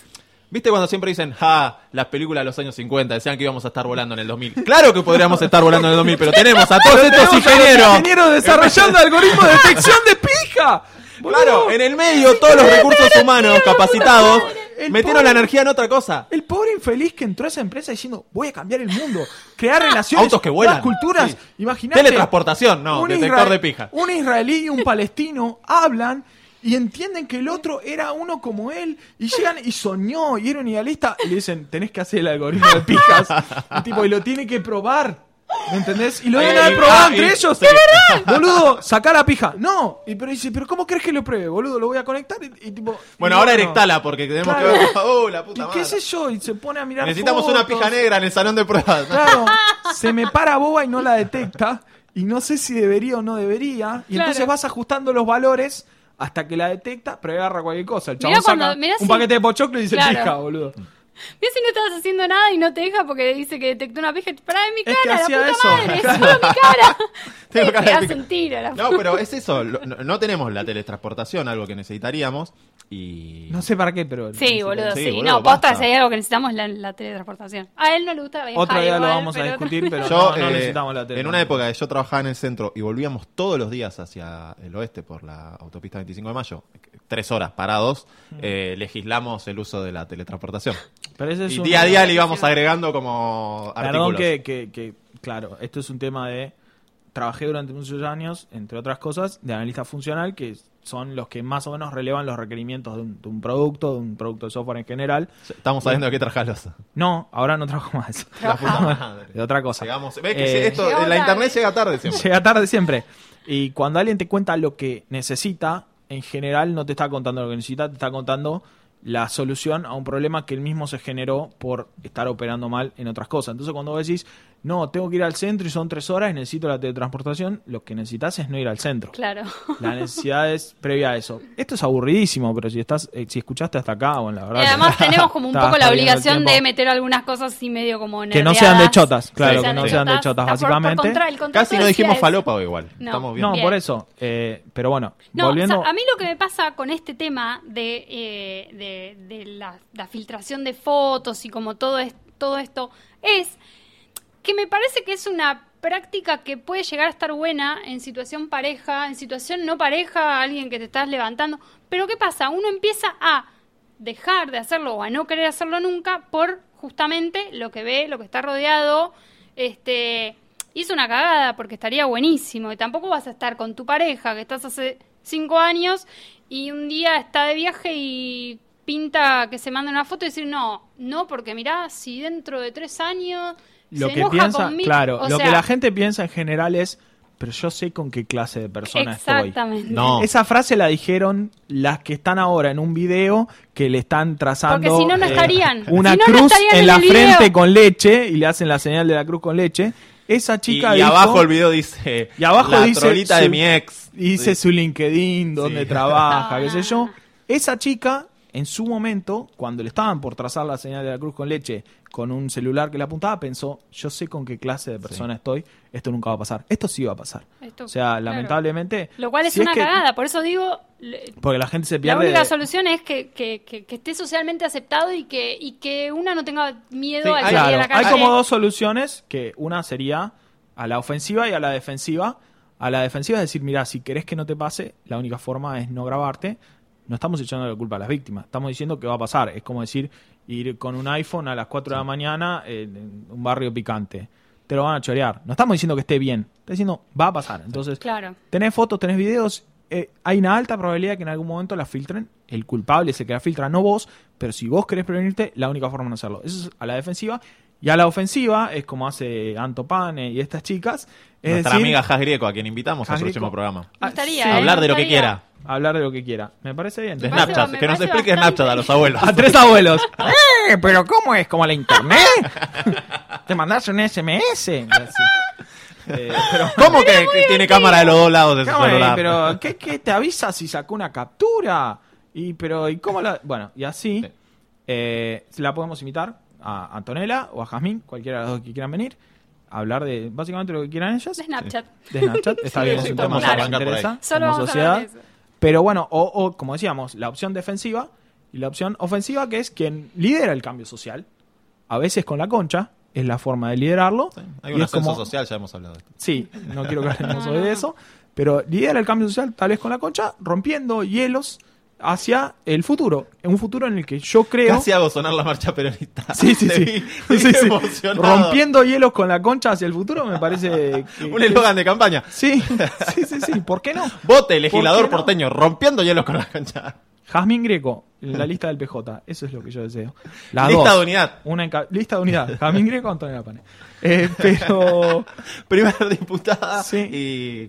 S1: ¿Viste cuando siempre dicen, ja, las películas de los años 50 decían que íbamos a estar volando en el 2000? Claro que podríamos estar volando en el 2000, pero tenemos a todos estos
S2: Tenemos a los
S1: ingenieros. [laughs]
S2: ingenieros desarrollando algoritmos de detección de pija.
S1: Claro,
S2: Boludo.
S1: en el medio todos
S2: [laughs]
S1: los recursos humanos capacitados
S2: El
S1: metieron la
S2: pobre-
S1: energía en otra cosa.
S2: El pobre infeliz que entró a esa empresa diciendo, voy a cambiar el mundo, crear relaciones,
S1: Ah, Autos que vuelan.
S2: nuevas culturas,
S1: Sí.
S2: imagínate.
S1: Teletransportación, no,
S2: un
S1: detector
S2: israel-
S1: de pija.
S2: Un israelí y
S1: [laughs]
S2: un palestino hablan y entienden que el otro era uno como él y llegan y soñó y era un idealista y le dicen, tenés que hacer el algoritmo de pijas. Y tipo, y lo tiene que probar. ¿Me entendés? Y lo deben
S1: Eh,
S2: haber
S1: y-
S2: probado
S1: ah,
S2: entre
S1: y-
S2: ellos.
S1: sí.
S2: [laughs] Boludo, sacá la pija. No. Y pero dice, pero ¿cómo crees que lo pruebe, boludo? Lo voy a conectar y, y tipo.
S1: Bueno,
S2: y
S1: ahora
S2: bueno.
S1: erectala porque tenemos
S2: Claro.
S1: que ver. Oh, la puta
S2: ¿Y
S1: madre.
S2: qué sé yo? Y se pone a mirar.
S1: Necesitamos
S2: fotos.
S1: una pija negra en el salón de pruebas. ¿no? [laughs]
S2: Claro, se me para boba y no la detecta. Y no sé si debería o no debería. Y
S3: Claro.
S2: entonces vas ajustando los valores hasta que la detecta, pero agarra cualquier cosa. El
S3: Mirá
S2: chabón saca
S3: cuando- mirá
S2: un
S3: si-
S2: paquete de pochoclo y dice
S3: Claro.
S2: pija, boludo.
S3: Mira si no estás haciendo nada y no te deja porque dice que detectó una pija. Pará de mi
S2: Es
S3: cara,
S2: que
S3: la
S2: hacía
S3: puta
S2: eso.
S3: madre, solo
S2: [laughs]
S3: mi cara.
S1: Tengo
S3: Sí,
S1: cara
S3: te
S1: de
S3: das
S1: pica.
S3: un tiro, la
S1: No, pero es eso. lo- No, no tenemos la teletransportación, algo que necesitaríamos. Y.
S2: No sé para qué, pero.
S3: Sí, boludo,
S1: Sí,
S3: sí.
S1: boludo,
S3: no, posta,
S1: basta.
S3: si hay algo que necesitamos la, la teletransportación. A él no le gusta viajar
S2: Otro día lo
S3: igual,
S2: vamos a
S3: pero-
S2: discutir, pero
S1: Yo,
S2: no, no
S1: eh,
S2: necesitamos la tele.
S1: en una época que yo trabajaba en el centro y volvíamos todos los días hacia el oeste por la autopista 25 de mayo, tres horas parados,
S2: Mm.
S1: eh, legislamos el uso de la teletransportación.
S2: Pero ese es
S1: Y
S2: un-
S1: día a día le íbamos agregando como
S2: Perdón
S1: artículos.
S2: que, que- que- claro, esto es un tema de trabajé durante muchos años, entre otras cosas, de analista funcional, que son los que más o menos relevan los requerimientos de un, de un producto, de un producto de software en general.
S1: Estamos sabiendo de qué trabajas los.
S2: No, ahora no trabajo más. [laughs]
S1: La puta madre.
S2: De otra cosa.
S1: Llegamos. ¿Ves que
S2: Eh,
S1: esto,
S3: Llegamos
S1: la
S3: tarde.
S1: internet llega tarde siempre.
S2: Llega tarde siempre. Y cuando alguien te cuenta lo que necesita, en general no te está contando lo que necesita, te está contando la solución a un problema que él mismo se generó por estar operando mal en otras cosas. Entonces cuando vos decís, no, tengo que ir al centro y son tres horas y necesito la teletransportación, lo que necesitas es no ir al
S3: [laughs]
S2: centro.
S3: [laughs] Claro.
S2: La necesidad es previa a eso. Esto es aburridísimo, pero si estás, eh, si escuchaste hasta acá, bueno, la
S3: Y
S2: verdad. que- [laughs]
S3: además tenemos como un
S2: estás
S3: poco la
S2: perdiendo el
S3: obligación de
S2: tiempo.
S3: meter algunas cosas así medio como
S2: Que no
S3: nerdeadas.
S2: sean de chotas,
S1: claro,
S3: Sí,
S1: que no sean
S2: de chotas,
S3: Ah, por- por
S2: básicamente.
S3: contra- el contrato
S1: Casi no
S3: decía
S1: dijimos
S3: eso.
S1: falopa igual.
S3: No.
S1: Estamos bien.
S2: No,
S3: Bien.
S2: por eso. Eh, pero bueno,
S3: No,
S2: volviendo.
S3: o sea, a mí lo que me pasa con este tema de, eh, de, de la, la filtración de fotos y como todo, es, todo esto es que me parece que es una práctica que puede llegar a estar buena en situación pareja, en situación no pareja, alguien que te estás levantando. Pero ¿qué pasa? Uno empieza a dejar de hacerlo o a no querer hacerlo nunca por justamente lo que ve, lo que está rodeado. Este, hizo una cagada porque estaría buenísimo y tampoco vas a estar con tu pareja que estás hace cinco años y un día está de viaje y pinta que se manda una foto y decir no, no, porque mirá, si dentro de tres años
S2: lo
S3: se
S2: que
S3: enoja
S2: piensa,
S3: conmigo.
S2: claro,
S3: O
S2: lo
S3: sea,
S2: que la gente piensa en general es, pero yo sé con qué clase de persona estoy.
S3: Exactamente.
S1: No.
S2: Esa frase la dijeron las que están ahora en un video que le están trazando
S3: Porque si no, no
S2: eh,
S3: estarían.
S2: una
S3: Si no, no
S2: cruz
S3: estarían
S2: en,
S3: en
S2: la
S3: el
S2: frente
S3: video.
S2: con leche y le hacen la señal de la cruz con leche. Esa
S1: Y,
S2: chica
S1: y
S2: dijo-
S1: abajo el video dice.
S2: Y abajo
S1: la
S2: dice
S1: trolita de
S2: su-
S1: mi ex.
S2: dice su LinkedIn, donde
S1: Sí.
S2: trabaja,
S3: No,
S2: qué sé
S3: no,
S2: yo.
S3: no.
S2: Esa chica, en su momento, cuando le estaban por trazar la señal de la cruz con leche con un celular que le apuntaba, pensó, yo sé con qué clase de persona estoy, esto nunca va a pasar. Esto sí va a pasar.
S3: Esto,
S2: o sea,
S3: claro.
S2: lamentablemente...
S3: Lo cual es
S2: si
S3: una
S2: que-
S3: cagada, por eso digo, le-
S2: Porque la gente se
S3: la
S2: pierde...
S3: única
S2: de-
S3: solución es que, que, que- que esté socialmente aceptado y que, y que una no tenga
S1: Sí,
S3: miedo a
S1: hay-
S3: salir a
S2: Claro,
S3: la calle.
S2: hay como dos soluciones, que una sería a la ofensiva y a la defensiva. A la defensiva es decir, mira, si querés que no te pase, la única forma es no grabarte. No estamos echando la culpa a las víctimas, estamos diciendo que va a pasar. Es como decir, ir con un iPhone a las 4 de la mañana en en un barrio picante. Te lo van a chorear. No estamos diciendo que esté bien, está diciendo va a pasar. Entonces,
S3: Claro.
S2: tenés fotos, tenés videos, eh, hay una alta probabilidad que en algún momento la filtren. El culpable es el que la filtra, no vos, pero si vos querés prevenirte, la única forma de hacerlo. Eso es a la defensiva. Y a la ofensiva es como hace Anto Pane y estas chicas. Es
S1: Nuestra
S2: decir,
S1: amiga Jas Grieco, a quien invitamos al
S2: Jas Grieco.
S1: próximo programa.
S3: Me
S2: Ah,
S3: gustaría,
S2: sí.
S3: ¿eh?
S1: Hablar de lo
S3: Me
S1: que
S3: gustaría.
S1: quiera.
S2: hablar de lo que quiera. Me parece bien. Ah,
S1: De
S3: parece-
S1: Snapchat.
S3: me
S1: que nos
S3: parece
S1: explique
S3: bastante.
S1: Snapchat a los abuelos.
S2: A
S1: [laughs]
S2: tres abuelos. ¡Eh! ¿Pero cómo es? ¿Como la internet? [laughs] ¿Te mandas un SMS?
S1: [laughs]
S2: Y así. Eh, pero
S1: ¿Cómo que tiene cámara de los dos lados de su
S2: Cámara,
S1: celular?
S2: pero ¿qué, qué te avisa si sacó una captura? Y pero ¿y cómo la bueno, y así
S1: Sí.
S2: eh, la podemos invitar a Antonella o a Jazmín, cualquiera de las dos que quieran venir, a hablar de básicamente lo que quieran
S3: [laughs]
S2: ellas.
S3: De Snapchat.
S2: De Snapchat, está
S1: Sí,
S2: bien,
S1: sí,
S2: es un tema
S1: podemos
S2: que nos
S1: arrancar por ahí.
S2: interesa
S3: Solo
S2: como
S3: vamos a hablar
S2: sociedad.
S3: de eso.
S2: Pero bueno, o, o, como decíamos, la opción defensiva y la opción ofensiva que es quien lidera el cambio social, a veces con la concha, es la forma de liderarlo.
S1: Hay
S2: y
S1: un
S2: es
S1: ascenso
S2: como-
S1: social, ya hemos hablado de esto.
S2: Sí, no quiero que hablemos
S3: No,
S2: sobre
S3: no, no.
S2: eso. Pero lidera el cambio social, tal vez con la concha, rompiendo hielos hacia el futuro. Un futuro en el que yo creo.
S1: Casi hago sonar la marcha peronista.
S2: [laughs] Sí, sí,
S1: Te
S2: sí.
S1: vi-
S2: Sí, sí,
S1: vi
S2: sí.
S1: emocionado.
S2: Rompiendo hielos con la concha hacia el futuro
S1: [laughs]
S2: me parece. que-
S1: Un eslogan de campaña.
S2: Sí, sí, sí, sí. ¿Por qué no?
S1: Vote, legislador
S2: ¿Por qué no?
S1: porteño, rompiendo hielos con la cancha.
S2: Jazmín Greco, en la lista del PJ. Eso es lo que yo deseo. Las
S1: Lista
S2: dos.
S1: de unidad. [laughs]
S2: Una en ca- lista de unidad. Jazmín Greco, Antonio Pane. Eh, pero.
S1: Primera diputada
S2: Sí.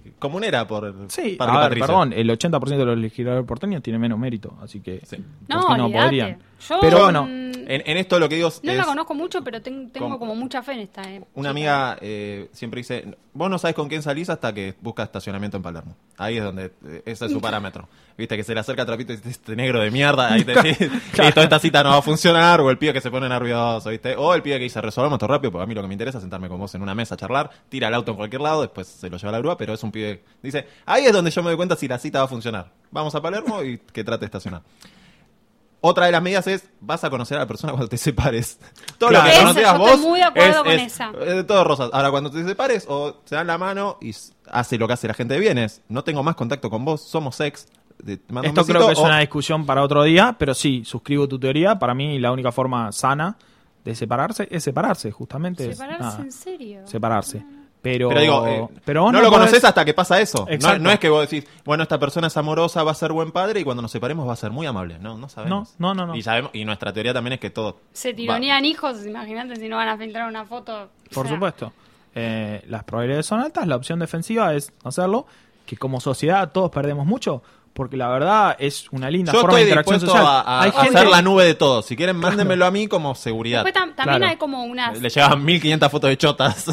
S1: y comunera por
S2: Sí,
S1: Parque
S2: a ver,
S1: Patricio.
S2: perdón, el 80% de los legisladores porteños tiene menos mérito, así que
S1: Sí.
S2: ¿por
S3: No,
S2: qué pues no
S3: olvídate.
S2: podrían.
S3: Yo,
S2: Pero
S3: mm,
S2: bueno,
S1: En, en esto lo que digo
S3: No
S1: es...
S3: la conozco mucho, pero ten- tengo
S1: con-
S3: como mucha fe en esta. eh.
S1: Una amiga eh, siempre dice, vos no sabes con quién salís hasta que busca estacionamiento en Palermo. Ahí es donde, eh, ese es su parámetro. Viste que se le acerca a Trapito y dice, este negro de mierda, ahí te decís, listo, esta cita no va a funcionar, o el pibe que se pone nervioso, ¿viste? O el pibe que dice, resolvamos esto rápido, porque a mí lo que me interesa es sentarme con vos en una mesa a charlar, tira el auto en cualquier lado, después se lo lleva a la grúa, pero es un pibe... Dice, ahí es donde yo me doy cuenta si la cita va a funcionar. Vamos a Palermo y que trate de estacionar. Otra de las medidas es, vas a conocer a la persona cuando te separes. [laughs] Todo
S2: Claro.
S1: lo que
S2: Esa,
S1: conoces
S3: yo
S1: vos
S3: estoy muy de acuerdo con esa.
S1: eh, todo rosas. Ahora, cuando te separes, o se dan la mano y s- hace lo que hace la gente de bienes. No tengo más contacto con vos, somos ex. de- te mando un
S2: esto
S1: besito,
S2: creo que es
S1: o-
S2: una discusión para otro día, pero sí, suscribo tu teoría. Para mí la única forma sana de separarse es separarse, justamente. es
S3: Separarse
S2: nada,
S3: en serio. Mm.
S2: separarse. Pero,
S1: Pero digo, eh,
S2: pero vos
S1: no, lo
S2: podés-
S1: conoces hasta que pasa eso. No,
S2: Exacto.
S1: no es que vos decís, bueno, esta persona es amorosa, va a ser buen padre y cuando nos separemos va a ser muy amable. No, no sabemos.
S2: No, no, no, no.
S1: Y, sabemos, y nuestra teoría también es que todo.
S3: Se
S1: va-
S3: tironean hijos, imagínate si no van a filtrar una foto. o
S2: Por
S3: sea,
S2: supuesto. Eh, las probabilidades son altas, la opción defensiva es no hacerlo, que como sociedad todos perdemos mucho, porque la verdad es una linda
S1: Yo
S2: forma de
S1: estoy
S2: interacción
S1: dispuesto
S2: social.
S1: a, a-
S2: Hay
S1: a
S2: gente-
S1: hacer la nube de todo. Si
S2: [laughs]
S1: quieren, mándenmelo a mí como seguridad.
S3: Después tam- también
S2: Claro.
S3: hay como unas...
S1: Le llevaban 1500 fotos de chotas.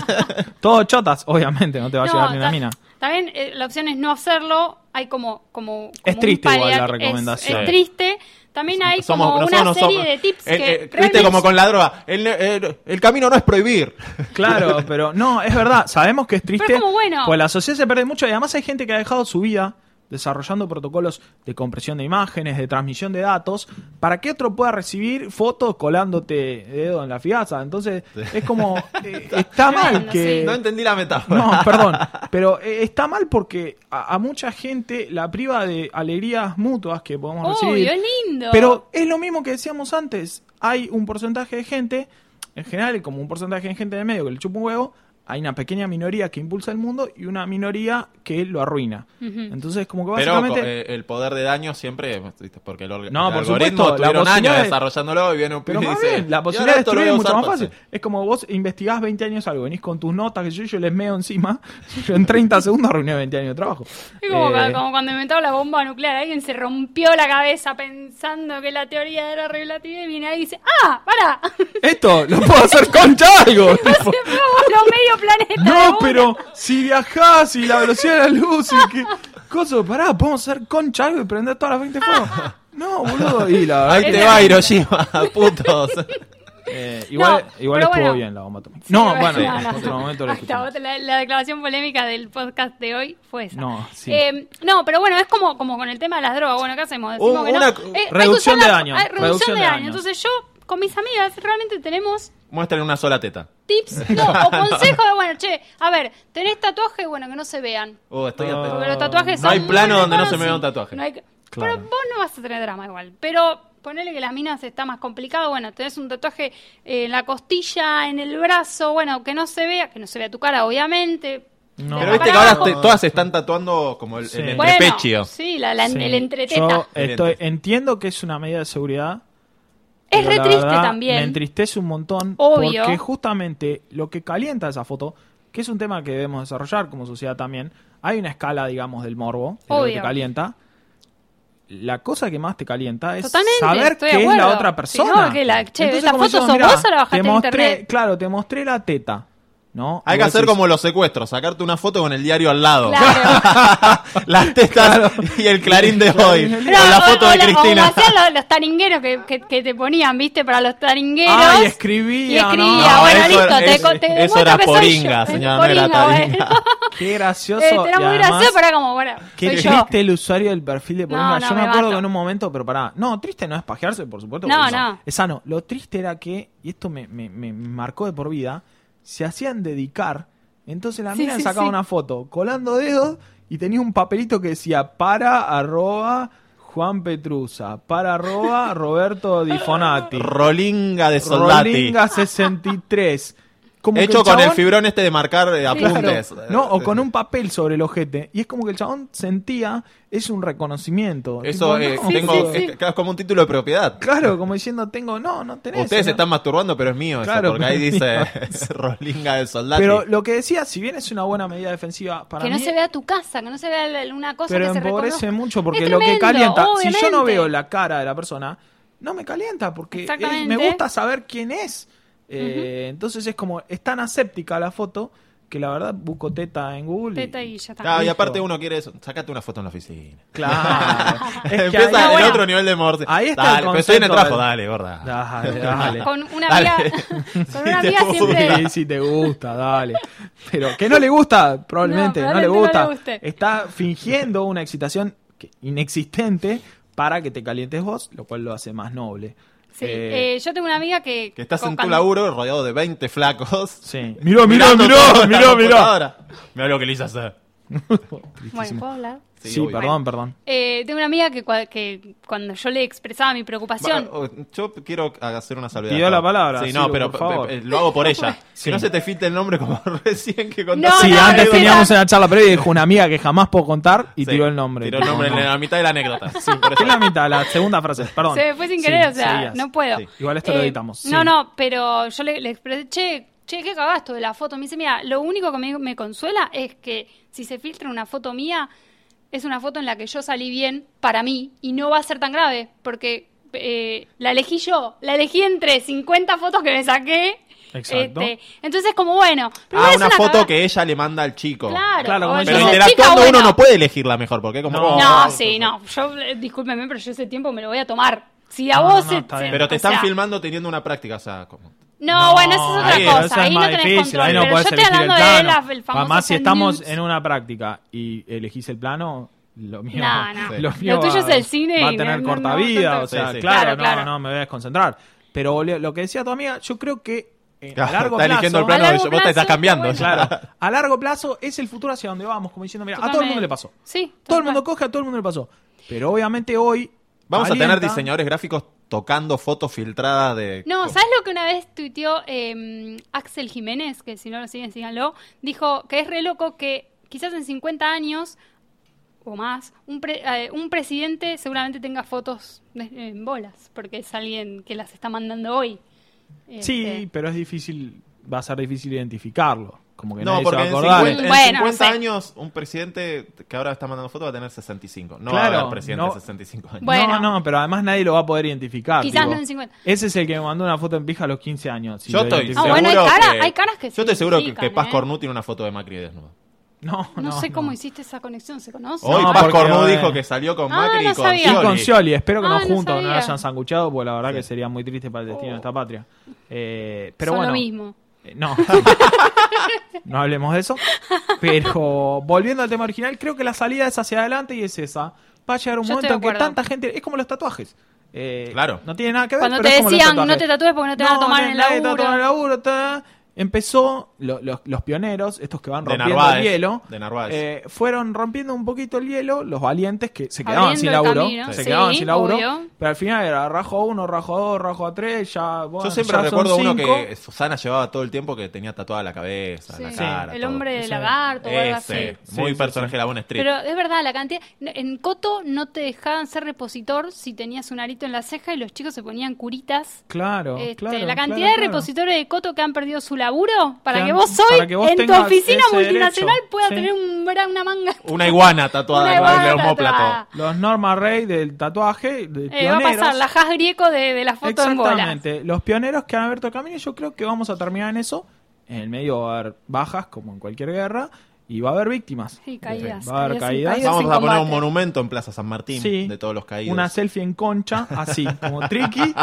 S2: Todos chotas, obviamente, no te va a
S3: No,
S2: llegar ni una
S3: ta-
S2: mina.
S3: También eh, la opción es no hacerlo. Hay como. como, como
S2: Es
S3: un
S2: triste igual la
S3: paliat- es-
S2: recomendación.
S3: Es, triste. También hay como
S1: nosotros
S3: una
S1: no
S3: serie
S1: [laughs] somos-
S3: de tips
S1: Eh,
S3: que.
S1: eh, Viste como con la droga. El, el- el camino no es prohibir. [laughs]
S2: Claro, pero no, es verdad, sabemos que es triste.
S3: Pero es como bueno.
S2: Pues la sociedad se pierde mucho y además hay gente que ha dejado su vida desarrollando protocolos de compresión de imágenes, de transmisión de datos, para que otro pueda recibir fotos colándote dedo en la fiaza. Entonces, es como, eh, está mal
S3: Tremendo,
S2: que...
S3: sí.
S1: No entendí la metáfora.
S2: No, perdón. Pero eh, está mal porque a, a mucha gente la priva de alegrías mutuas que podemos recibir.
S3: Obvio, es lindo.
S2: Pero es lo mismo que decíamos antes. Hay un porcentaje de gente, en general, como un porcentaje de gente de medio que le chupa un huevo, hay una pequeña minoría que impulsa el mundo y una minoría que lo arruina. Entonces, como que
S1: Pero
S2: básicamente.
S1: eh, el poder de daño siempre, ¿viste? porque el, orga-
S2: No,
S1: el
S2: por
S1: algoritmo
S2: supuesto, la
S1: tuvieron
S2: posibilidad
S1: años
S2: de-
S1: desarrollándolo y viene un [laughs]
S2: Pero
S1: pibe y
S2: más
S1: dice,
S2: bien, la
S1: "Y ahora
S2: posibilidad de
S1: esto lo
S2: destruir
S1: voy a
S2: es mucho
S1: usar
S2: más
S1: para
S2: fácil.
S1: hacer".
S2: Es como vos investigás 20 años algo, venís con tus notas, que yo, yo les meo encima, [laughs] yo en 30 segundos arruiné 20 años de trabajo.
S3: Es como,
S2: Eh,
S3: como cuando inventaron la bomba nuclear. Alguien se rompió la cabeza pensando que la teoría era relativa y viene ahí y dice: ¡Ah! [laughs] ¡Para!
S2: Esto lo puedo hacer concha
S3: [laughs]
S2: algo.
S3: se fue a los medio planeta. de
S2: [laughs] No,
S3: una.
S2: pero si viajás y la velocidad de la luz y que. Coso, pará, podemos hacer concha algo y prender todas las 20 fuegos. [laughs] No, boludo. Y la verdad
S1: Ahí
S2: que-
S1: te va Hiroshima,
S3: [laughs]
S1: putos. [laughs]
S2: eh, igual
S3: No,
S2: igual
S3: pero
S2: estuvo
S3: bueno.
S2: bien la bomba atómica.
S3: Sí,
S2: No,
S3: la
S2: bueno,
S3: verdad,
S2: en
S3: no, no.
S2: otro momento lo
S3: Hasta
S2: discutimos.
S3: otra- la, la declaración polémica del podcast de hoy fue esa.
S2: No, sí.
S3: Eh, no, pero bueno, es como, como con el tema de las drogas. Bueno, ¿qué hacemos? Decimos
S1: Un-
S3: que no. Eh,
S1: una-
S3: hay que
S2: Uh, reducción
S3: usar
S2: de
S3: la-
S2: daño,
S3: hay reducción,
S2: reducción
S3: de
S2: de
S3: daño.
S2: daño.
S3: Entonces yo, con mis amigas, realmente tenemos
S1: Muestren una sola teta.
S2: [laughs]
S3: tips no, o consejos de, bueno, che, a ver, tenés tatuajes, bueno, que no se vean.
S1: Oh, estoy
S2: No.
S1: atento.
S3: Porque los tatuajes
S1: No
S3: son
S1: hay
S3: muy
S1: plano donde no se me
S3: reconocidos.
S1: vea un tatuaje.
S3: No hay que-
S2: Claro.
S3: Pero vos no vas a tener drama igual. Pero ponele que las minas está más complicado. Bueno, tenés un tatuaje eh, en la costilla, en el brazo, bueno, que no se vea, que no se vea tu cara, obviamente.
S2: No.
S1: Pero
S3: De
S1: viste que
S3: acá
S1: ahora
S3: abajo.
S1: te- todas se están tatuando como el,
S2: Sí.
S1: el
S3: Bueno,
S1: entrepecho.
S3: Sí, la, la-
S2: Sí.
S3: el entreteta.
S2: Yo
S1: El
S2: estoy,
S1: entrete.
S2: entiendo que es una medida de seguridad.
S3: es
S2: pero
S3: re
S2: la
S3: triste
S2: verdad Me
S3: también.
S2: entristece un montón.
S3: Obvio.
S2: Porque justamente lo que calienta esa foto, que es un tema que debemos desarrollar como sociedad también, hay una escala, digamos, del morbo, de lo que
S3: Obvio.
S2: te calienta. La cosa que más te calienta es
S3: Totalmente,
S2: saber
S3: estoy
S2: qué
S3: de
S2: es la
S3: acuerdo.
S2: otra
S3: Si no,
S2: persona.
S3: que la- che, ¿esta
S2: como
S3: foto
S2: decimos,
S3: sos
S2: "Mirá,
S3: vos o la bajaste
S2: te
S3: de
S2: mostré-
S3: internet?"
S2: Claro, te mostré la teta. ¿no?
S1: Hay
S2: Y
S1: que
S2: vos
S1: hacer
S2: decís,
S1: como los secuestros, sacarte una foto con el diario al lado.
S3: Claro.
S1: [laughs] Las tetas y el clarín de
S2: [laughs]
S1: hoy.
S2: Clarín.
S1: Con la
S3: O-
S1: foto
S3: o
S1: de
S3: la- o
S1: Cristina.
S3: hacían los, los taringueros que, que- que te ponían, ¿viste? Para los taringueros.
S2: Ay, escribía,
S3: Y escribía,
S2: ¿no?
S3: bueno,
S1: eso
S3: listo.
S1: era-
S3: te-
S1: eso-
S3: te,
S1: eso
S3: demuestro
S1: era
S3: que soy
S1: poringa,
S3: yo.
S1: señora, no era
S3: Poringa, bueno.
S1: taringa.
S2: Qué gracioso.
S3: Eh, era
S2: y
S3: muy
S2: además-
S3: gracioso, pero era como, bueno,
S2: Qué
S3: soy
S2: triste
S3: yo.
S2: el usuario del perfil de Poringa.
S3: No, no,
S2: yo me
S3: me
S2: acuerdo
S3: mato.
S2: que en un momento, pero pará. No, triste no es pajearse, por supuesto.
S3: No,
S2: porque
S3: no.
S2: Es sano. Lo triste era que, y esto me, me- me marcó de por vida, se hacían dedicar. Entonces la
S3: Sí,
S2: mina
S3: sí,
S2: sacaba
S3: sí.
S2: una foto colando dedos y tenía un papelito que decía para arroba Juan Petrusa, para
S3: [laughs]
S2: arroba Roberto Di Fonati,
S1: [laughs] Rolinga de soldati.
S2: Rolinga 63. Como que
S1: Hecho con el
S2: chabón-
S1: fibrón este de marcar eh, apuntes.
S2: Claro. No,
S1: eh,
S2: o con un papel sobre el ojete. Y es como que el chabón sentía, es un reconocimiento.
S1: Eso
S2: Tipo,
S1: eh,
S2: no,
S1: tengo,
S2: boludo.
S3: sí, sí.
S1: es- claro, es como un título de propiedad.
S2: Claro, como diciendo, tengo, no, no tenés.
S1: Ustedes se
S2: no.
S1: están masturbando, pero es mío. eso,
S2: Claro,
S1: porque ahí
S2: pero es
S1: dice
S2: mío.
S1: es [laughs] Rolinga de soldati.
S2: Pero lo que decía, si bien es una buena medida defensiva, para
S3: Que no
S2: mí,
S3: se vea tu casa, que no se vea la- una cosa
S2: pero
S3: que se
S2: empobrece
S3: reconozca.
S2: mucho, porque
S3: Es
S2: lo que
S3: tremendo,
S2: calienta, si yo no
S3: obviamente.
S2: veo la cara de la persona, no me calienta, porque es- me
S3: Exactamente.
S2: gusta saber quién es. Eh, Entonces es como, es tan aséptica la foto que la verdad busco teta en Google. y-
S3: Teta y ya está.
S1: Claro, Ah, y
S2: Hijo.
S1: aparte uno quiere eso. Sácate una foto en la oficina.
S2: Claro.
S1: [laughs]
S2: Es que
S1: Empieza
S2: ahí- Ah,
S1: el
S3: bueno.
S1: otro nivel de morse.
S2: Ahí está
S1: Dale,
S2: el
S1: pero estoy en el
S2: concepto
S1: trabajo. Dale,
S2: del-
S1: gorda.
S2: Dale, dale.
S3: Con una
S1: [laughs] Dale.
S3: amiga, [laughs]
S1: Sí,
S3: con una amiga
S1: te
S3: siempre. [laughs]
S2: Sí, si te gusta, dale. Pero que no le gusta, probablemente,
S3: No,
S2: no,
S3: probablemente
S2: le gusta.
S3: no le guste.
S2: Está fingiendo una excitación que- inexistente para que te calientes vos, lo cual lo hace más noble.
S3: Sí,
S2: Eh,
S3: eh, yo tengo una amiga que.
S1: [laughs] Que estás
S3: con-
S1: en tu laburo rodeado de 20 flacos.
S2: sí. Miró, miró,
S1: Mirando
S2: miró,
S1: todo en la
S2: miró, miró.
S1: computadora. Mirá lo que le hice hacer.
S2: [laughs]
S3: Bueno, ¿puedo hablar?
S2: Sí,
S1: Sí, obvio.
S2: perdón, perdón.
S3: Eh, tengo una amiga que, cua- que cuando yo le expresaba mi preocupación,
S1: Va- o- yo quiero hacer una salvedad.
S2: Pidió la palabra,
S1: Sí, no,
S2: Ciro,
S1: pero
S2: por
S1: pe- pe-
S2: favor.
S1: eh, lo hago por
S3: [laughs]
S1: ella.
S2: Sí.
S1: Que no se te filtre el nombre como [laughs] recién que
S3: No,
S1: contaste.
S2: sí,
S3: no,
S2: antes
S3: no,
S2: teníamos
S3: no.
S2: una charla previa y dijo una amiga que jamás puedo contar y
S1: Sí,
S2: tiró el nombre.
S1: Tiró el nombre en la mitad de la anécdota. Sí, por
S2: ¿Qué es
S1: eso.
S2: la mitad? La segunda frase, perdón.
S3: se me fue sin
S2: Sí,
S3: querer, o sea,
S2: seguías.
S3: no puedo. Eh,
S1: Sí.
S2: Igual esto lo editamos.
S3: No,
S2: sí.
S3: no, pero yo le, le expresé, che, che, ¿qué cagás esto de la foto? Me dice, mira, lo único que me, me consuela es que si se filtra una foto mía, es una foto en la que yo salí bien para mí y no va a ser tan grave, porque eh, la elegí yo, la elegí entre 50 fotos que me saqué.
S2: Exacto.
S3: Este, entonces, como bueno, pero
S1: Ah,
S3: es
S1: una foto
S3: cagada.
S1: que ella le manda al chico.
S3: Claro,
S2: Claro, como
S3: o
S1: Pero
S2: No,
S3: entonces,
S1: interactuando
S3: chica,
S1: uno
S3: bueno.
S1: no puede elegir la mejor, porque como...
S2: No.
S1: oh,
S3: No,
S1: oh,
S3: sí,
S1: oh.
S3: no. Yo, eh, discúlpeme, pero yo ese tiempo me lo voy a tomar. Si a
S2: No,
S3: vos.
S2: no,
S3: se-
S2: está
S3: se-
S2: bien.
S1: Pero te
S3: o
S1: están
S3: sea,
S1: filmando teniendo una práctica, o sea, como...
S3: No, bueno, eso es otra
S1: ahí,
S3: cosa.
S1: eso
S2: es
S3: ahí no
S2: más
S3: tenés
S2: difícil,
S3: control.
S2: ahí no
S3: pero
S2: podés
S3: yo estoy
S2: elegir
S3: hablando
S2: el
S3: de
S2: plano.
S3: la, el famoso.
S2: Además, si
S3: fan
S2: estamos
S3: nudes.
S2: en una práctica y elegís el plano, lo mío,
S3: No,
S2: [laughs]
S3: no.
S2: Lo,
S1: Sí.
S2: mío
S3: Lo tuyo
S2: va-
S3: es el cine
S2: Va a
S3: y
S2: tener
S3: no-
S2: corta
S3: no- no
S2: vida,
S3: tanto-
S2: o sea,
S1: Sí, sí.
S2: claro,
S3: Claro,
S2: no,
S3: claro.
S2: no, me voy a desconcentrar. Pero lo lo que decía tu amiga, yo creo que eh, a largo
S1: está eligiendo
S2: plazo...
S1: el plano,
S3: A
S1: de- vos
S3: largo
S1: te estás
S3: plazo,
S1: cambiando.
S3: bueno.
S1: ya. [laughs]
S2: Claro, a largo plazo es el futuro hacia donde vamos, como diciendo, mira, a todo el mundo
S3: Totalmente.
S2: le pasó.
S3: Sí.
S2: Todo
S3: tal
S2: el mundo
S3: cual.
S2: coge, a todo el mundo le pasó. Pero obviamente hoy.
S1: Vamos a
S2: alienta-
S1: tener diseñadores gráficos tocando fotos filtradas de...
S3: No, ¿sabes lo que una vez tuiteó eh, Axel Jiménez? Que si no lo siguen, síganlo. Dijo que es re loco que quizás en 50 años o más, un, pre- eh, un presidente seguramente tenga fotos de- en bolas, porque es alguien que las está mandando hoy. Este,
S2: Sí, pero es difícil. Va a ser difícil identificarlo. Como que
S1: No,
S2: nadie se va
S1: porque
S2: a
S1: en
S2: acordar.
S1: 50, en
S3: Bueno,
S1: 50
S3: no sé.
S1: años un presidente que ahora está mandando fotos va a tener 65. No
S2: Claro,
S1: va a haber presidente
S2: no.
S1: de 65 años.
S3: Bueno.
S2: No, no, pero además nadie lo va a poder identificar.
S3: Quizás
S2: digo.
S3: no en 50.
S2: Ese es el que me mandó una foto en pija a los 15 años. si
S1: yo
S2: lo
S1: estoy
S2: identifico.
S1: seguro
S3: Ah, bueno, hay cara-
S1: que,
S3: hay caras que
S1: Yo estoy seguro que,
S3: significan,
S1: que Paz
S3: ¿eh?
S1: Cornú tiene una foto de Macri desnudo.
S2: No,
S3: No,
S2: no,
S3: sé
S2: no.
S3: cómo hiciste esa conexión, ¿se conoce?
S1: Hoy
S2: No,
S1: Paz
S2: porque,
S1: Cornú
S2: eh,
S1: dijo que salió con
S3: Ah,
S1: Macri
S3: no
S1: y con
S3: sabía.
S2: Sí,
S1: Scioli.
S2: con Scioli. Espero que
S3: Ah,
S2: no
S3: no
S2: juntos no,
S3: sabía.
S2: lo hayan sanguchado, porque la verdad que
S1: Sí.
S2: sería muy triste para el destino de esta patria. Eh, pero
S3: Son
S2: bueno.
S3: lo mismo.
S2: Eh, No. [laughs] no hablemos de eso. Pero volviendo al tema original, creo que la salida es hacia adelante y es esa. Va a llegar un
S3: Yo
S2: momento
S3: estoy
S2: en
S3: de
S2: que
S3: acuerdo.
S2: tanta gente. Es como los tatuajes. Eh,
S1: Claro.
S2: No tiene nada que ver
S3: Cuando
S2: pero es
S3: te
S2: como los
S3: decían,
S2: tatuajes.
S3: no te tatúes porque no te van a tomar en el
S2: nadie te va a
S3: laburo.
S2: tomar en el laburo, ta. Empezó, lo- los- los pioneros, estos que van
S1: De
S2: rompiendo
S1: Narváez,
S2: el hielo,
S1: de Narváez.
S2: eh, fueron rompiendo un poquito el hielo, los valientes que se quedaban
S3: Abriendo
S2: sin
S3: el
S2: laburo,
S3: camino.
S2: se
S3: Sí,
S2: quedaban sin laburo,
S3: obvio.
S2: pero al final era rajo a uno, rajo a dos, rajo a tres, ya, bueno,
S1: Yo siempre
S2: ya son
S1: recuerdo uno
S2: cinco.
S1: que Susana llevaba todo el tiempo que tenía tatuada la cabeza,
S3: Sí.
S1: la cara.
S3: el
S1: todo.
S3: hombre
S2: Sí.
S3: del lagarto o algo así.
S1: Ese,
S2: Sí,
S1: muy
S2: sí,
S1: personaje
S2: sí.
S1: de la buena Street.
S3: Pero es verdad, la cantidad. En Coto no te dejaban ser repositor si tenías un arito en la ceja y los chicos se ponían curitas.
S2: Claro,
S3: Este,
S2: claro,
S3: la cantidad
S2: claro,
S3: de
S2: claro.
S3: repositores de Coto que han perdido su laburo para
S2: Que
S3: que,
S2: han-
S3: vos hoy
S2: para que vos
S3: en tu
S2: tengas
S3: oficina
S2: ese
S3: multinacional
S2: derecho,
S3: puedas
S2: sí.
S3: tener un bra- una manga.
S1: Una iguana tatuada
S3: Una
S1: en el
S3: iguana
S1: omóplato.
S3: tatuada.
S2: Los Norma Rey del tatuaje, de
S3: Eh, va a
S2: pioneros.
S3: pasar la Jas Grieco de, de la foto en bola.
S2: Exactamente. Los pioneros que han abierto el camino, yo creo que vamos a terminar en eso. En el medio va a haber bajas, como en cualquier guerra, y va a haber víctimas.
S3: Sí, caídas,
S2: Va a haber
S3: caídas
S2: caídas.
S3: y caídas.
S1: Vamos a
S3: en
S1: poner
S3: combate.
S1: un monumento en Plaza San Martín
S2: Sí.
S1: de todos los caídos. [laughs]
S2: Una selfie en concha, así, como tricky,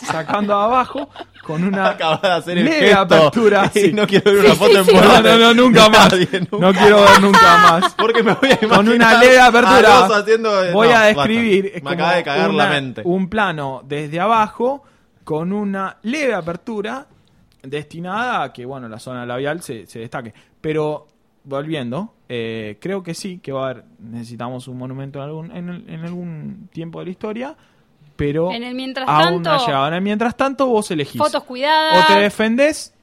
S2: sacando abajo, con una
S1: Acabas de hacer el
S2: leve
S1: gesto.
S2: apertura.
S1: [laughs] y
S2: así.
S1: no quiero ver una
S3: Sí,
S1: foto
S3: sí,
S1: en
S3: sí.
S2: No,
S1: bola
S2: no, no,
S1: de- [laughs]
S2: nunca
S1: de
S2: más.
S1: nadie, nunca.
S2: No quiero ver nunca más.
S1: Porque me voy a imaginar
S2: [laughs] con una leve
S1: a
S2: apertura.
S1: los haciendo, eh,
S2: voy
S1: no,
S2: a
S1: basta.
S2: describir es
S1: Me
S2: como
S1: acaba de cagar
S2: una-
S1: la mente.
S2: un plano desde abajo con una leve apertura destinada a que bueno la zona labial se, se destaque. Pero volviendo, eh, creo que sí que va a haber necesitamos un monumento en algún en, el- en algún tiempo de la historia, pero
S3: En el mientras
S2: aún no ha
S3: tanto-
S2: llegado. En el mientras tanto vos elegís
S3: Fotos
S2: o te
S3: cuidadas.
S2: defendés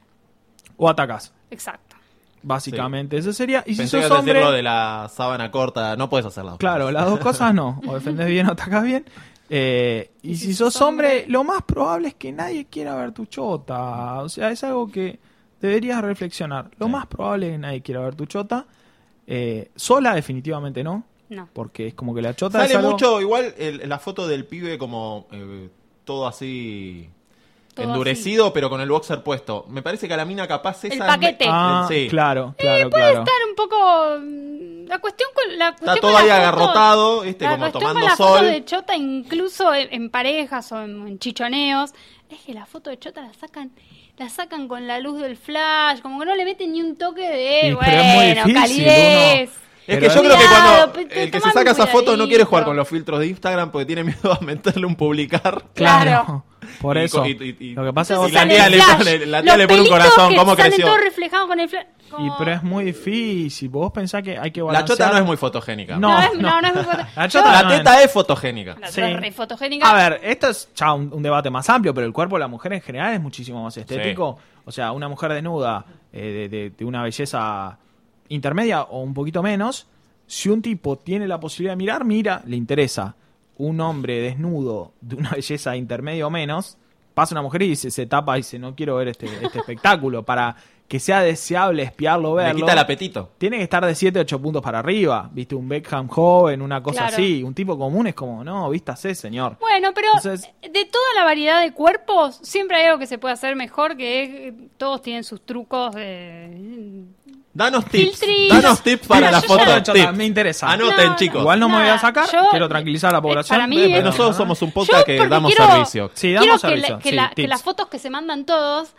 S2: o atacás.
S3: Exacto.
S2: Básicamente, eso sería. Y si
S1: Pensé que
S2: sos
S1: ibas a
S2: hombre,
S1: decir lo de la sábana corta. No puedes hacerla.
S2: Claro, las dos cosas no. O defendés bien o atacás bien. Eh, y, si, sos hombre, lo más probable es que nadie quiera ver tu chota. O sea, es algo que deberías reflexionar. Lo
S1: Sí.
S2: más probable es que nadie quiera ver tu chota. Eh, sola, definitivamente no.
S3: No.
S2: Porque es como que la chota es
S1: Sale
S2: algo-
S1: mucho, igual el- la foto del pibe como eh, todo así
S3: Todo
S1: endurecido, pero con el boxer puesto. Me parece que a la mina capaz esa...
S3: El paquete.
S2: Ah,
S1: Sí.
S2: claro, claro,
S3: puede
S2: claro.
S3: estar un poco mm, la cuestión con la cuestión
S1: Está todo
S3: con
S1: ahí
S3: las fotos-
S1: agarrotado, este,
S3: la
S1: como
S3: cuestión
S1: tomando
S3: con la
S1: sol.
S3: foto de chota incluso en, en parejas o en, en chichoneos es que la foto de chota la sacan la sacan con la luz del flash como que no le meten ni un toque de
S2: Y,
S3: bueno
S2: pero es muy difícil,
S3: calidez
S2: uno-
S1: Es que
S2: Pero-
S1: yo creo que
S3: Cuidado,
S1: cuando
S3: pe- te
S1: el que se
S3: toman
S1: saca esa foto no
S3: cuidadito.
S1: quiere jugar con los filtros de Instagram porque tiene [laughs] miedo a meterle un publicar.
S3: Claro.
S2: Por
S1: Y co-
S2: eso.
S1: y- y- y-
S2: lo que pasa es
S1: Y
S3: Entonces
S1: la
S2: que-
S3: sale
S1: tía
S3: el
S1: le
S3: flash.
S1: pone- la
S3: Los
S1: tía le pone un
S3: pelitos
S1: corazón,
S3: que
S1: ¿cómo
S3: salen
S1: creció?
S3: todos reflejados con el flash.
S2: y,
S3: Como-
S2: pero es muy difícil. Vos pensás que hay que
S1: La
S2: balancear.
S1: chota no es muy fotogénica.
S2: No.
S3: No, es- no, no es muy foto-
S2: La
S3: Yo-
S2: chota
S1: La
S2: no
S1: teta es fotogénica.
S3: La
S2: Sí.
S3: otra es re fotogénica.
S2: A ver, esto es ya un, un debate más amplio, pero el cuerpo de la mujer en general es muchísimo más estético. O sea, una mujer desnuda eh, de, de- de una belleza intermedia o un poquito menos, si un tipo tiene la posibilidad de mirar, mira, le interesa. Un hombre desnudo de una [laughs] belleza intermedia o menos, pasa una mujer y se, se tapa y dice, no quiero ver este, este espectáculo. Para que sea deseable espiarlo,
S1: Le
S2: verlo.
S1: quita el apetito.
S2: Tiene que estar de 7, 8 puntos para arriba. Viste, un Beckham joven, una cosa
S3: Claro.
S2: así. Un tipo común es como, no, vístase, señor.
S3: Bueno, pero
S2: Entonces-
S3: de toda la variedad de cuerpos, siempre hay algo que se puede hacer mejor, que es- todos tienen sus trucos de...
S1: Danos tips.
S3: Filtris.
S1: Danos tips Ah, para
S3: Mira,
S1: la
S3: yo ya-
S1: foto. Ah,
S2: Bueno, chota,
S1: tips.
S2: Me interesa.
S1: Anoten,
S3: No,
S1: chicos.
S2: Igual no me voy a
S3: Nada,
S2: sacar.
S3: yo-
S2: Quiero tranquilizar a la
S3: eh,
S2: población.
S3: para mí
S2: Eh,
S3: es-
S2: pero-
S1: Nosotros somos un podcast
S3: Yo
S1: que
S3: porque
S1: damos
S3: quiero-
S1: servicio.
S2: Sí, damos
S3: quiero
S2: servicio,
S3: Que, la- que
S2: sí,
S3: la- que
S2: tips.
S3: las fotos que se mandan todos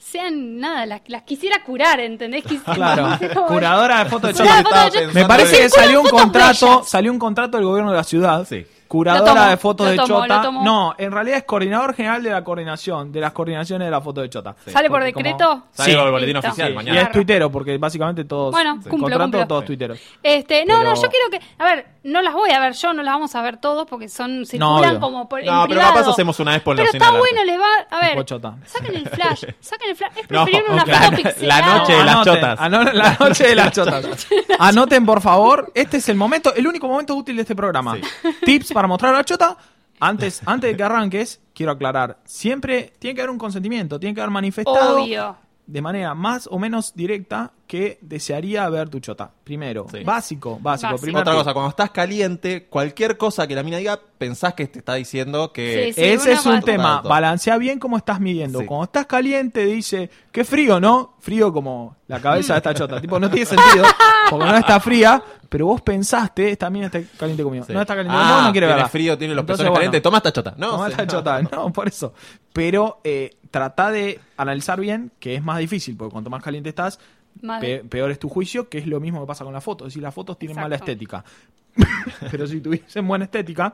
S3: sean nada, las, las quisiera
S2: [laughs]
S3: curar, ¿entendés? Quisi-
S2: Claro.
S3: [laughs] como-
S2: Curadora de fotos de
S1: Yo
S3: Curar
S2: chota.
S1: Curadora. estaba
S3: fotos de-
S1: pensando
S2: Me parece que
S3: Circulan
S2: salió un
S3: fotos
S2: contrato,
S3: bellas.
S2: salió un contrato del gobierno de la ciudad.
S1: Sí.
S2: Curadora
S3: Lo tomo,
S2: de fotos
S3: lo
S2: de
S3: tomo,
S2: chota.
S3: lo tomo.
S2: No, en realidad es coordinador general de la coordinación, de las coordinaciones de la foto de chota.
S3: ¿Sale por
S2: Porque como-
S3: decreto?
S1: Sale
S2: Sí.
S1: el boletín
S3: Listo.
S1: oficial
S3: Sí.
S2: Y
S1: mañana.
S2: es tuitero, porque básicamente todos
S3: Bueno,
S2: el
S3: cumplo,
S2: contrato
S3: cumplo.
S2: todos
S1: Sí.
S2: tuiteros.
S3: Este, no,
S2: Pero-
S3: no, yo quiero que, a ver, no las voy a ver yo, no las vamos a ver todos porque son circulan
S2: obvio.
S3: como por en
S1: No, pero
S3: privado.
S1: capaz hacemos una vez por la
S3: Pero
S1: cena
S3: está
S1: del arte.
S3: bueno, les va, a ver,
S2: Pochota.
S3: saquen el flash, saquen el flash,
S1: [laughs]
S3: es
S1: No,
S3: preferible una
S1: claro,
S3: foto
S1: la
S3: pixelada.
S1: noche de las
S2: anoten,
S1: chotas.
S2: ano- la noche de las chotas. Anoten, por favor. Este es el momento, el único momento útil de este programa. Tips para mostrar la chota. Antes, antes de que arranques, quiero aclarar. Siempre tiene que haber un consentimiento, tiene que haber manifestado
S3: Obvio.
S2: de manera más o menos directa que desearía ver tu chota. Primero,
S1: Sí.
S2: básico, básico.
S3: Básico.
S2: primer
S1: Otra
S2: tip.
S1: cosa, cuando estás caliente, cualquier cosa que la mina diga, pensás que te está diciendo que...
S3: Sí, sí.
S2: Ese es
S3: una
S2: un
S3: cosa.
S2: tema.
S1: Tanto.
S2: Balancea bien cómo estás midiendo.
S1: Sí.
S2: Cuando estás caliente, dice, qué frío, ¿no? Frío como la cabeza de esta
S1: [laughs]
S2: chota. tipo, no tiene sentido, porque no está fría, pero vos pensaste, esta mina está caliente conmigo.
S1: Sí.
S2: No está caliente
S1: Ah,
S2: conmigo, no, no quiere
S1: tiene
S2: verla.
S1: frío, tiene los
S2: Entonces,
S1: pezones
S2: bueno,
S1: calientes. Toma esta chota. No,
S2: tomá
S1: sí,
S2: esta
S1: no.
S2: chota, [laughs] no, por eso. Pero eh, trata de analizar bien, que es más difícil, porque cuanto más caliente estás,
S3: Mal.
S2: pe- peor es tu juicio, que es lo mismo que pasa con las fotos. Es decir, las fotos tienen mala
S3: Exacto.
S2: estética. [laughs] Pero si tuviesen buena estética,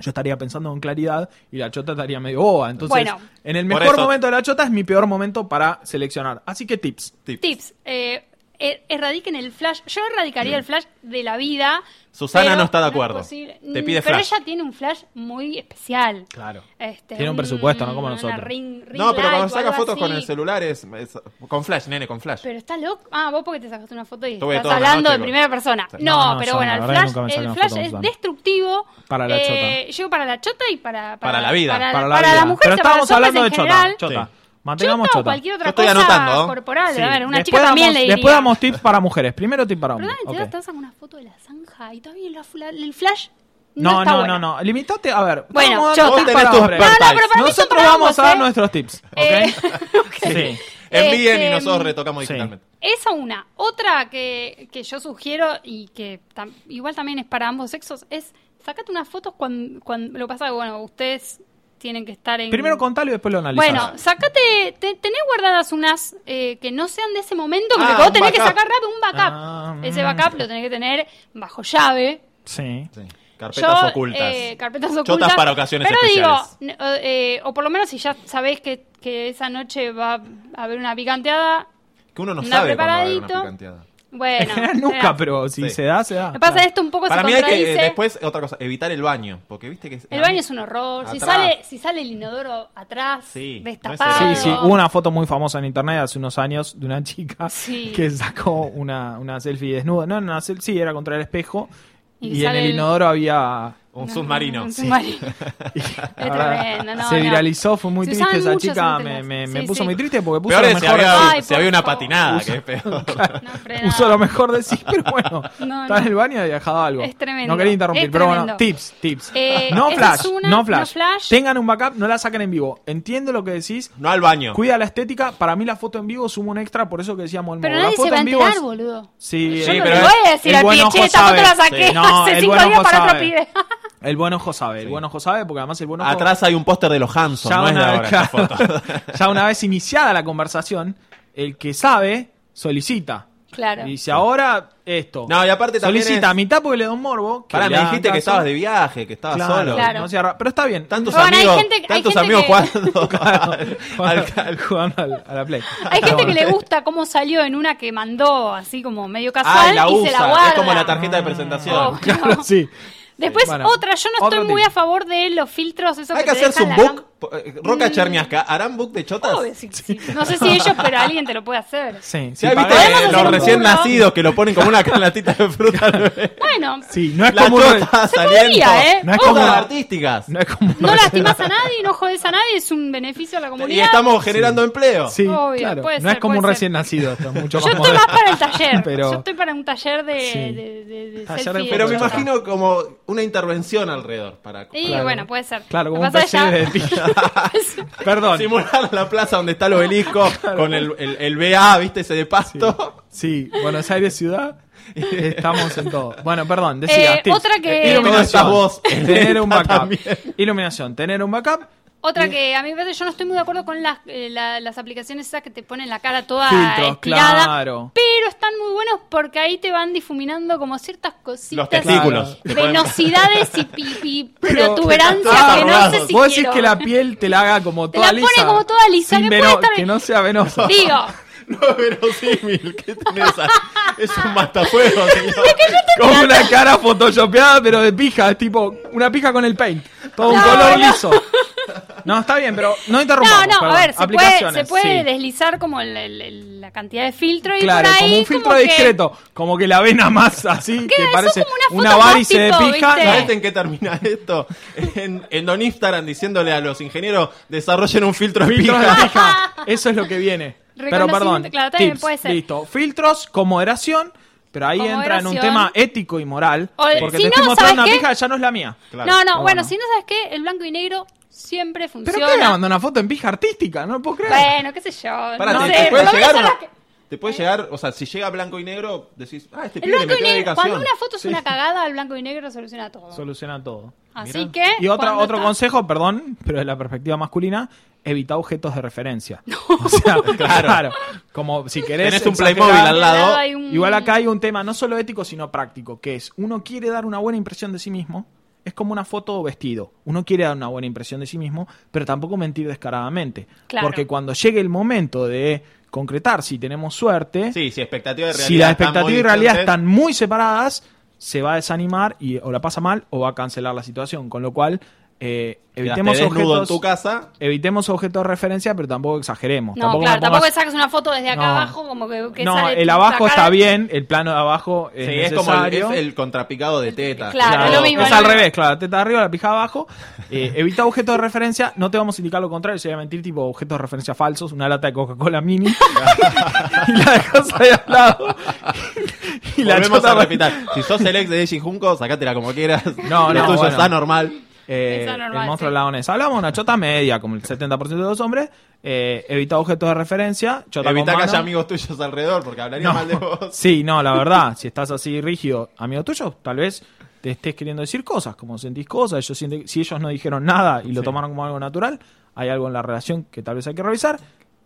S2: yo estaría pensando con claridad y la chota estaría medio boba. Entonces,
S3: Bueno.
S2: en el
S1: Por
S2: mejor
S1: eso-
S2: momento de la chota es mi peor momento para seleccionar. Así que tips.
S1: [laughs] Tip.
S3: Tips. eh, er- erradiquen el flash. Yo erradicaría el flash de la vida.
S1: Susana
S3: pero
S1: no está de
S3: es
S1: acuerdo.
S3: posible.
S1: Te
S3: Mm,
S1: pide
S3: Pero
S1: flash.
S3: ella tiene un flash muy especial.
S2: Claro.
S3: Este,
S2: Tiene un presupuesto, no como
S3: una
S2: nosotros.
S3: ring- ring
S1: No, pero
S3: light
S1: cuando
S3: o
S1: sacas
S3: algo
S1: fotos con
S3: así.
S1: el celular es, es- Con flash, nene, con flash.
S3: Pero está loco. Ah, vos porque te sacaste una foto y
S1: Tuve
S3: estás
S1: toda la
S3: hablando
S1: noche
S3: de
S1: con-
S3: primera persona.
S1: Sí.
S3: No,
S2: No, no,
S3: pero
S2: yo
S3: bueno,
S2: la
S3: el
S2: verdad que
S3: flash,
S2: nunca me saqué
S3: el
S2: una
S3: flash
S2: foto con
S3: es
S2: Susana.
S3: destructivo.
S2: Para la
S3: Eh, yo para la chota y para...
S1: Para la vida.
S3: Para,
S2: Para la,
S3: para
S2: vida.
S3: mujer,
S2: Pero
S3: o sea, para
S2: estábamos
S3: los hombres
S2: hablando de
S3: en general.
S2: chota. Chota.
S3: Chota
S2: Mantengamos
S3: o
S2: chota.
S3: cualquier
S1: Yo
S3: otra
S1: estoy
S3: cosa
S1: anotando, ¿eh?
S3: corporal.
S2: Sí.
S3: A ver, una
S2: Después
S3: chica también
S2: damos-
S3: le diría.
S2: Después damos tips para mujeres. Primero tip para
S3: Pero
S2: hombres.
S3: dale, te
S2: Ok.
S3: das- te sacan una foto de la zanja y todavía la fula- el flash no,
S2: No,
S3: está
S2: no, no,
S3: bueno.
S2: no. Limitate, a ver.
S3: Bueno,
S2: vamos a dar
S3: chota.
S2: tips
S3: Vos
S1: tenés
S2: para
S1: tus
S2: hombres.
S1: No, no, pero
S3: para mí son
S2: Nosotros
S3: para
S2: vamos
S3: ambos,
S2: a dar
S3: ¿eh?
S2: nuestros tips, ¿ok?
S3: Eh, [laughs] ok.
S2: Sí.
S1: Envíen y
S3: Este,
S1: nosotros retocamos
S2: sí.
S1: digitalmente.
S3: Esa una. Otra que, que yo sugiero y que tam- igual también es para ambos sexos es sacate unas fotos cuando, cuando lo que pasa es que, bueno, ustedes tienen que estar en...
S2: Primero contalo y después lo analizamos.
S3: Bueno, sacate, te- tenés guardadas unas eh, que no sean de ese momento, que
S1: Ah,
S3: vos
S1: un
S3: tenés que
S1: backup.
S3: sacar rápido un backup.
S2: Ah,
S3: Ese
S2: mm.
S3: backup lo tenés que tener bajo llave.
S2: Sí.
S1: Sí. Carpetas
S3: Yo,
S1: ocultas.
S3: eh, carpetas
S1: Chotas
S3: ocultas.
S1: para ocasiones
S3: pero
S1: especiales.
S3: digo, n- eh, o por lo menos si ya sabés que, que esa noche va a haber una picanteada,
S1: que uno no
S3: no
S1: sabe cuándo va a haber una
S3: preparadito.
S1: picanteada.
S2: [laughs] En
S1: [laughs]
S3: bueno. eh,
S2: general
S3: será.
S2: nunca, pero si
S1: Sí.
S2: se da, se da.
S3: Lo que pasa es
S2: Claro.
S3: que esto un poco
S1: Ah, Para
S3: Pues se
S1: mí hay que,
S3: contradice.
S1: eh, después, otra cosa, evitar el baño. Porque viste que...
S3: El baño es un horror. Si
S1: Atrás.
S3: sale, si sale el inodoro atrás,
S1: Sí,
S3: destapado.
S1: no
S2: Sí,
S1: es
S2: sí, hubo una foto muy famosa en internet hace unos años de una chica
S3: Sí.
S2: que sacó una, una selfie desnuda. No, no, una selfie, sí, era contra el espejo.
S3: Y
S2: Y, en
S3: sale
S2: el
S3: el-
S2: inodoro había.
S1: Un submarino.
S3: Un
S1: Sí.
S3: submarino.
S1: [laughs]
S2: la [laughs]
S3: [laughs] Es
S2: verdad,
S3: tremendo, no,
S2: se
S3: no.
S2: viralizó, fue muy
S3: Se
S2: triste
S3: usaban
S2: esa
S3: mucho
S2: chica.
S3: esas
S2: Me,
S3: telas.
S2: me- me
S3: Sí,
S2: puso
S3: sí.
S2: muy triste porque puso
S1: Peor
S2: lo
S1: es si
S2: mejor.
S1: había,
S3: Ay,
S1: si
S3: por
S1: había una
S3: favor.
S1: patinada, que es peor.
S3: No,
S2: [laughs]
S3: frena.
S2: Usó lo mejor de sí, pero bueno.
S3: No,
S2: Estaba en
S3: no.
S2: el baño y había dejado algo.
S3: Es tremendo,
S2: No quería interrumpir,
S3: es
S2: pero bueno.
S3: tremendo.
S2: Tips, tips.
S3: Eh,
S2: no,
S3: esa
S2: flash,
S3: es una,
S2: no flash,
S3: no flash.
S2: Tengan un backup, no la saquen en vivo. Entiendo lo que decís.
S1: No al baño.
S2: Cuida la estética. Para mí la foto en vivo suma un extra, por eso que decíamos el
S3: Pero
S2: morbo. La
S3: nadie
S2: foto
S3: se va a
S2: en vivo
S3: enterar,
S2: es-
S3: boludo.
S2: Sí,
S3: Yo
S2: eh,
S3: no
S2: pero
S3: le voy a decir
S2: el
S3: al
S2: buen
S3: pie,
S2: ojo
S3: che, esta foto
S2: sabe".
S3: la saqué
S2: Sí. No,
S3: [laughs] hace
S2: el
S3: cinco
S2: buen
S3: días
S2: ojo
S3: para otro
S2: sabe.
S3: pibe. [laughs]
S2: El buen ojo sabe, el buen ojo sabe, porque además el buen ojo...
S1: Atrás hay un póster de los Hanson, no es de ahora esta foto.
S2: ya una vez iniciada la conversación, el que sabe solicita.
S3: Claro.
S2: Y dice, ahora esto.
S1: No, y aparte también
S2: Solicita
S1: es-
S2: a mitad porque le da un morbo. que
S1: Pará,
S2: le
S1: me
S2: hagan
S1: dijiste que
S2: caso.
S1: estabas de viaje, que estabas
S2: Claro,
S1: solo.
S3: Claro.
S2: no se arra- pero está bien.
S1: Tantos
S3: Bueno, hay
S1: amigos,
S3: gente- hay
S1: tantos
S3: gente
S1: amigos
S3: que-
S1: jugando [laughs] al- al-
S2: Jugando- [laughs] jugando al- a la play.
S3: Hay gente que le gusta cómo salió en una que mandó así como medio
S1: Ah,
S3: casual
S1: la
S3: y se la
S1: usa.
S3: guarda.
S1: Es como la tarjeta de presentación.
S3: Oh.
S2: [laughs] Claro, sí.
S3: Después
S2: Bueno,
S3: otra, yo no
S2: otro
S3: estoy muy
S2: tip.
S3: a favor de los filtros, eso
S1: Hay que
S3: te
S1: hacerse un
S3: dejan la
S1: book.
S3: cam-
S1: po- eh, Roca
S3: Mm.
S1: Cherniasca, ¿harán book de chotas?
S3: Obvio, sí, sí. No sé si ellos, pero alguien te lo puede hacer.
S2: Sí,
S1: Si
S2: sí,
S1: hay,
S2: para-
S1: viste,
S3: Podemos hacer
S1: los
S3: un
S1: recién
S3: muro.
S1: nacidos que lo ponen como una canastita de fruta. al bebé.
S3: Bueno,
S2: Sí, no es
S1: La
S2: como un-
S1: chota
S3: Se
S1: saliendo.
S3: podría, ¿eh?
S1: No es
S2: Ojo.
S1: como artísticas.
S2: [laughs] no es como [laughs]
S3: no lastimas a nadie, no jodes a nadie, es un beneficio a la
S1: y
S3: comunidad.
S1: estamos generando empleo.
S2: Sí,
S3: Obvio,
S2: claro.
S3: puede
S2: no es
S3: ser,
S2: como un
S3: puede
S2: recién
S3: ser.
S2: nacido, esto, mucho
S3: [laughs] Yo
S2: más
S3: estoy
S2: moderno.
S3: más para el taller.
S2: [laughs] Pero-
S3: Yo estoy para un taller de,
S2: Sí.
S3: de, de- de
S2: Taller
S3: selfie
S2: de-
S1: Pero me
S3: de chota.
S1: imagino como una intervención alrededor para
S3: Y
S2: Claro.
S3: bueno, puede ser.
S2: Claro, como
S3: Lo
S2: un
S3: que pasa
S2: taller
S3: [laughs] es
S2: de
S3: ya-
S2: Perdón.
S1: simular la plaza donde está el
S3: [laughs]
S1: obelisco con el, el, el BA, viste, ese de pasto.
S2: Sí, Buenos Aires
S3: [laughs]
S2: ciudad. eh, Estamos en todo. Bueno, perdón, decía.
S3: Eh, otra
S2: Eh,
S3: que-
S1: Iluminación. Vos,
S2: Tener un [laughs]
S1: Elena,
S2: backup.
S1: también.
S2: Iluminación. Tener un backup.
S3: Otra que a mí me parece, yo no estoy muy de acuerdo con las, eh, la- las aplicaciones esas que te ponen la cara toda
S2: Filtros,
S3: estirada,
S2: claro.
S3: pero están muy buenos porque ahí te van difuminando como ciertas
S1: Los
S3: cositas,
S1: testículos. Te ponen-
S3: Venosidades y, pi- y
S2: Pero-
S3: protuberancias
S2: [laughs]
S1: Ah,
S3: que no sé
S1: robados.
S3: si
S2: Vos decís
S3: quiero.
S2: que la piel te la haga como
S3: Te
S2: toda
S3: la pone
S2: lisa.
S3: como toda lisa,
S2: sin
S3: que puede estar-
S2: que no sea venosa.
S3: Digo,
S1: [laughs] No es verosímil. ¿Qué tenés ahí? Es un
S3: [laughs]
S1: matafuego, señor.
S2: [laughs] Como una cara photoshopeada, pero de pija. Es tipo una pija con el paint. Todo un
S3: No,
S2: color
S3: no.
S2: liso. No, está bien, pero no
S3: no,
S2: interrumpamos.
S3: no,
S2: perdón.
S3: a ver, se puede, se
S2: Aplicaciones,
S3: puede
S2: sí.
S3: deslizar como el- el- el- la cantidad de filtro y
S2: Claro,
S3: por ahí
S2: como un filtro
S3: que-
S2: discreto, como que la vena más así, que
S3: eso
S2: parece
S3: como una
S2: una
S3: foto más
S2: varice de
S3: tipo,
S2: pija. este
S3: ¿viste?
S1: ¿Sabés en qué termina esto? En, en Don Instagram diciéndole a los ingenieros desarrollen un filtro de
S2: Filtros de
S1: pija.
S2: pija. Eso es lo que
S3: [laughs]
S2: viene. Pero
S3: Reconocimiento,
S2: perdón,
S3: claro, está bien,
S2: tips,
S3: puede ser.
S2: listo. Filtros con moderación, pero ahí
S3: Con
S2: entra en un
S3: moderación.
S2: tema ético y moral,
S3: O-
S2: porque
S3: si
S2: te
S3: no,
S2: estoy mostrando
S3: ¿sabes
S2: una
S3: qué?
S2: pija, ya no es la mía.
S1: Claro.
S3: No, no,
S2: Ah,
S3: bueno,
S2: bueno.
S3: si no sabes qué, el blanco y negro siempre
S2: ¿Pero
S3: funciona.
S2: qué? Le mandó una foto en pija artística, no lo puedo creer.
S3: Bueno, qué sé yo.
S1: Pará,
S3: no
S1: te,
S3: sé,
S1: te puede
S3: por lo menos
S1: llegar,
S3: son
S1: una-
S3: las que-
S1: te puede llegar, o sea, si llega blanco y negro, decís, ah, este
S3: El
S1: pibe le
S3: blanco y
S1: metió
S3: negro,
S1: dedicación.
S3: cuando una foto es una cagada, el blanco y negro soluciona todo.
S2: Soluciona todo.
S3: Así
S1: Mirá.
S3: que.
S2: Y otra,
S3: cuando
S2: otro
S3: está-
S2: consejo, perdón, pero de la perspectiva masculina, evita objetos de
S3: [laughs]
S2: referencia. O sea, claro. Como si querés.
S1: Tenés un
S2: exagerar-
S1: Playmobil al
S3: Al
S1: lado.
S3: lado hay un-
S2: Igual acá hay un tema no solo ético, sino práctico, que es uno quiere dar una buena impresión de sí mismo. Es como una foto o vestido. Uno quiere dar una buena impresión de sí mismo, pero tampoco mentir descaradamente.
S3: Claro.
S2: Porque cuando llegue el momento de concretar si tenemos suerte,
S1: Sí, si expectativa y realidad.
S2: si la
S1: están
S2: expectativa
S1: muy
S2: y realidad
S1: distantes,
S2: están muy separadas, se va a desanimar y o la pasa mal o va a cancelar la situación. Con lo cual, eh,
S1: quedaste
S2: evitemos
S1: desnudo en tu
S2: objetos.
S1: casa.
S2: Evitemos objetos de referencia, pero tampoco exageremos.
S3: No,
S2: tampoco
S3: claro,
S2: me pongas-
S3: tampoco que saques una foto desde acá
S2: No.
S3: abajo, como que. que
S2: No,
S3: sale
S2: el
S3: tu-
S2: abajo
S3: la cara-
S2: está bien, el plano de abajo es
S1: Sí, es
S2: necesario.
S1: como el, es el contrapicado de teta.
S3: Claro,
S2: Claro,
S3: es lo mismo,
S2: es
S3: lo
S2: al
S3: mismo.
S2: revés, claro, teta arriba, la pija abajo. Eh, evita objetos de referencia, no te vamos a indicar lo contrario, sería mentir tipo objetos de referencia falsos, una lata de Coca-Cola mini [laughs] y la dejas ahí al lado. [laughs] y la
S1: Volvemos
S2: chota
S1: a repitar. Si sos el ex de Deji Junco, sacátela como quieras. [laughs]
S2: No,
S1: Lo
S2: no,
S1: tuyo
S2: bueno.
S1: está normal.
S2: Eh,
S3: Esa normal,
S2: el monstruo
S3: sí.
S2: de la honesta. Hablamos de una chota media, como el 70% de los hombres. Eh, evita objetos de referencia. Chota
S1: Evita
S2: con
S1: que
S2: mano.
S1: haya amigos tuyos alrededor, porque hablaría
S2: No.
S1: mal de
S3: [laughs]
S1: vos.
S2: Sí, no, la verdad, si estás así rígido, amigo tuyo, tal vez te estés queriendo decir cosas, como sentís cosas, ellos sienten- si ellos no dijeron nada y lo tomaron como algo natural, hay algo en la relación que tal vez hay que revisar.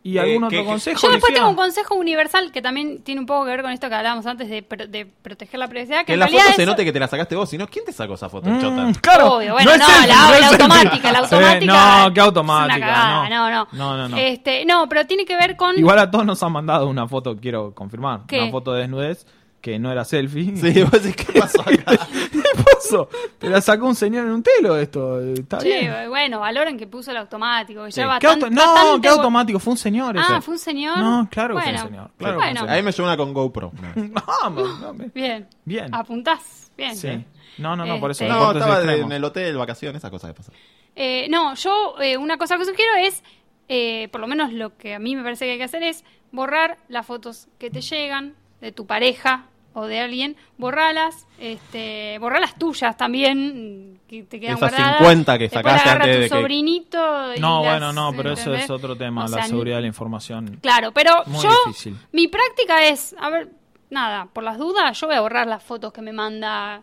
S2: ¿Y
S1: Eh,
S2: algún
S1: que-
S2: otro
S1: que-
S2: consejo?
S3: Yo después
S2: Lucía?
S3: tengo un consejo universal que también tiene un poco que ver con esto que hablábamos antes de, pro- de proteger la privacidad. Que,
S1: Que
S3: en
S1: en la
S3: realidad
S1: foto se
S3: eso-
S1: note que te la sacaste vos, sino ¿quién te sacó esa foto,
S2: Mm,
S1: chota?
S2: claro.
S3: Obvio, bueno, no,
S2: selfie,
S3: la, la
S2: es selfie.
S3: automática, la
S2: Sí,
S3: automática.
S2: no, qué automática.
S3: Es una
S2: no.
S3: cagada, no, no.
S2: No, no, no.
S3: Este, no, pero tiene que ver con.
S2: Igual a todos nos han mandado una foto, quiero confirmar,
S3: ¿Qué?
S2: una foto de desnudez que no era selfie.
S1: Sí, [laughs] vos decís,
S3: [laughs]
S1: ¿qué pasó acá?
S2: ¿Qué pasó? Te la sacó un señor en un telo esto. Está
S3: Che,
S2: bien.
S3: bueno, valoren que puso el automático. que
S2: Sí.
S3: ya va
S2: ¿Qué
S3: tan-
S2: auto- no,
S3: bastante
S2: qué
S3: bo-
S2: automático, fue un señor ese.
S3: Ah, fue un señor.
S2: No, claro que fue un
S3: Bueno,
S2: señor, claro que fue un
S3: bueno,
S1: A mí me llegó una con GoPro. una vez.
S2: Vamos, no, me-
S3: bien.
S2: Bien.
S3: Apuntás, bien.
S2: Sí. No, no, no, por eso.
S3: Este-
S2: el
S1: No,
S2: corte es
S1: estaba de-
S2: extremo.
S1: en el hotel, vacaciones, esas cosas que pasan.
S3: Eh, no, yo eh, una cosa que sugiero es, eh, por lo menos lo que a mí me parece que hay que hacer es borrar las fotos que te llegan de tu pareja o de alguien, borralas, este, borrar las tuyas también, mm, que te quedan
S1: Esas
S3: guardadas.
S1: 50 que
S3: Después
S1: sacaste
S3: agarra
S1: antes
S3: tu
S1: de que-
S3: sobrinito y
S2: No,
S3: las-
S2: bueno, no, pero eso
S3: ¿entendés?
S2: es otro tema,
S3: O
S2: la
S3: sea,
S2: seguridad de la información.
S3: Claro, pero
S2: Muy
S3: yo,
S2: difícil.
S3: mi práctica es, a ver, nada, por las dudas, yo voy a borrar las fotos que me manda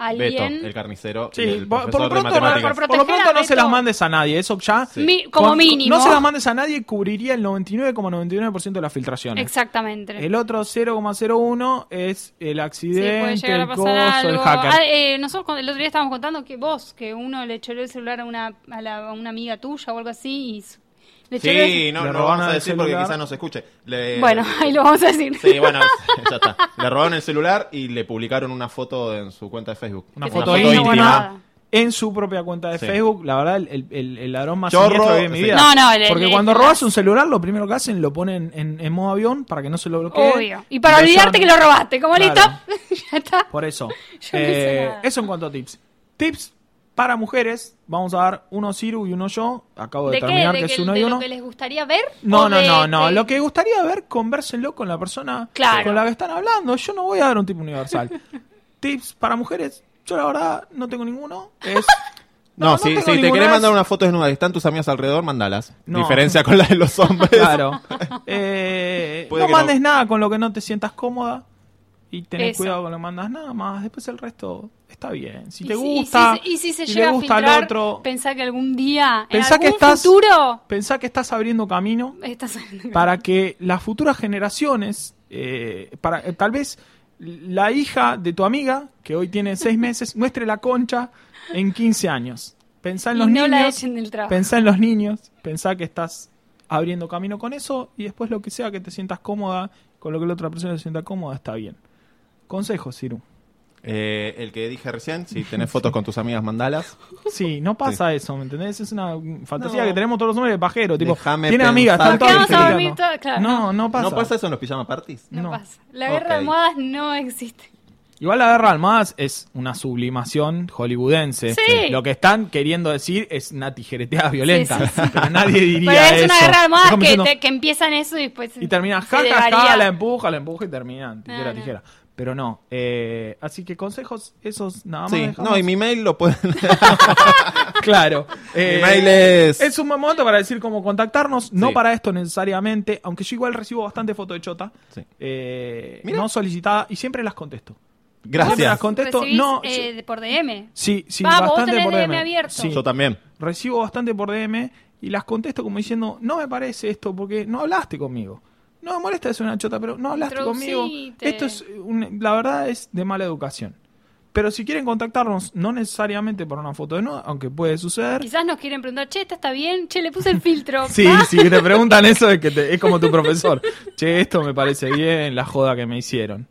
S1: Beto,
S3: alguien.
S1: el carnicero. y
S2: Sí,
S1: el
S2: por, por
S1: profesor
S2: lo
S1: de
S2: pronto, no,
S1: matemáticas.
S3: por
S2: por lo
S3: proteger a
S2: pronto no se
S3: Beto.
S2: las mandes a nadie. Eso ya.
S3: Mi- como
S2: con-
S3: mínimo.
S2: No se las mandes a nadie, cubriría el 99,99% de las filtraciones.
S3: Exactamente.
S2: El otro 0,01 es el
S3: Sí, puede
S2: accidente, el
S3: llegar a
S2: coso,
S3: pasar algo.
S2: el hacker.
S3: Ah, eh, nosotros cuando- el otro día estábamos contando que vos, que uno le choló el celular a una, a la- a una amiga tuya o algo así y s- le choló el-
S1: Sí, no,
S2: Le
S1: no lo
S2: robaron
S1: vamos a
S2: el
S1: decir
S2: celular.
S1: porque quizás no se escuche.
S2: eh,
S1: Le-
S3: Bueno, ahí lo vamos a decir.
S1: Sí, bueno, ya está. Le robaron el celular y le publicaron una foto en su cuenta de Facebook.
S2: Una
S3: Que
S2: foto
S3: se
S2: íntima.
S3: hizo guardada.
S2: En su propia cuenta de
S1: Sí.
S2: Facebook, la verdad, el, el- el- el ladrón más
S1: Chorro,
S2: siniestro que vi en mi
S1: sí.
S2: vida.
S3: No, no, el-
S2: Porque
S3: el-
S2: cuando
S3: el-
S2: robas un celular, lo primero que hacen lo ponen en, en modo avión para que no se lo bloquee.
S3: Obvio. Y para
S2: Lo
S3: olvidarte que
S2: llaman-
S3: lo robaste. ¿Cómo
S2: Claro.
S3: listo? [laughs] ya está.
S2: [laughs] Por eso.
S3: no
S2: Eh,
S3: hice nada.
S2: eso en cuanto a tips. Tips para mujeres. Vamos a dar uno Ciru y uno yo. Acabo de,
S3: ¿De qué?
S2: terminar
S3: ¿De
S2: que
S3: que-
S2: es uno
S3: de
S2: y
S3: lo
S2: uno.
S3: que les gustaría ver?
S2: No,
S3: ¿O
S2: no,
S3: de-
S2: no, no.
S3: de-
S2: Lo que gustaría ver, convérselo con la persona
S3: Claro.
S2: con la que están hablando. Yo no voy a dar un tip universal.
S3: [laughs]
S2: Tips para mujeres. Yo la verdad no tengo ninguno.
S3: [laughs]
S2: Es...
S1: No,
S2: no
S1: si,
S2: tengo
S1: si te
S2: ninguna
S1: querés
S2: vez.
S1: mandar una foto desnuda y están tus amigas alrededor, mandalas.
S2: No.
S1: Diferencia con la de los hombres.
S2: Claro. [laughs] Eh,
S1: Puede
S2: no
S1: que no.
S2: mandes nada con lo que no te sientas cómoda. Y tenés
S3: Eso.
S2: cuidado con lo que mandas nada más. Después el resto está bien. Si
S3: Y
S2: te
S3: si-
S2: gusta.
S3: Y si, y si se
S2: y
S3: llega
S2: le gusta
S3: a filtrar,
S2: al otro.
S3: pensá que algún día,
S2: Pensá
S3: en
S2: que
S3: algún
S2: estás-
S3: futuro,
S2: Pensá que estás abriendo camino
S3: estás... [laughs]
S2: para que las futuras generaciones, eh, para, eh, tal vez la hija de tu amiga, que hoy tiene seis meses, [laughs] muestre la concha en 15 años. Pensá en
S3: y
S2: los
S3: no la
S2: niños,
S3: echen del trabajo.
S2: pensá en los niños, pensá que estás abriendo camino con eso y después lo que sea que te sientas cómoda, con lo que la otra persona se sienta cómoda, está bien. Consejo, Ciru.
S1: Eh, el que dije recién, si tenés fotos con tus amigas, mandalas.
S2: Sí, no pasa eso, ¿me entendés? Es una fantasía
S1: No.
S2: que tenemos todos los hombres de pajero, tipo,
S1: Déjame
S2: tiene amigas,
S1: pensar.
S2: están todas
S1: Porque
S3: vamos a dormir
S2: disfrutando.
S3: todas, claro.
S2: No, no pasa.
S1: ¿No pasa eso en los pijama parties?
S3: No,
S2: no.
S3: pasa. La guerra de
S1: Ok.
S3: almohadas no existe.
S2: Igual la guerra de almohadas es una sublimación hollywoodense.
S3: Sí.
S2: Lo que están queriendo decir es una tijereteada violenta.
S3: Sí, sí, sí.
S2: Pero nadie diría
S3: Pero es
S2: eso.
S3: una guerra de almohadas
S2: Es como
S3: que,
S2: diciendo,
S3: te- que empiezan eso y después.
S2: Y terminan,
S3: se
S2: ja, ja, ja,
S3: devaría.
S2: la em-. empuja, la empuja y terminan. Tijera,
S3: no.
S2: tijera. Pero no. eh, así que consejos, esos nada más.
S1: Sí,
S2: dejamos.
S1: no, y mi mail lo pueden. [laughs]
S2: Claro. eh,
S1: mail es-
S2: un buen momento para decir cómo contactarnos. No
S1: Sí.
S2: para esto necesariamente, aunque yo igual recibo bastante foto de chota.
S1: Sí.
S2: eh,
S1: Mira.
S2: no solicitada y siempre las contesto. Siempre las
S1: Gracias.
S2: contesto.
S3: Recibís,
S2: No, yo-
S3: eh, por DM.
S2: Sí, sí,
S3: Ah, vos
S2: bastante
S3: tenés
S2: por DM.
S3: DM abierto.
S2: Sí,
S1: Yo también.
S2: recibo bastante por DM y las contesto como diciendo, no me parece esto porque no hablaste conmigo. No me molesta es una chota, pero no hablaste
S3: Introducite.
S2: conmigo. Esto es, eh, un- la verdad es de mala educación. Pero si quieren contactarnos, no necesariamente por una foto de no, aunque puede suceder.
S3: Quizás nos quieren preguntar, che, esta está bien, che, le puse el filtro.
S2: Sí,
S3: Ah,
S2: si te preguntan eso es que te- es como tu profesor. Che, esto me parece bien, la joda que me hicieron.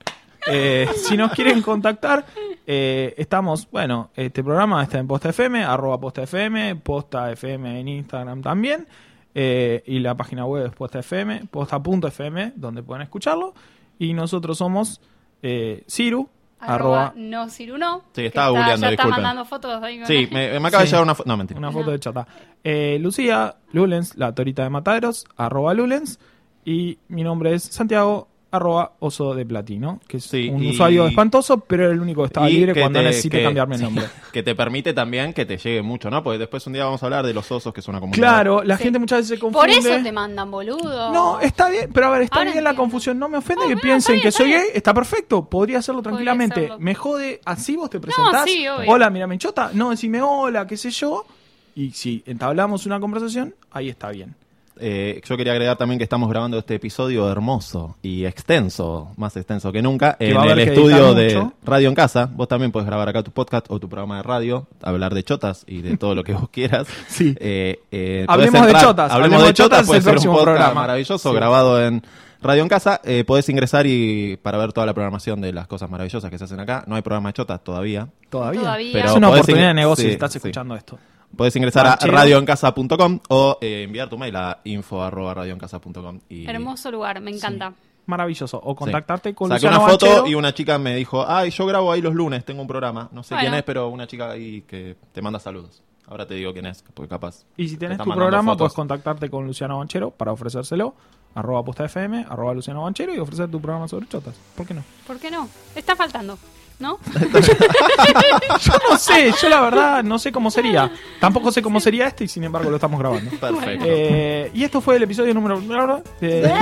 S2: Eh, si nos quieren contactar, eh, estamos, bueno, este programa está en Posta FM, arroba Posta FM, Posta FM en Instagram también, eh, y la página web es Posta FM, posta.fm, donde pueden escucharlo, y nosotros somos eh, Ciru,
S3: Arroba,
S2: arroba,
S3: no, Ciru no.
S1: Sí,
S3: que
S1: estaba googleando,
S3: ya está
S1: disculpen.
S3: mandando fotos ahí con
S1: Sí,
S3: la-
S1: me, me acaba de
S2: Sí.
S1: llegar una foto. No, mentira.
S2: una foto de chata. Eh, Lucía, Lulens, la torita de mataderos, arroba Lulens. Y mi nombre es Santiago, arroba oso de platino, que es
S1: Sí,
S2: un
S1: y-
S2: usuario espantoso, pero era el único que estaba
S1: Y
S2: libre
S1: que
S2: cuando
S1: te-
S2: necesité
S1: que-
S2: cambiarme el
S1: sí, [laughs]
S2: nombre.
S1: Que te permite también que te llegue mucho, ¿no? Porque después un día vamos a hablar de los osos, que es una comunidad.
S2: Claro, la
S3: Sí.
S2: gente muchas veces se confunde.
S3: Por eso te mandan, boludo.
S2: No, está bien, pero a ver, está
S3: Ahora
S2: bien la
S3: entiendo.
S2: confusión. No me ofende
S3: No,
S2: que
S3: no,
S2: piensen
S3: está bien,
S2: que
S3: está
S2: soy
S3: bien.
S2: gay, está perfecto, podría hacerlo
S3: Podría
S2: tranquilamente.
S3: hacerlo.
S2: Me jode, así vos te presentás.
S3: sí, obvio.
S2: hola, mira, Menchota. No, decime hola, qué sé yo. Y si entablamos una conversación, ahí está bien.
S1: Eh, yo quería agregar también que estamos grabando este episodio hermoso y extenso, más extenso que nunca,
S2: Que va a
S1: en el
S2: haber que editar
S1: estudio de
S2: mucho.
S1: Radio en Casa. Vos también podés grabar acá tu podcast o tu programa de radio, hablar de chotas y de todo lo que vos quieras.
S2: [laughs] Sí.
S1: Eh, eh,
S2: Hablemos
S1: podés
S2: de chotas,
S1: Hablemos, de chotas, puede
S2: el
S1: ser un
S2: próximo
S1: podcast
S2: programa.
S1: maravilloso
S2: Sí.
S1: grabado en Radio en Casa. Eh, podés ingresar y para ver toda la programación de las cosas maravillosas que se hacen acá. No hay programa de chotas todavía.
S2: Todavía.
S3: Todavía.
S1: Pero
S2: es una
S1: podés ingre-
S2: oportunidad de negocio
S1: sí,
S2: si estás
S1: sí.
S2: escuchando esto.
S1: Podés ingresar a
S2: Manchero.
S1: radioencasa.com o eh, enviar tu mail a info arroba radioencasa.com y
S3: Hermoso lugar, me encanta.
S2: Maravilloso. O contactarte con
S1: Saqué
S2: Luciano
S1: una foto
S2: Banchero.
S1: y una chica me dijo, ay, yo grabo ahí los lunes, tengo un programa. No sé
S3: Bueno.
S1: quién es, pero una chica ahí que te manda saludos. Ahora te digo quién es, porque capaz.
S2: Y
S1: te
S2: si tenés
S1: está
S2: tu
S1: mandando
S2: programa,
S1: fotos.
S2: puedes contactarte con Luciano Banchero para ofrecérselo. Arroba posta FM, arroba Luciano Banchero y ofrecer tu programa sobre chotas.
S1: [laughs]
S2: ¿Por qué no?
S3: ¿Por qué no? Está faltando,
S2: [laughs]
S3: ¿no?
S2: Yo no sé, yo la verdad no sé cómo sería. Tampoco sé cómo sería este y sin embargo lo
S1: [laughs]
S2: estamos grabando.
S1: Perfecto. [laughs]
S2: Eh, y esto fue el episodio número. de- eh,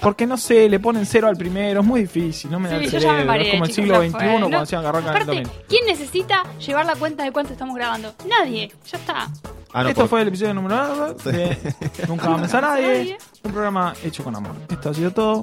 S2: Porque no sé, le ponen cero al primero, es muy difícil, no me da
S3: Sí,
S2: el
S3: yo ya me
S2: cerebro.
S3: mareé,
S2: es como el
S3: chicos,
S2: siglo
S3: ya
S2: XXI
S3: fue, ¿no?
S2: cuando se agarró
S3: Aparte,
S2: calentamiento.
S3: ¿quién necesita llevar la cuenta de cuánto estamos grabando? Nadie. Ya está.
S1: Ah, no,
S2: Esto
S1: por-
S2: fue el episodio número 9 de Nunca vamos a nadie.
S3: Nadie.
S2: Un programa hecho con amor. Esto ha sido todo.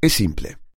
S5: es simple.